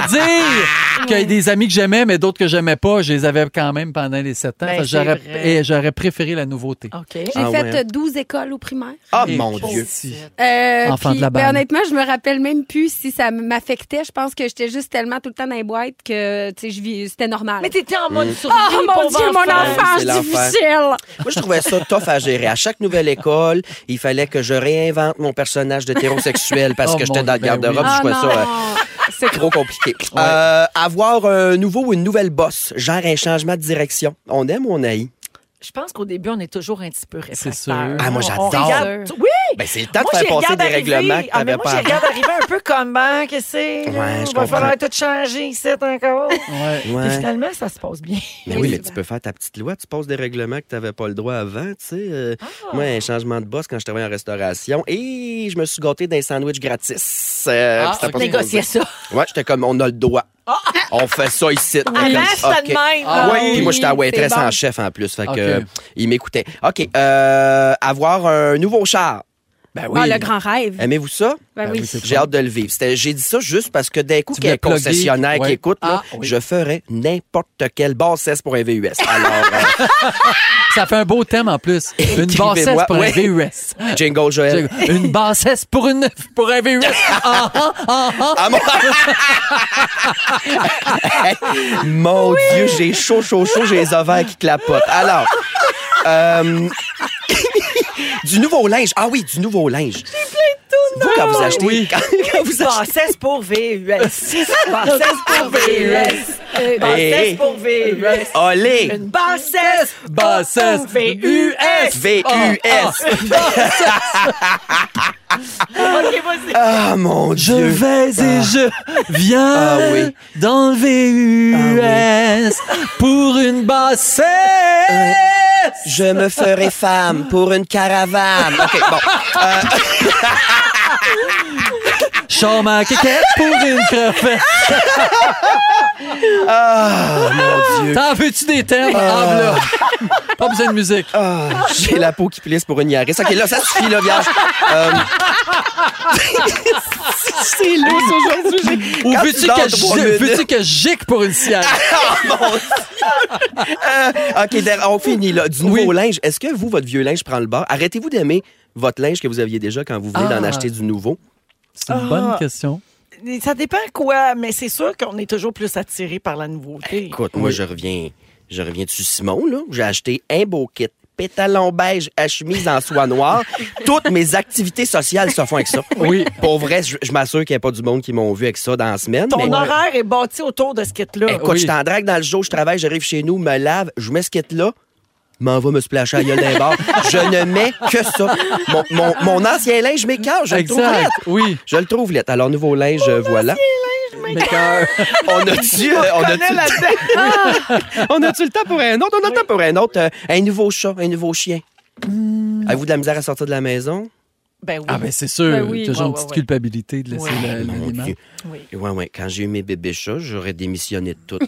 [SPEAKER 3] dire qu'il y a des amis que j'aimais, mais d'autres que j'aimais pas, je les avais quand même pendant les sept ans.
[SPEAKER 1] Ben,
[SPEAKER 3] Fait que
[SPEAKER 1] c'est
[SPEAKER 3] j'aurais,
[SPEAKER 1] vrai.
[SPEAKER 3] et j'aurais préféré la nouveauté.
[SPEAKER 1] OK.
[SPEAKER 4] J'ai
[SPEAKER 2] Ah
[SPEAKER 4] fait
[SPEAKER 2] ouais.
[SPEAKER 4] euh, 12 écoles au primaire.
[SPEAKER 2] Ah,
[SPEAKER 3] Et
[SPEAKER 2] mon
[SPEAKER 3] puis,
[SPEAKER 2] Dieu.
[SPEAKER 3] si.
[SPEAKER 4] Euh,
[SPEAKER 3] Enfant
[SPEAKER 4] puis,
[SPEAKER 3] de la
[SPEAKER 4] ben,
[SPEAKER 3] balle.
[SPEAKER 4] honnêtement, je me rappelle même plus si ça m'affectait. Je pense que j'étais juste tellement tout le temps dans les boîtes que tu sais, je vis- c'était normal.
[SPEAKER 1] Mais t'étais en
[SPEAKER 2] Mm.
[SPEAKER 1] mode survie,
[SPEAKER 4] oh mon
[SPEAKER 1] pauvre
[SPEAKER 4] Dieu, mon enfant,
[SPEAKER 2] C'est l'enfer.
[SPEAKER 4] difficile!
[SPEAKER 2] Moi, je trouvais ça tough à gérer. À chaque nouvelle école, il fallait que je réinvente mon personnage d'hétérosexuel parce
[SPEAKER 3] Oh
[SPEAKER 2] que j'étais
[SPEAKER 3] mon-
[SPEAKER 2] dans le
[SPEAKER 3] ben
[SPEAKER 2] garde-robe.
[SPEAKER 3] oui.
[SPEAKER 2] Je trouvais
[SPEAKER 4] Ah,
[SPEAKER 2] ça. euh,
[SPEAKER 4] non.
[SPEAKER 2] C'est trop
[SPEAKER 1] Ah.
[SPEAKER 2] compliqué. Euh, avoir un nouveau ou une nouvelle boss, genre un changement de direction. On aime ou on haït?
[SPEAKER 1] Je pense qu'au début, on est toujours un petit peu réfractaires.
[SPEAKER 3] sûr.
[SPEAKER 2] Ah, moi,
[SPEAKER 1] On
[SPEAKER 2] j'adore.
[SPEAKER 1] regarde- Oui!
[SPEAKER 2] Ben, c'est le temps de
[SPEAKER 1] moi,
[SPEAKER 2] faire
[SPEAKER 1] je les
[SPEAKER 2] passer
[SPEAKER 1] regarde
[SPEAKER 2] des
[SPEAKER 1] arriver.
[SPEAKER 2] règlements que
[SPEAKER 1] Ah, mais
[SPEAKER 2] t'avais
[SPEAKER 1] moi,
[SPEAKER 2] pas
[SPEAKER 1] je les
[SPEAKER 2] avant.
[SPEAKER 1] regarde arriver un peu comment, que c'est.
[SPEAKER 2] Ouais,
[SPEAKER 1] là,
[SPEAKER 2] je
[SPEAKER 1] Il va falloir tout changer ici encore.
[SPEAKER 3] Ouais.
[SPEAKER 1] Puis
[SPEAKER 2] Ouais.
[SPEAKER 1] finalement, ça se passe bien.
[SPEAKER 2] Mais oui, mais tu peux faire ta petite loi. Tu passes des règlements que tu n'avais pas le droit avant. Tu sais, Euh,
[SPEAKER 1] Ah.
[SPEAKER 2] moi, un changement de boss quand je travaillais en restauration et je me suis gâté d'un sandwich gratis. Euh,
[SPEAKER 1] Ah,
[SPEAKER 2] puis c'était pas
[SPEAKER 1] négocier ça.
[SPEAKER 2] supposé. Ouais, j'étais comme, on a le droit.
[SPEAKER 4] Ah.
[SPEAKER 2] On fait ça ici.
[SPEAKER 1] Avant,
[SPEAKER 2] Comme,
[SPEAKER 1] c'était
[SPEAKER 2] OK.
[SPEAKER 1] de même.
[SPEAKER 3] Ah
[SPEAKER 2] ouais,
[SPEAKER 3] oui,
[SPEAKER 2] puis moi, j'étais à waitress
[SPEAKER 1] c'est bon.
[SPEAKER 2] en chef en plus. Fait que
[SPEAKER 3] OK.
[SPEAKER 2] euh, il m'écoutait. OK, euh, avoir un nouveau char.
[SPEAKER 3] Ben
[SPEAKER 4] Ah, le grand rêve.
[SPEAKER 2] Aimez-vous ça?
[SPEAKER 4] Ben oui.
[SPEAKER 3] c'est
[SPEAKER 2] J'ai hâte de le vivre. C'était- J'ai dit ça juste parce que d'un coup,
[SPEAKER 3] Tu
[SPEAKER 2] qu'il y a un
[SPEAKER 3] voulais plugger,
[SPEAKER 2] concessionnaire
[SPEAKER 3] ouais.
[SPEAKER 2] qui écoute, là,
[SPEAKER 3] Ah, oui.
[SPEAKER 2] je ferais n'importe quelle bassesse pour un VUS. Alors, euh,
[SPEAKER 3] Ça fait un beau thème en plus. Une
[SPEAKER 2] Écrivez-moi.
[SPEAKER 3] bassesse pour
[SPEAKER 2] Ouais. Euh.
[SPEAKER 3] un VUS.
[SPEAKER 2] Jingle Joël.
[SPEAKER 3] Une bassesse pour une pour un VUS. Ah, ah, ah, ah.
[SPEAKER 2] Ah, mon Hey, mon Dieu, j'ai chaud, chaud, chaud, j'ai les ovaires qui clapotent. Alors, euh, du nouveau linge. Ah oui, du nouveau linge. Vous, quand vous achetez,
[SPEAKER 3] Oui.
[SPEAKER 2] quand, quand vous achetez,
[SPEAKER 1] Bassesse pour VUS. Bassesse pour VUS.
[SPEAKER 2] Hey.
[SPEAKER 1] Bassesse pour VUS.
[SPEAKER 2] olé,
[SPEAKER 1] Une bassesse.
[SPEAKER 3] Bassesse.
[SPEAKER 1] pour VUS.
[SPEAKER 2] VUS.
[SPEAKER 1] OK, vas-y.
[SPEAKER 2] Ah, mon
[SPEAKER 3] Je
[SPEAKER 2] Dieu.
[SPEAKER 3] vais et je viens
[SPEAKER 2] Ah oui. Ah
[SPEAKER 3] dans le VUS pour une bassesse.
[SPEAKER 2] Je me ferai femme pour une caravane. OK, bon.
[SPEAKER 3] Char ma quéquette pour une crevette.
[SPEAKER 2] Ah, mon Dieu.
[SPEAKER 3] T'en veux-tu des thèmes? Ah, voilà. Pas besoin de musique.
[SPEAKER 2] Ah, j'ai la peau qui plisse pour une Yaris. OK, là, ça suffit, là, vierge. Euh, C'est lourd aujourd'hui. j'ai-
[SPEAKER 3] Ou
[SPEAKER 2] Quand
[SPEAKER 3] veux-tu
[SPEAKER 2] tu dors
[SPEAKER 3] que,
[SPEAKER 2] trois
[SPEAKER 3] je-
[SPEAKER 2] minutes.
[SPEAKER 3] veux-tu que je gicle pour une sieste?
[SPEAKER 2] Ah, mon Dieu. Euh, OK, d'ailleurs, on finit, là. Du nouveau
[SPEAKER 3] Oui.
[SPEAKER 2] linge. Est-ce que vous, votre vieux linge prend le bord? Arrêtez-vous d'aimer votre linge que vous aviez déjà quand vous venez d'en
[SPEAKER 3] Ah.
[SPEAKER 2] acheter du nouveau.
[SPEAKER 3] C'est une bonne
[SPEAKER 1] Ah.
[SPEAKER 3] question.
[SPEAKER 1] Ça dépend quoi, mais c'est sûr qu'on est toujours plus attiré par la nouveauté.
[SPEAKER 2] Écoute, moi, je reviens, je reviens dessus Simon, là. J'ai acheté un beau kit. Pétalon beige à chemise en soie noire. Toutes mes activités sociales se font avec ça.
[SPEAKER 3] Oui.
[SPEAKER 2] Pour vrai, je, je m'assure qu'il n'y a pas du monde qui m'ont vu avec ça dans la semaine.
[SPEAKER 1] Ton
[SPEAKER 2] mais- Eh, oh,
[SPEAKER 1] horaire est bâti autour de ce kit-là.
[SPEAKER 2] Écoute,
[SPEAKER 3] Oui.
[SPEAKER 2] je t'en drague dans le jour, je travaille, j'arrive chez nous, me lave, je mets ce kit-là, m'en va me splasher à la gueule d'un bar. Je ne mets que ça. Mon, mon, mon ancien linge m'écarte, je le trouve
[SPEAKER 3] Exact.
[SPEAKER 2] laid.
[SPEAKER 3] Oui.
[SPEAKER 2] Je le trouve laid. Alors, nouveau linge, euh, voilà.
[SPEAKER 3] Maker.
[SPEAKER 2] On a-tu euh, on a-tu le Ah! On a-tu le temps pour un autre? On a le temps pour un autre. euh, un nouveau chat, un nouveau chien. Avez-vous de la misère à sortir de la maison?
[SPEAKER 1] Ben oui.
[SPEAKER 3] Ah, ben c'est sûr.
[SPEAKER 1] Ben oui.
[SPEAKER 3] Toujours
[SPEAKER 1] Ouais,
[SPEAKER 3] une
[SPEAKER 1] ouais,
[SPEAKER 3] petite
[SPEAKER 1] ouais.
[SPEAKER 3] culpabilité de laisser
[SPEAKER 1] Ouais.
[SPEAKER 3] la-
[SPEAKER 2] Mon
[SPEAKER 3] l'animal.
[SPEAKER 2] Dieu.
[SPEAKER 1] Oui.
[SPEAKER 2] Ouais, ouais. Quand j'ai eu mes bébés chats, j'aurais démissionné de tout.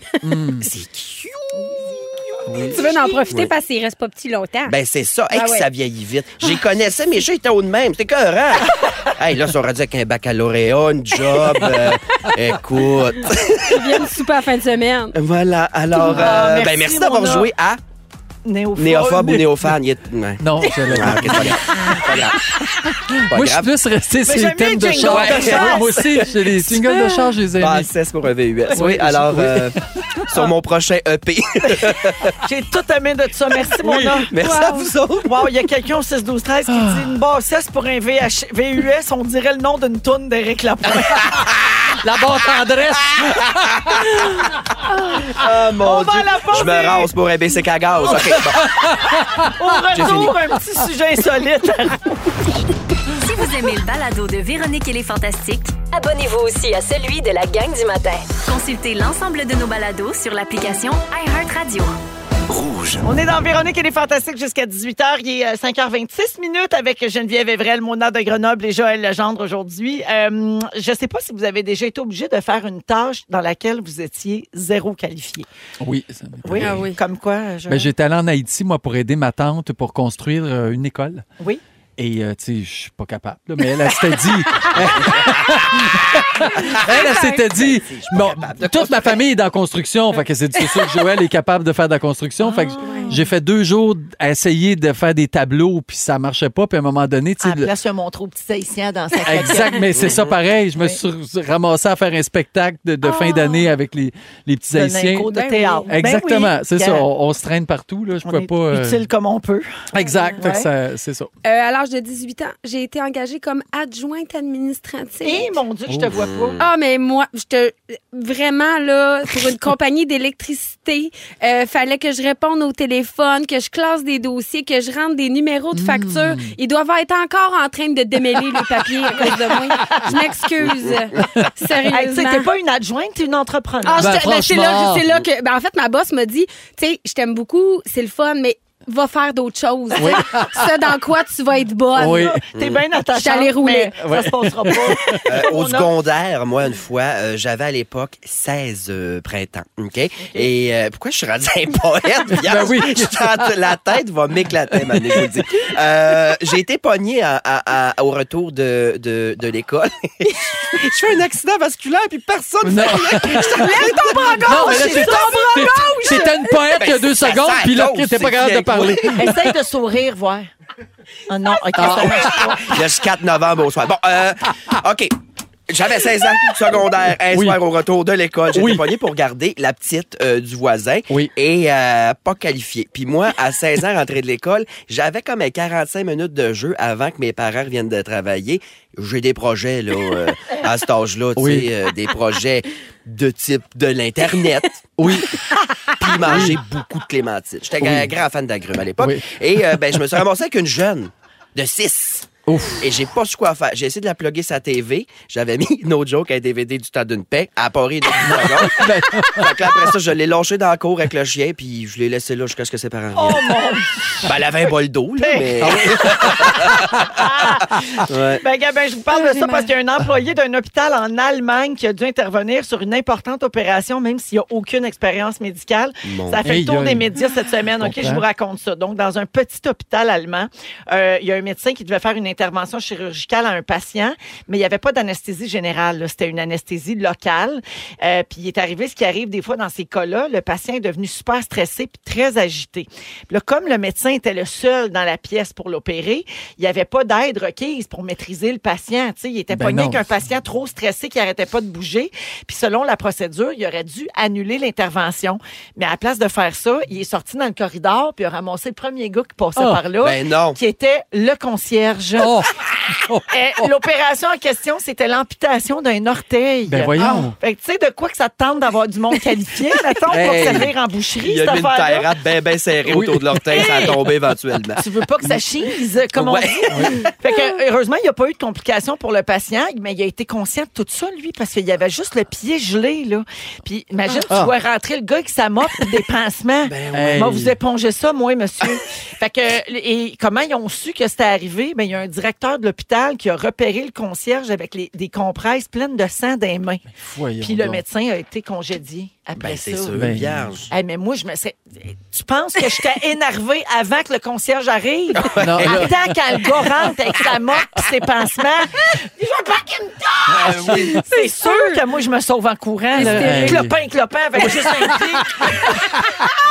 [SPEAKER 2] C'est cute.
[SPEAKER 4] Tu veux en profiter
[SPEAKER 2] Oui.
[SPEAKER 4] parce qu'il reste pas petit longtemps.
[SPEAKER 2] Ben, c'est ça. Hey,
[SPEAKER 4] Ah
[SPEAKER 2] que
[SPEAKER 4] ouais.
[SPEAKER 2] ça vieillit vite. J'y connaissais, mes chats étaient hauts de même. C'était cohérent. hey, là, ça aurait dit qu'un baccalauréat, une job. euh, écoute.
[SPEAKER 4] Ils viennent souper à la fin de semaine.
[SPEAKER 2] Voilà. Alors,
[SPEAKER 1] Ah,
[SPEAKER 2] euh,
[SPEAKER 1] merci,
[SPEAKER 2] ben, merci d'avoir
[SPEAKER 1] Mona.
[SPEAKER 2] joué à
[SPEAKER 1] Néophobe.
[SPEAKER 2] Néophobe ou Néophane. Il est- ouais.
[SPEAKER 3] Non, je l'ai
[SPEAKER 2] Ah, ok, c'est pas grave. Pas grave. Pas
[SPEAKER 3] Moi, je suis
[SPEAKER 2] grave.
[SPEAKER 3] plus resté sur les
[SPEAKER 1] j'aime
[SPEAKER 3] thèmes
[SPEAKER 1] bien
[SPEAKER 3] de
[SPEAKER 1] le
[SPEAKER 3] char.
[SPEAKER 1] jingle de
[SPEAKER 3] Ouais,
[SPEAKER 1] chasse.
[SPEAKER 3] Moi aussi, j'ai les singles de char, je les ai
[SPEAKER 2] Pas
[SPEAKER 3] aimés.
[SPEAKER 2] access Bah, pour un VUS. Oui,
[SPEAKER 3] Oui,
[SPEAKER 2] alors,
[SPEAKER 3] oui.
[SPEAKER 2] euh, sur mon prochain E EP.
[SPEAKER 1] J'ai tout aimé de ça. Merci, mon homme.
[SPEAKER 2] Merci à vous autres.
[SPEAKER 1] Wow, il y a quelqu'un au 6 12 13 qui dit une bassesse pour un VH VUS, on dirait le nom d'une toune d'Éric Lapointe.
[SPEAKER 3] La bonne tendresse.
[SPEAKER 2] Ah, mon
[SPEAKER 1] On va
[SPEAKER 2] Dieu.
[SPEAKER 1] à la pause
[SPEAKER 2] Je
[SPEAKER 1] et-
[SPEAKER 2] me rase pour un BC à gaz. OK, bon.
[SPEAKER 1] Au retour, un petit sujet insolite.
[SPEAKER 5] Si vous aimez le balado de Véronique et les Fantastiques,
[SPEAKER 6] Abonnez-vous aussi à celui de la gang du matin.
[SPEAKER 5] consultez l'ensemble de nos balados sur l'application iHeartRadio.
[SPEAKER 1] On est dans Véronique et les Fantastiques jusqu'à 18h. Il est euh, 5h26 minutes avec Geneviève Evrel, Mona de Grenoble et Joël Legendre aujourd'hui. Euh, je ne sais pas si vous avez déjà été obligé de faire une tâche dans laquelle vous étiez zéro qualifié.
[SPEAKER 3] Oui, ça m'est
[SPEAKER 1] Oui,
[SPEAKER 4] Ah oui.
[SPEAKER 1] comme quoi, Joël?
[SPEAKER 3] Ben, j'étais allé en Haïti, moi, pour aider ma tante pour construire euh, une école.
[SPEAKER 1] Oui.
[SPEAKER 3] Et, euh, tu sais, je suis pas capable. là, mais elle, elle s'était dit. elle, elle
[SPEAKER 1] Ben,
[SPEAKER 3] s'était dit. Bon, toute ma famille est dans la construction. Fait que c'est c'est sûr que Joël est capable de faire de la construction.
[SPEAKER 1] Ah,
[SPEAKER 3] Fait que j'ai fait deux jours à essayer de faire des tableaux, puis ça marchait pas. Puis à un moment donné, tu
[SPEAKER 1] À
[SPEAKER 3] sais.
[SPEAKER 1] la
[SPEAKER 3] le-
[SPEAKER 1] place, il a montré au petit Haïtien dans sa catégorie.
[SPEAKER 3] Exact, mais c'est ça pareil. Je me suis ramassé à faire un spectacle de, de fin d'année avec les, les petits
[SPEAKER 1] C'est un
[SPEAKER 3] haïtiens.
[SPEAKER 1] inco Ah! de
[SPEAKER 3] Ben oui.
[SPEAKER 1] théâtre. Ben
[SPEAKER 3] Exactement,
[SPEAKER 1] oui.
[SPEAKER 3] c'est ça.
[SPEAKER 1] Regarde.
[SPEAKER 3] On, on se traîne partout. Là. Je
[SPEAKER 1] On
[SPEAKER 3] pouvais
[SPEAKER 1] est
[SPEAKER 3] pas. euh,
[SPEAKER 1] utile comme on peut.
[SPEAKER 3] Exact, fait que
[SPEAKER 1] Ouais.
[SPEAKER 3] ça- c'est ça.
[SPEAKER 4] Euh, à l'âge de 18 ans, j'ai été engagée comme adjointe administrative.
[SPEAKER 1] Eh mon Dieu, je te vois pas.
[SPEAKER 4] Ah, mais moi, je te. Vraiment, là, pour une compagnie d'électricité, euh, fallait que je réponde au téléphone, que je classe des dossiers, que je rentre des numéros de facture. Ils doivent être encore en train de démêler les papiers à cause de moi. Je m'excuse.
[SPEAKER 1] Hey, tu sais,
[SPEAKER 4] Ah, Sérieusement.
[SPEAKER 1] t'es pas une adjointe, t'es une entrepreneur.
[SPEAKER 4] Ah,
[SPEAKER 3] Ben,
[SPEAKER 4] je te- ben, c'est là,
[SPEAKER 3] franchement.
[SPEAKER 4] c'est là que. ben, en fait, ma boss m'a dit, tu sais, je t'aime beaucoup, c'est le fun, mais va faire d'autres choses. Ce dans quoi tu vas être bonne.
[SPEAKER 3] Oui.
[SPEAKER 1] T'es bien attachée.
[SPEAKER 4] Je suis allée rouler.
[SPEAKER 1] Ça se passera pas.
[SPEAKER 2] Euh,
[SPEAKER 1] On
[SPEAKER 2] au
[SPEAKER 1] a-
[SPEAKER 2] secondaire, moi, une fois, euh, j'avais à l'époque 16 euh, printemps. OK? Et euh, pourquoi je suis rendu un poète? Pierre?
[SPEAKER 3] Ben oui.
[SPEAKER 2] Je suis en- la tête va m'éclater, ma je vous le dis. Euh, J'ai été pogné à- à- à- au retour de, de, de l'école. je fais un accident vasculaire, puis personne
[SPEAKER 3] Non.
[SPEAKER 2] ne fait rien. Je te lève ton bras gauche!
[SPEAKER 3] Non, mais là,
[SPEAKER 2] Je suis
[SPEAKER 3] t'es- t'es- T'étais une poète il y a
[SPEAKER 2] Ben,
[SPEAKER 3] deux
[SPEAKER 2] ça
[SPEAKER 3] secondes,
[SPEAKER 2] sert
[SPEAKER 3] puis là,
[SPEAKER 2] d'autre,
[SPEAKER 3] t'étais pas
[SPEAKER 2] c'est
[SPEAKER 3] capable de
[SPEAKER 2] bien,
[SPEAKER 3] parler.
[SPEAKER 1] Essaye de sourire, voir. Ah non, OK, ça marche pas.
[SPEAKER 2] Le 4 novembre au soir. Bon, euh, OK. J'avais 16 ans, secondaire, un
[SPEAKER 3] Oui.
[SPEAKER 2] soir au retour de l'école. J'étais
[SPEAKER 3] Oui.
[SPEAKER 2] pogné pour garder la petite euh, du voisin
[SPEAKER 3] Oui.
[SPEAKER 2] et euh, pas qualifié. Puis moi, à 16 ans, rentrée de l'école, j'avais comme un 45 minutes de jeu avant que mes parents reviennent de travailler. J'ai des projets là, euh, à cet âge-là, tu sais,
[SPEAKER 3] Oui.
[SPEAKER 2] euh, des projets de type de l'Internet.
[SPEAKER 3] Oui.
[SPEAKER 2] Puis manger beaucoup de clémentines. J'étais un grand fan d'agrumes à l'époque.
[SPEAKER 3] Oui.
[SPEAKER 2] Et euh, ben, je me suis ramassé avec une jeune de 6.
[SPEAKER 3] Ouf.
[SPEAKER 2] Et j'ai pas su quoi faire. J'ai essayé de la plugger sa TV. J'avais mis No Joke, un DVD du temps d'une paix, à Paris de
[SPEAKER 3] Ben,
[SPEAKER 2] Fait que là, après ça, je l'ai lâché dans la cour avec le chien, puis je l'ai laissé là jusqu'à ce que ses parents
[SPEAKER 1] Oh
[SPEAKER 2] reviennent.
[SPEAKER 1] mon
[SPEAKER 2] Ben, elle avait un bol d'eau, là, mais... Ouais.
[SPEAKER 1] Ben, Gabin, je vous parle de ça parce qu'il y a un employé d'un hôpital en Allemagne qui a dû intervenir sur une importante opération, même s'il n'y a aucune expérience médicale.
[SPEAKER 2] Mon
[SPEAKER 1] Ça fait
[SPEAKER 3] Aïe,
[SPEAKER 1] le tour
[SPEAKER 3] aïe.
[SPEAKER 1] des médias cette semaine. OK, je
[SPEAKER 3] comprends.
[SPEAKER 1] vous raconte ça. Donc, dans un petit hôpital allemand, euh, il y a un médecin qui devait faire une intervention chirurgicale à un patient, mais il n'y avait pas d'anesthésie générale. là. C'était une anesthésie locale. Euh, puis il est arrivé ce qui arrive des fois dans ces cas-là. Le patient est devenu super stressé puis très agité. Puis là, comme le médecin était le seul dans la pièce pour l'opérer, il n'y avait pas d'aide requise pour maîtriser le patient. Tu sais, il était
[SPEAKER 3] Ben
[SPEAKER 1] pogné
[SPEAKER 3] non.
[SPEAKER 1] avec un patient trop stressé qui n'arrêtait pas de bouger. Puis selon la procédure, il aurait dû annuler l'intervention. Mais à la place de faire ça, il est sorti dans le corridor puis il a ramassé le premier gars qui passait
[SPEAKER 3] Ah,
[SPEAKER 1] par là,
[SPEAKER 2] ben non.
[SPEAKER 1] qui était le concierge.
[SPEAKER 3] oh,
[SPEAKER 1] Eh, L'opération en question, c'était l'amputation d'un orteil. Ah.
[SPEAKER 3] Ben voyons.
[SPEAKER 1] Fait que tu sais de quoi que ça te tente d'avoir du monde qualifié, mettons,
[SPEAKER 2] Hey.
[SPEAKER 1] pour servir en boucherie,
[SPEAKER 2] Il y
[SPEAKER 1] cette
[SPEAKER 2] a mis une
[SPEAKER 1] affaire-là.
[SPEAKER 2] tairade bien, bien serrée
[SPEAKER 3] Oui.
[SPEAKER 2] autour de l'orteil, ça a tombé éventuellement. Ben,
[SPEAKER 1] Tu veux pas que ça chise, comme
[SPEAKER 2] Ouais.
[SPEAKER 1] on dit. Fait que, heureusement, il n'y a pas eu de complications pour le patient, mais il a été conscient de tout ça, lui, parce qu'il y avait juste le pied gelé, là. Puis imagine,
[SPEAKER 2] Ah.
[SPEAKER 1] tu vois rentrer le gars qui s'amorte des pansements.
[SPEAKER 2] Ben,
[SPEAKER 3] ouais.
[SPEAKER 1] Moi, vous épongez ça, moi, monsieur. fait que, et comment ils ont su que c'était arrivé? Ben, il y a un directeur de l'hôpital qui a repéré le concierge avec les, des compresses pleines de sang des mains.
[SPEAKER 3] voyons
[SPEAKER 1] Puis le
[SPEAKER 3] donc.
[SPEAKER 1] médecin a été congédié après
[SPEAKER 2] Ben,
[SPEAKER 1] ça.
[SPEAKER 2] c'est sûr,
[SPEAKER 3] Ben,
[SPEAKER 2] vierge.
[SPEAKER 1] Hey, mais moi, je me sais. Tu penses que j'étais énervée avant que le concierge arrive?
[SPEAKER 3] Non, là-
[SPEAKER 1] Attends quand le gars rentre avec sa mop et ses pansements. Je veux pas qu'il me touche!
[SPEAKER 3] Ah,
[SPEAKER 1] C'est sûr que moi, je me sauve en courant. Là.
[SPEAKER 3] Hystérique.
[SPEAKER 1] Clopin, clopin, avec juste un pied.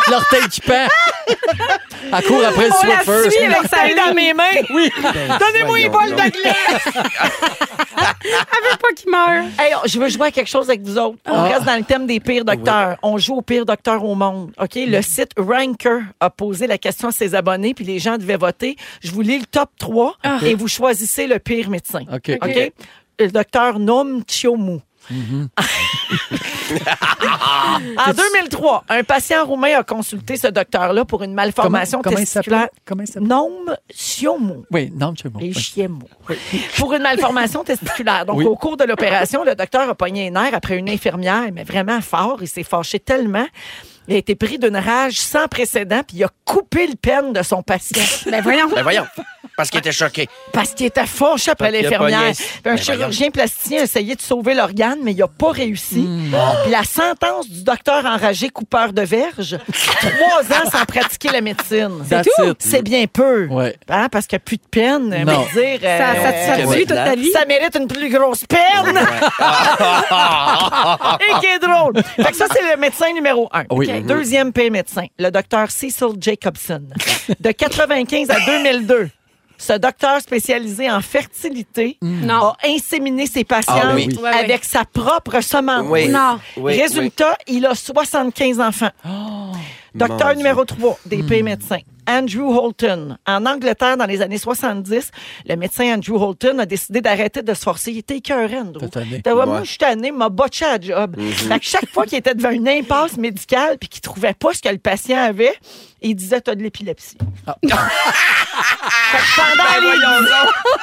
[SPEAKER 3] L'orteil qui pend. À court après le
[SPEAKER 1] On la
[SPEAKER 3] Swiffer.
[SPEAKER 1] suit avec sa main dans mes mains.
[SPEAKER 3] Oui. Ben,
[SPEAKER 1] Donnez-moi une bol
[SPEAKER 2] voyons
[SPEAKER 1] de glace.
[SPEAKER 4] Avec pas qu'il meure.
[SPEAKER 1] Hey, on- je veux jouer à quelque chose avec vous autres. On
[SPEAKER 3] Ah.
[SPEAKER 1] reste dans le thème des pires docteurs. On joue au pire docteur au monde. OK? Le site Ranker a posé la question à ses abonnés, puis les gens devaient voter. Je vous lis le top 3 et vous choisissez le pire médecin.
[SPEAKER 3] Ah. OK.
[SPEAKER 1] OK? Le docteur Noam Chiomu.
[SPEAKER 3] Mm-hmm.
[SPEAKER 1] en 2003, un patient roumain a consulté ce docteur-là pour une malformation
[SPEAKER 3] comment il
[SPEAKER 1] testiculaire.
[SPEAKER 3] s'appelle? Comment il s'appelle?
[SPEAKER 1] Noam Chiomu.
[SPEAKER 3] Oui, non, je sais pas.
[SPEAKER 1] Les
[SPEAKER 3] Oui.
[SPEAKER 1] chiens mous. Pour une malformation testiculaire. Donc,
[SPEAKER 3] Oui.
[SPEAKER 1] au cours de l'opération, le docteur a pogné un nerf après une infirmière, mais vraiment fort. Il s'est fâché tellement. Il a été pris d'une rage sans précédent, puis il a coupé le penne de son patient.
[SPEAKER 4] Ben voyons.
[SPEAKER 2] Ben voyons. Parce qu'il était choqué.
[SPEAKER 1] Parce qu'il était fâché après
[SPEAKER 2] Parce qu'il a
[SPEAKER 1] l'infirmière.
[SPEAKER 2] pogné.
[SPEAKER 1] Puis Un
[SPEAKER 2] Ben
[SPEAKER 1] chirurgien plasticien a essayé de sauver l'organe, mais il n'a pas réussi. Ah. Puis La sentence du docteur enragé coupeur de verge, trois ans sans pratiquer la médecine.
[SPEAKER 3] That's it.
[SPEAKER 1] C'est bien peu.
[SPEAKER 3] Ouais.
[SPEAKER 1] Hein, parce qu'il n'y a plus de peine. mais
[SPEAKER 3] Non.
[SPEAKER 1] dire, euh,
[SPEAKER 3] Ben,
[SPEAKER 4] Ça satisfait toute ta vie.
[SPEAKER 1] ça mérite une plus grosse peine. Et qui est drôle. Fait que ça, c'est le médecin numéro un.
[SPEAKER 3] Oui.
[SPEAKER 2] Mhm.
[SPEAKER 1] Ok. Deuxième pire médecin, le docteur Cecil Jacobson. De 95 à 2002. Ce docteur spécialisé en fertilité
[SPEAKER 4] Non.
[SPEAKER 1] a inséminé ses patients
[SPEAKER 2] Ah oui.
[SPEAKER 4] Ouais, ouais.
[SPEAKER 1] avec sa propre semence.
[SPEAKER 2] Oui.
[SPEAKER 4] Non.
[SPEAKER 2] Oui, Oh!
[SPEAKER 1] Résultat, il a 75 enfants. Docteur numéro 3 des pays
[SPEAKER 2] Hmm.
[SPEAKER 1] médecins. Andrew Holton. En Angleterre, dans les années 70, le médecin Andrew Holton a décidé d'arrêter de se forcer. Il était écœurant, Andrew.
[SPEAKER 3] T'as tanné.
[SPEAKER 1] T'as- Moi,
[SPEAKER 2] Ouais. Mm-hmm.
[SPEAKER 1] je suis tanné, il m'a botché à la job. Fait que chaque fois qu'il était devant une impasse médicale puis qu'il trouvait pas ce que le patient avait, il disait T'as de l'épilepsie. Fait que pendant les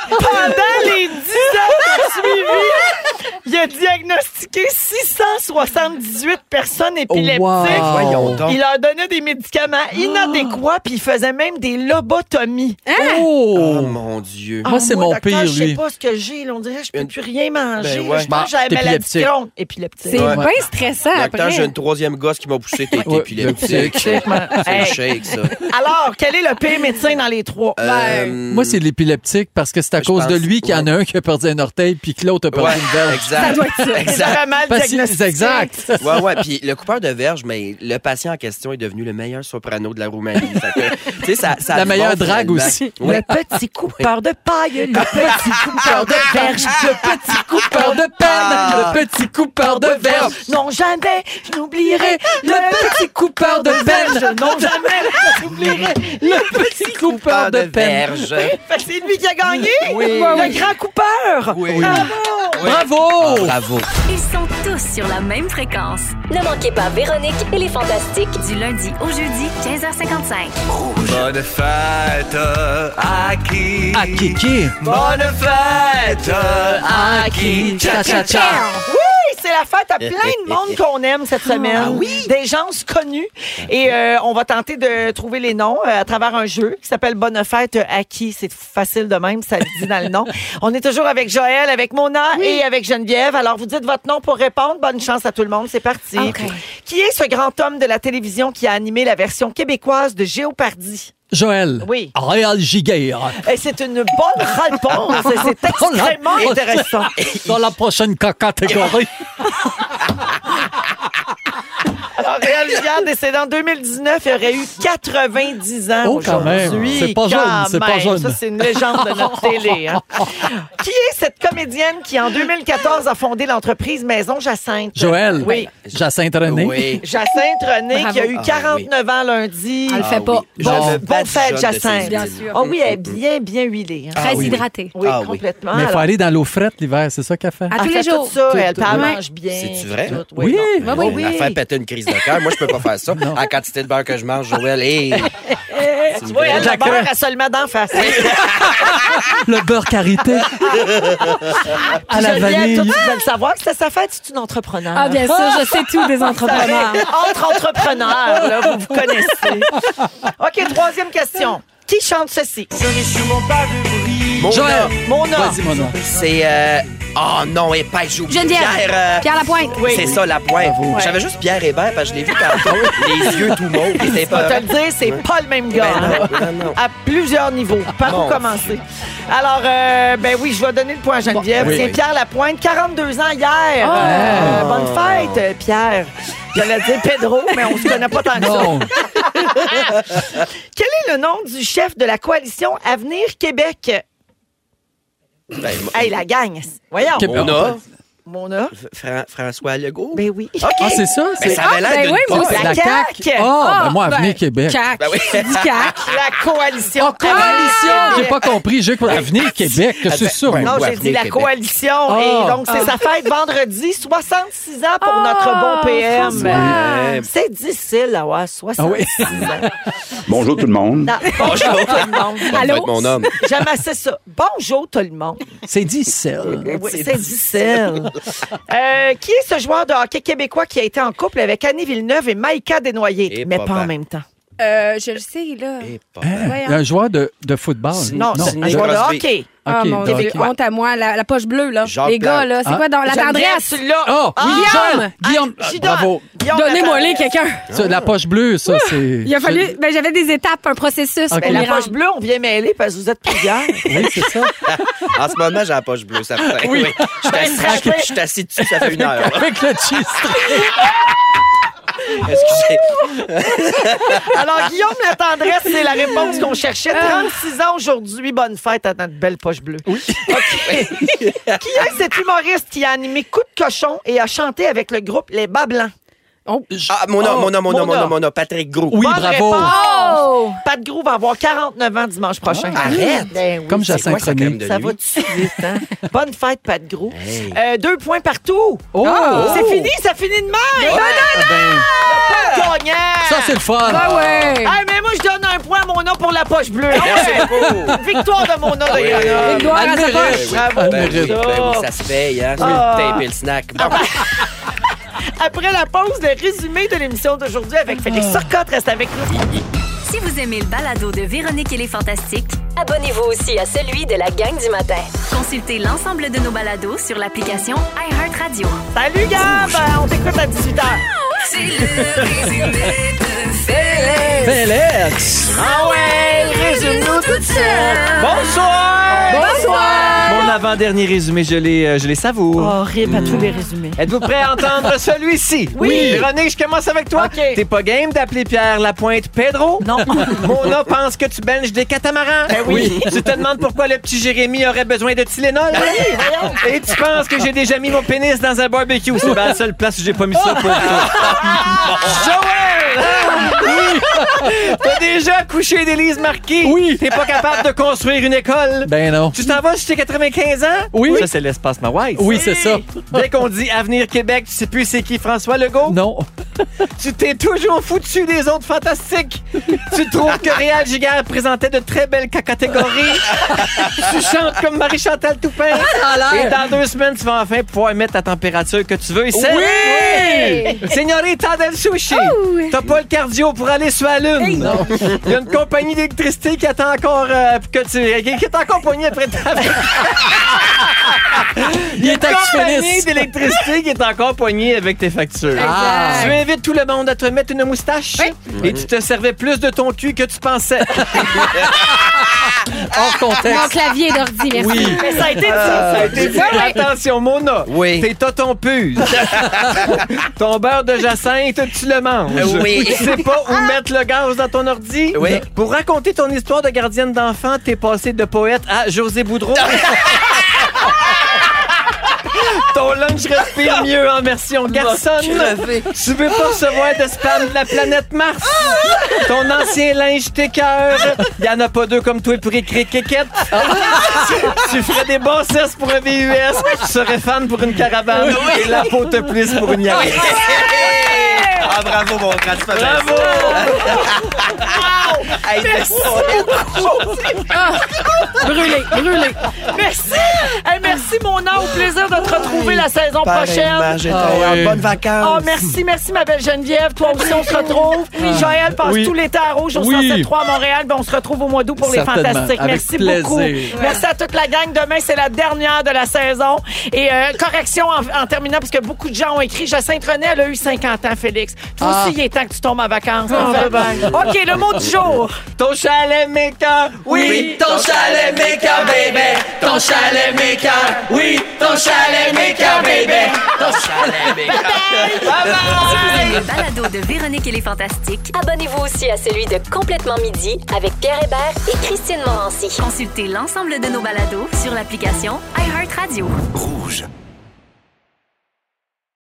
[SPEAKER 1] pendant les 10 ans qui ont suivi, il a diagnostiqué 678 personnes épileptiques.
[SPEAKER 3] Wow. Ben voyons
[SPEAKER 2] donc.
[SPEAKER 1] Il leur donnait des médicaments inadéquats, puis il faisait même des lobotomies.
[SPEAKER 2] Oh
[SPEAKER 3] Oh!
[SPEAKER 2] mon Dieu.
[SPEAKER 3] Moi, c'est
[SPEAKER 1] Ah,
[SPEAKER 3] mon
[SPEAKER 1] docteur,
[SPEAKER 3] pire,
[SPEAKER 1] Je sais
[SPEAKER 3] lui.
[SPEAKER 1] pas ce que j'ai. là. On dirait que je peux
[SPEAKER 2] Une-
[SPEAKER 1] plus rien manger.
[SPEAKER 2] Ben ouais.
[SPEAKER 1] Je pense que j'ai la
[SPEAKER 3] Bah,
[SPEAKER 1] maladie
[SPEAKER 3] épileptique.
[SPEAKER 1] de Crohn. Épileptique.
[SPEAKER 4] C'est
[SPEAKER 2] Ouais.
[SPEAKER 4] bien stressant
[SPEAKER 2] Docteur,
[SPEAKER 4] après.
[SPEAKER 2] j'ai une troisième gosse qui m'a poussé. T'es
[SPEAKER 3] Ah, Ouais,
[SPEAKER 2] épileptique. C'est un
[SPEAKER 1] Hey.
[SPEAKER 2] shake, ça.
[SPEAKER 1] Alors, quel est le pire médecin dans les trois? Ben,
[SPEAKER 2] Euh,
[SPEAKER 3] Moi, c'est l'épileptique parce que c'est à
[SPEAKER 2] Ben, Je
[SPEAKER 3] cause de
[SPEAKER 2] pense-
[SPEAKER 3] lui qu'il y en a un qui a perdu un orteil puis que l'autre a perdu
[SPEAKER 2] Ouais,
[SPEAKER 3] une verge.
[SPEAKER 2] exact. Exact.
[SPEAKER 1] J'avais mal
[SPEAKER 3] Parce que-
[SPEAKER 1] diagnostiqué.
[SPEAKER 3] exact.
[SPEAKER 2] Ouais, ouais. Puis le coupeur de verge, mais le patient en question est devenu le meilleur soprano de la Roumanie. Fait que, tu sais, ça, ça
[SPEAKER 3] La
[SPEAKER 2] a du
[SPEAKER 3] meilleure
[SPEAKER 2] bon,
[SPEAKER 3] drague
[SPEAKER 2] finalement.
[SPEAKER 3] aussi.
[SPEAKER 2] Ouais.
[SPEAKER 1] Le petit coupeur de paille, le petit coupeur de verge, le petit
[SPEAKER 3] Coupeur de peine,
[SPEAKER 2] Ah.
[SPEAKER 3] le petit coupeur de verge.
[SPEAKER 1] Non, jamais, je n'oublierai
[SPEAKER 3] Le petit coupeur de peine,
[SPEAKER 1] Non, jamais, je n'oublierai
[SPEAKER 3] le petit coupeur de peine.
[SPEAKER 2] verge.
[SPEAKER 1] Fait que C'est lui qui a gagné.
[SPEAKER 3] Oui.
[SPEAKER 1] Le grand coupeur.
[SPEAKER 2] Oui. Ah,
[SPEAKER 3] Bravo!
[SPEAKER 2] bravo.
[SPEAKER 5] Ils sont tous sur la même fréquence.
[SPEAKER 10] Ne manquez pas Véronique et les Fantastiques.
[SPEAKER 5] Du lundi au jeudi, 15h55.
[SPEAKER 11] Bonne fête à qui?
[SPEAKER 3] À Kiki!
[SPEAKER 11] Bonne fête à qui? Cha-cha-cha.
[SPEAKER 1] Oui, c'est la fête à plein de monde qu'on aime cette semaine. Ah oui. Des gens connus. Et euh, on va tenter de trouver les noms euh, à travers un jeu qui s'appelle Bonne fête à qui. C'est facile de même, ça le dit dans le nom. On est toujours avec Joël, avec Mona et avec Geneviève. Alors, vous dites votre nom pour répondre. Bonne chance à tout le monde. C'est parti.
[SPEAKER 4] OK.
[SPEAKER 1] Qui est ce grand homme de la télévision qui a animé la version québécoise de Géopardy?
[SPEAKER 3] Joël.
[SPEAKER 1] Oui.
[SPEAKER 3] Réal Giguère.
[SPEAKER 1] Et Eh, c'est une bonne réponse. C'est extrêmement intéressant.
[SPEAKER 3] Dans la prochaine catégorie.
[SPEAKER 1] Alors, Réal Giguère, décédé en 2019, il aurait eu 90 ans
[SPEAKER 3] Oh, quand même.
[SPEAKER 1] aujourd'hui.
[SPEAKER 3] C'est pas jeune,
[SPEAKER 1] Quand
[SPEAKER 3] c'est pas
[SPEAKER 1] même.
[SPEAKER 3] jeune.
[SPEAKER 1] Ça, c'est une légende de notre télé. hein. Qui est cette comédienne qui, en 2014, a fondé l'entreprise Maison Jacinthe?
[SPEAKER 3] Joël.
[SPEAKER 1] Oui.
[SPEAKER 3] Jacinthe René.
[SPEAKER 2] Oui.
[SPEAKER 1] Jacinthe René,
[SPEAKER 4] Bravo.
[SPEAKER 1] qui a eu
[SPEAKER 2] Ah,
[SPEAKER 1] 49 ans lundi.
[SPEAKER 4] Elle le fait
[SPEAKER 2] Ah
[SPEAKER 4] pas.
[SPEAKER 2] oui. Je
[SPEAKER 1] Bon-
[SPEAKER 2] me
[SPEAKER 1] bon
[SPEAKER 2] bats du
[SPEAKER 1] fête,
[SPEAKER 2] jaune de
[SPEAKER 1] Jacinthe.
[SPEAKER 2] ces
[SPEAKER 4] Bien
[SPEAKER 2] îles.
[SPEAKER 4] sûr.
[SPEAKER 1] Oh oui, elle est bien, bien huilée. hein.
[SPEAKER 4] Très
[SPEAKER 2] oui.
[SPEAKER 4] hydratée.
[SPEAKER 1] Oui,
[SPEAKER 2] Ah oui.
[SPEAKER 1] complètement.
[SPEAKER 3] Mais il faut
[SPEAKER 1] Alors,
[SPEAKER 3] aller dans l'eau frette l'hiver, c'est ça qu'elle fait.
[SPEAKER 4] À
[SPEAKER 1] elle
[SPEAKER 4] tous
[SPEAKER 1] fait
[SPEAKER 4] les jours.
[SPEAKER 1] tout ça,
[SPEAKER 3] Tout,
[SPEAKER 1] elle
[SPEAKER 3] tout,
[SPEAKER 1] t'en
[SPEAKER 3] oui.
[SPEAKER 1] mange bien.
[SPEAKER 2] C'est-tu vrai?
[SPEAKER 1] tout,
[SPEAKER 3] Oui.
[SPEAKER 1] non.
[SPEAKER 4] Oui,
[SPEAKER 2] Oui,
[SPEAKER 4] oui.
[SPEAKER 2] oui. faire péter une crise de cœur. Moi, je peux pas faire ça. En quantité de beurre que je mange, Joël, hey,
[SPEAKER 1] Tu vois, elle,
[SPEAKER 3] De la
[SPEAKER 1] le beurre
[SPEAKER 3] crème.
[SPEAKER 1] a seulement d'en face.
[SPEAKER 3] Le beurre carité. à la
[SPEAKER 1] Geneviève,
[SPEAKER 3] vanille.
[SPEAKER 1] toi, tu devais le savoir que c'était sa fête, c'est une entrepreneur. Ah,
[SPEAKER 4] Ah, bien sûr, je sais tout des entrepreneurs.
[SPEAKER 1] Entre entrepreneurs, là, vous vous connaissez. OK, troisième question. Qui chante ceci?
[SPEAKER 2] mon
[SPEAKER 3] Joël.
[SPEAKER 2] nom,
[SPEAKER 1] Mon nom.
[SPEAKER 3] Vas-y, mon nom.
[SPEAKER 2] C'est. euh, Oh non, et pas joué.
[SPEAKER 4] Geneviève.
[SPEAKER 2] Pierre. euh,
[SPEAKER 4] Pierre Lapointe.
[SPEAKER 2] C'est ça, la pointe. J'avais juste Pierre Hébert, parce que je l'ai vu tantôt. les yeux tout mauves. C'était
[SPEAKER 1] Je vais
[SPEAKER 2] pas.
[SPEAKER 1] te le dire, c'est pas le même gars.
[SPEAKER 2] Ben non,
[SPEAKER 1] hein.
[SPEAKER 2] ben non.
[SPEAKER 1] À plusieurs niveaux. Par où
[SPEAKER 2] Mon
[SPEAKER 1] commencer? Alors, euh, ben oui, je vais donner le point à Geneviève.
[SPEAKER 3] Oui.
[SPEAKER 1] C'est Pierre Lapointe, 42 ans hier.
[SPEAKER 4] Oh!
[SPEAKER 1] Euh,
[SPEAKER 2] Ah.
[SPEAKER 1] bonne fête, euh, Pierre. J'allais dire Pedro, mais on se connaît pas tant que ça.
[SPEAKER 3] Non.
[SPEAKER 1] Quel est le nom du chef de la coalition Avenir Québec?
[SPEAKER 2] Ben, moi-
[SPEAKER 1] Hey, la gang. Voyons.
[SPEAKER 3] Québec.
[SPEAKER 2] Mona,
[SPEAKER 1] Mona.
[SPEAKER 2] F- Fran- François Legault.
[SPEAKER 1] Ben oui.
[SPEAKER 3] Ah, c'est ça?
[SPEAKER 2] Mais
[SPEAKER 3] C'est
[SPEAKER 2] ça avait l'air
[SPEAKER 4] ben
[SPEAKER 2] d'une
[SPEAKER 4] oui, moi
[SPEAKER 2] poche.
[SPEAKER 4] aussi.
[SPEAKER 1] La
[SPEAKER 3] CAQ.
[SPEAKER 1] CAQ.
[SPEAKER 3] Oh, ben moi,
[SPEAKER 4] ben,
[SPEAKER 3] Avenir Québec.
[SPEAKER 4] Cac.
[SPEAKER 2] Ben oui.
[SPEAKER 4] Tu dis cac.
[SPEAKER 1] La Ah, coalition. Ah,
[SPEAKER 3] coalition! J'ai pas compris. J'ai compris. Avenir Québec, que c'est
[SPEAKER 2] Attends,
[SPEAKER 3] ça.
[SPEAKER 2] ouais.
[SPEAKER 3] moi.
[SPEAKER 1] Non, j'ai
[SPEAKER 2] Avenir
[SPEAKER 1] dit la
[SPEAKER 2] Québec.
[SPEAKER 1] coalition.
[SPEAKER 3] Ah.
[SPEAKER 1] Et donc, c'est sa fête vendredi. 66 ans pour notre bon PM.
[SPEAKER 2] Ouais.
[SPEAKER 1] C'est difficile, à ouais, 66 ans.
[SPEAKER 12] Bonjour tout le monde.
[SPEAKER 1] Non, Ah bonjour tout le monde.
[SPEAKER 2] Bonne
[SPEAKER 1] Allô?
[SPEAKER 2] fête, mon homme.
[SPEAKER 1] J'aime assez ça. Bonjour tout le monde.
[SPEAKER 3] C'est dit celle.
[SPEAKER 1] Oui, c'est difficile. Euh, qui est ce joueur de hockey québécois qui a été en couple avec Annie Villeneuve et Maïka Desnoyers?
[SPEAKER 2] Et
[SPEAKER 1] mais
[SPEAKER 2] papa.
[SPEAKER 1] pas en même temps.
[SPEAKER 4] Euh, je le sais, là.
[SPEAKER 2] Eh,
[SPEAKER 3] Hein?
[SPEAKER 4] Voyons.
[SPEAKER 3] Un joueur de, de football.
[SPEAKER 1] Oh, Non, c'est un joueur de hockey.
[SPEAKER 4] Ah,
[SPEAKER 3] Ok,
[SPEAKER 4] mon
[SPEAKER 3] donc-
[SPEAKER 4] Dieu, honte à moi. La, la poche bleue, là.
[SPEAKER 2] Jacques
[SPEAKER 4] Les gars,
[SPEAKER 2] Plante.
[SPEAKER 4] là, c'est
[SPEAKER 3] Ah.
[SPEAKER 4] quoi dans la tendresse?
[SPEAKER 1] là. Ah!
[SPEAKER 3] Oh,
[SPEAKER 4] Guillaume!
[SPEAKER 3] Guillaume,
[SPEAKER 1] euh,
[SPEAKER 3] ah, bravo.
[SPEAKER 4] Donnez-moi les quelqu'un.
[SPEAKER 3] Ça, la poche bleue, ça, c'est.
[SPEAKER 4] Il a fallu. Ben, j'avais des étapes, un processus.
[SPEAKER 3] Ok.
[SPEAKER 4] pour
[SPEAKER 1] Ben, La
[SPEAKER 4] les
[SPEAKER 1] poche
[SPEAKER 4] rendre.
[SPEAKER 1] bleue, on vient mêler parce que vous êtes plusieurs.
[SPEAKER 3] Oui, c'est ça.
[SPEAKER 2] En ce moment, j'ai la poche bleue, ça fait. Oui. Je suis assis- Je suis assis dessus, ça fait une heure. là.
[SPEAKER 3] Avec le cheese
[SPEAKER 2] Excusez.
[SPEAKER 1] Alors, Guillaume, la tendresse, c'est la réponse qu'on cherchait.
[SPEAKER 4] Euh.
[SPEAKER 1] 36 ans aujourd'hui. Bonne fête à notre belle poche bleue. Oui. qui est cet humoriste qui a animé Coup de cochon et a chanté avec le groupe Les Bas Blancs?
[SPEAKER 2] Ah, mon nom,
[SPEAKER 1] Oh,
[SPEAKER 2] mon nom, mon nom, mon
[SPEAKER 1] Mona.
[SPEAKER 2] nom, mon nom, Patrick Gros.
[SPEAKER 3] Oui,
[SPEAKER 1] Bonne
[SPEAKER 3] bravo.
[SPEAKER 1] réponse.
[SPEAKER 4] Oh!
[SPEAKER 1] Pat Grou va avoir 49 ans dimanche prochain.
[SPEAKER 2] Arrête.
[SPEAKER 1] Ben oui,
[SPEAKER 3] Comme
[SPEAKER 1] c'est
[SPEAKER 3] Jacinthe
[SPEAKER 1] quoi ça,
[SPEAKER 3] René.
[SPEAKER 1] crème de Ça
[SPEAKER 2] nuit?
[SPEAKER 1] va tout de suite, hein? Bonne fête, Pat Grou. Euh, deux points partout.
[SPEAKER 3] Oh!
[SPEAKER 1] Ah, C'est fini, ça finit demain. Non, non,
[SPEAKER 3] Ben,
[SPEAKER 1] non, pas de gagnant.
[SPEAKER 3] ça, c'est le fun.
[SPEAKER 4] Ah ouais!
[SPEAKER 1] Ah, mais moi, je donne un point à mon nom pour la poche bleue. Ah,
[SPEAKER 2] Merci beaucoup.
[SPEAKER 1] Victoire de mon nom de
[SPEAKER 2] Oui.
[SPEAKER 1] Grenoble.
[SPEAKER 4] Victoire à
[SPEAKER 3] Elle
[SPEAKER 4] sa
[SPEAKER 3] mérite.
[SPEAKER 4] poche.
[SPEAKER 1] Bravo.
[SPEAKER 3] Elle
[SPEAKER 2] Ben oui,
[SPEAKER 3] mérite.
[SPEAKER 2] ben oui, ça se paye, hein. Sur
[SPEAKER 1] Ah.
[SPEAKER 2] le tape et le snack. Bon.
[SPEAKER 1] Après la pause, le résumé de l'émission d'aujourd'hui avec Félix Sarcotte reste avec nous.
[SPEAKER 5] Si vous aimez le balado de Véronique et les Fantastiques,
[SPEAKER 13] Abonnez-vous aussi à celui de la gang du matin.
[SPEAKER 5] consultez l'ensemble de nos balados sur l'application iHeartRadio.
[SPEAKER 1] Salut, Gab! Euh, On t'écoute à 18h.
[SPEAKER 5] C'est le résumé de Félix.
[SPEAKER 3] Félix!
[SPEAKER 1] Ah ouais, résume-nous tout ça.
[SPEAKER 7] Bonsoir!
[SPEAKER 1] Bonsoir.
[SPEAKER 7] Mon avant-dernier résumé, je les, euh, je les
[SPEAKER 4] Oh.
[SPEAKER 7] savoure.
[SPEAKER 1] Horrible à tous les résumés.
[SPEAKER 7] Êtes-vous prêts à entendre celui-ci?
[SPEAKER 1] Oui.
[SPEAKER 7] René, je commence avec toi.
[SPEAKER 1] OK.
[SPEAKER 7] T'es pas game d'appeler Pierre Lapointe Pedro?
[SPEAKER 1] Non.
[SPEAKER 7] Mona pense que tu benches des catamarans.
[SPEAKER 3] Eh
[SPEAKER 7] oui. Tu te demandes pourquoi le petit Jérémy aurait besoin de Tylenol. Et tu penses que j'ai déjà mis mon pénis dans un barbecue. C'est la seule place où j'ai pas mis ça pour toi. Joël! T'as déjà couché d'Élise Marquis.
[SPEAKER 3] Oui.
[SPEAKER 7] T'es pas capable de construire une école.
[SPEAKER 3] Ben non.
[SPEAKER 7] Tu t'en vas si t'es 95 ans?
[SPEAKER 3] Oui.
[SPEAKER 7] Ça, c'est l'espace ma wife.
[SPEAKER 3] Oui, c'est ça.
[SPEAKER 7] Dès qu'on dit Avenir Québec, tu sais plus c'est qui François Legault?
[SPEAKER 3] Non.
[SPEAKER 7] Tu t'es toujours foutu des autres fantastiques. tu trouves que Réal Giguère présentait de très belles catégories. tu chantes comme Marie-Chantal Toupin.
[SPEAKER 1] Ah,
[SPEAKER 7] Et dans deux semaines, tu vas enfin pouvoir mettre la température que tu veux ici. Oui! Signorita del Sushi.
[SPEAKER 1] Ah
[SPEAKER 7] T'as pas le cardio pour aller sur la lune. Il y a une compagnie d'électricité qui attend encore euh, que tu... qui qui est encore poignée après ta
[SPEAKER 3] Il est temps que tu
[SPEAKER 7] compagnie
[SPEAKER 3] finisses.
[SPEAKER 7] d'électricité qui est encore poignée avec tes factures.
[SPEAKER 3] Ah.
[SPEAKER 7] Tu invites tout le monde à te mettre une moustache et tu te servais plus de ton cul que tu pensais.
[SPEAKER 3] Hors
[SPEAKER 4] Mon
[SPEAKER 3] contexte.
[SPEAKER 4] clavier d'ordi, merci.
[SPEAKER 3] Oui.
[SPEAKER 1] Mais ça a été dit.
[SPEAKER 7] Ça a été
[SPEAKER 1] C'est
[SPEAKER 7] dit.
[SPEAKER 1] vrai.
[SPEAKER 7] Attention, Mona.
[SPEAKER 2] Oui.
[SPEAKER 7] T'es toton puce. ton beurre de jacinthe, tu le manges.
[SPEAKER 2] Oui.
[SPEAKER 7] Tu sais pas où mettre le gaz dans ton ordi.
[SPEAKER 2] Oui.
[SPEAKER 7] Pour raconter ton histoire de gardienne d'enfant, t'es passé de poète à José Boudreau. Ton lunch respire mieux en version garçonne. Tu veux pas recevoir de spam de la planète Mars. Ton ancien linge t'écœure. Y en a pas deux comme toi pour écrire cricket. tu, tu ferais des bons cesses pour un VUS. Tu serais fan pour une caravane. Et la peau te plisse pour une yale.
[SPEAKER 2] Ah, bravo, mon grand. tu fais bien
[SPEAKER 7] Bravo!
[SPEAKER 2] ça. Hey,
[SPEAKER 1] Brûlé, brûlé. Merci. Hey, merci, mon nom. Au plaisir de te retrouver la saison prochaine.
[SPEAKER 2] pareillement, j'ai été
[SPEAKER 3] oui.
[SPEAKER 2] Ben, en bonnes vacances.
[SPEAKER 1] Oh, merci, merci, ma belle Geneviève. Toi aussi, on se retrouve. Joël passe
[SPEAKER 3] Ah. Oui.
[SPEAKER 1] tout l'été à Rouge au
[SPEAKER 3] Oui.
[SPEAKER 1] 107.3 à Montréal. Ben, on se retrouve au mois d'août pour les
[SPEAKER 3] Certainement.
[SPEAKER 1] Fantastiques.
[SPEAKER 3] Avec
[SPEAKER 1] merci
[SPEAKER 3] plaisir.
[SPEAKER 1] beaucoup.
[SPEAKER 3] Ouais.
[SPEAKER 1] Merci à toute la gang. Demain, c'est la dernière de la saison. Et euh, correction en, en terminant, parce que beaucoup de gens ont écrit Jacinthe René, elle a eu 50 ans, Félix. Toi
[SPEAKER 3] Ah.
[SPEAKER 1] aussi, il est temps que tu tombes en vacances. Enfin. OK, le mot du jour.
[SPEAKER 7] Ton chalet méca, oui, ton chalet méca, baby, ton chalet méca, oui, ton chalet méca, baby, ton chalet méca.
[SPEAKER 5] Si vous aimez le balado de Véronique et les Fantastiques,
[SPEAKER 13] Abonnez-vous aussi à celui de Complètement Midi avec Pierre Hébert et Christine Morancy.
[SPEAKER 5] consultez l'ensemble de nos balados sur l'application iHeartRadio.
[SPEAKER 14] Rouge.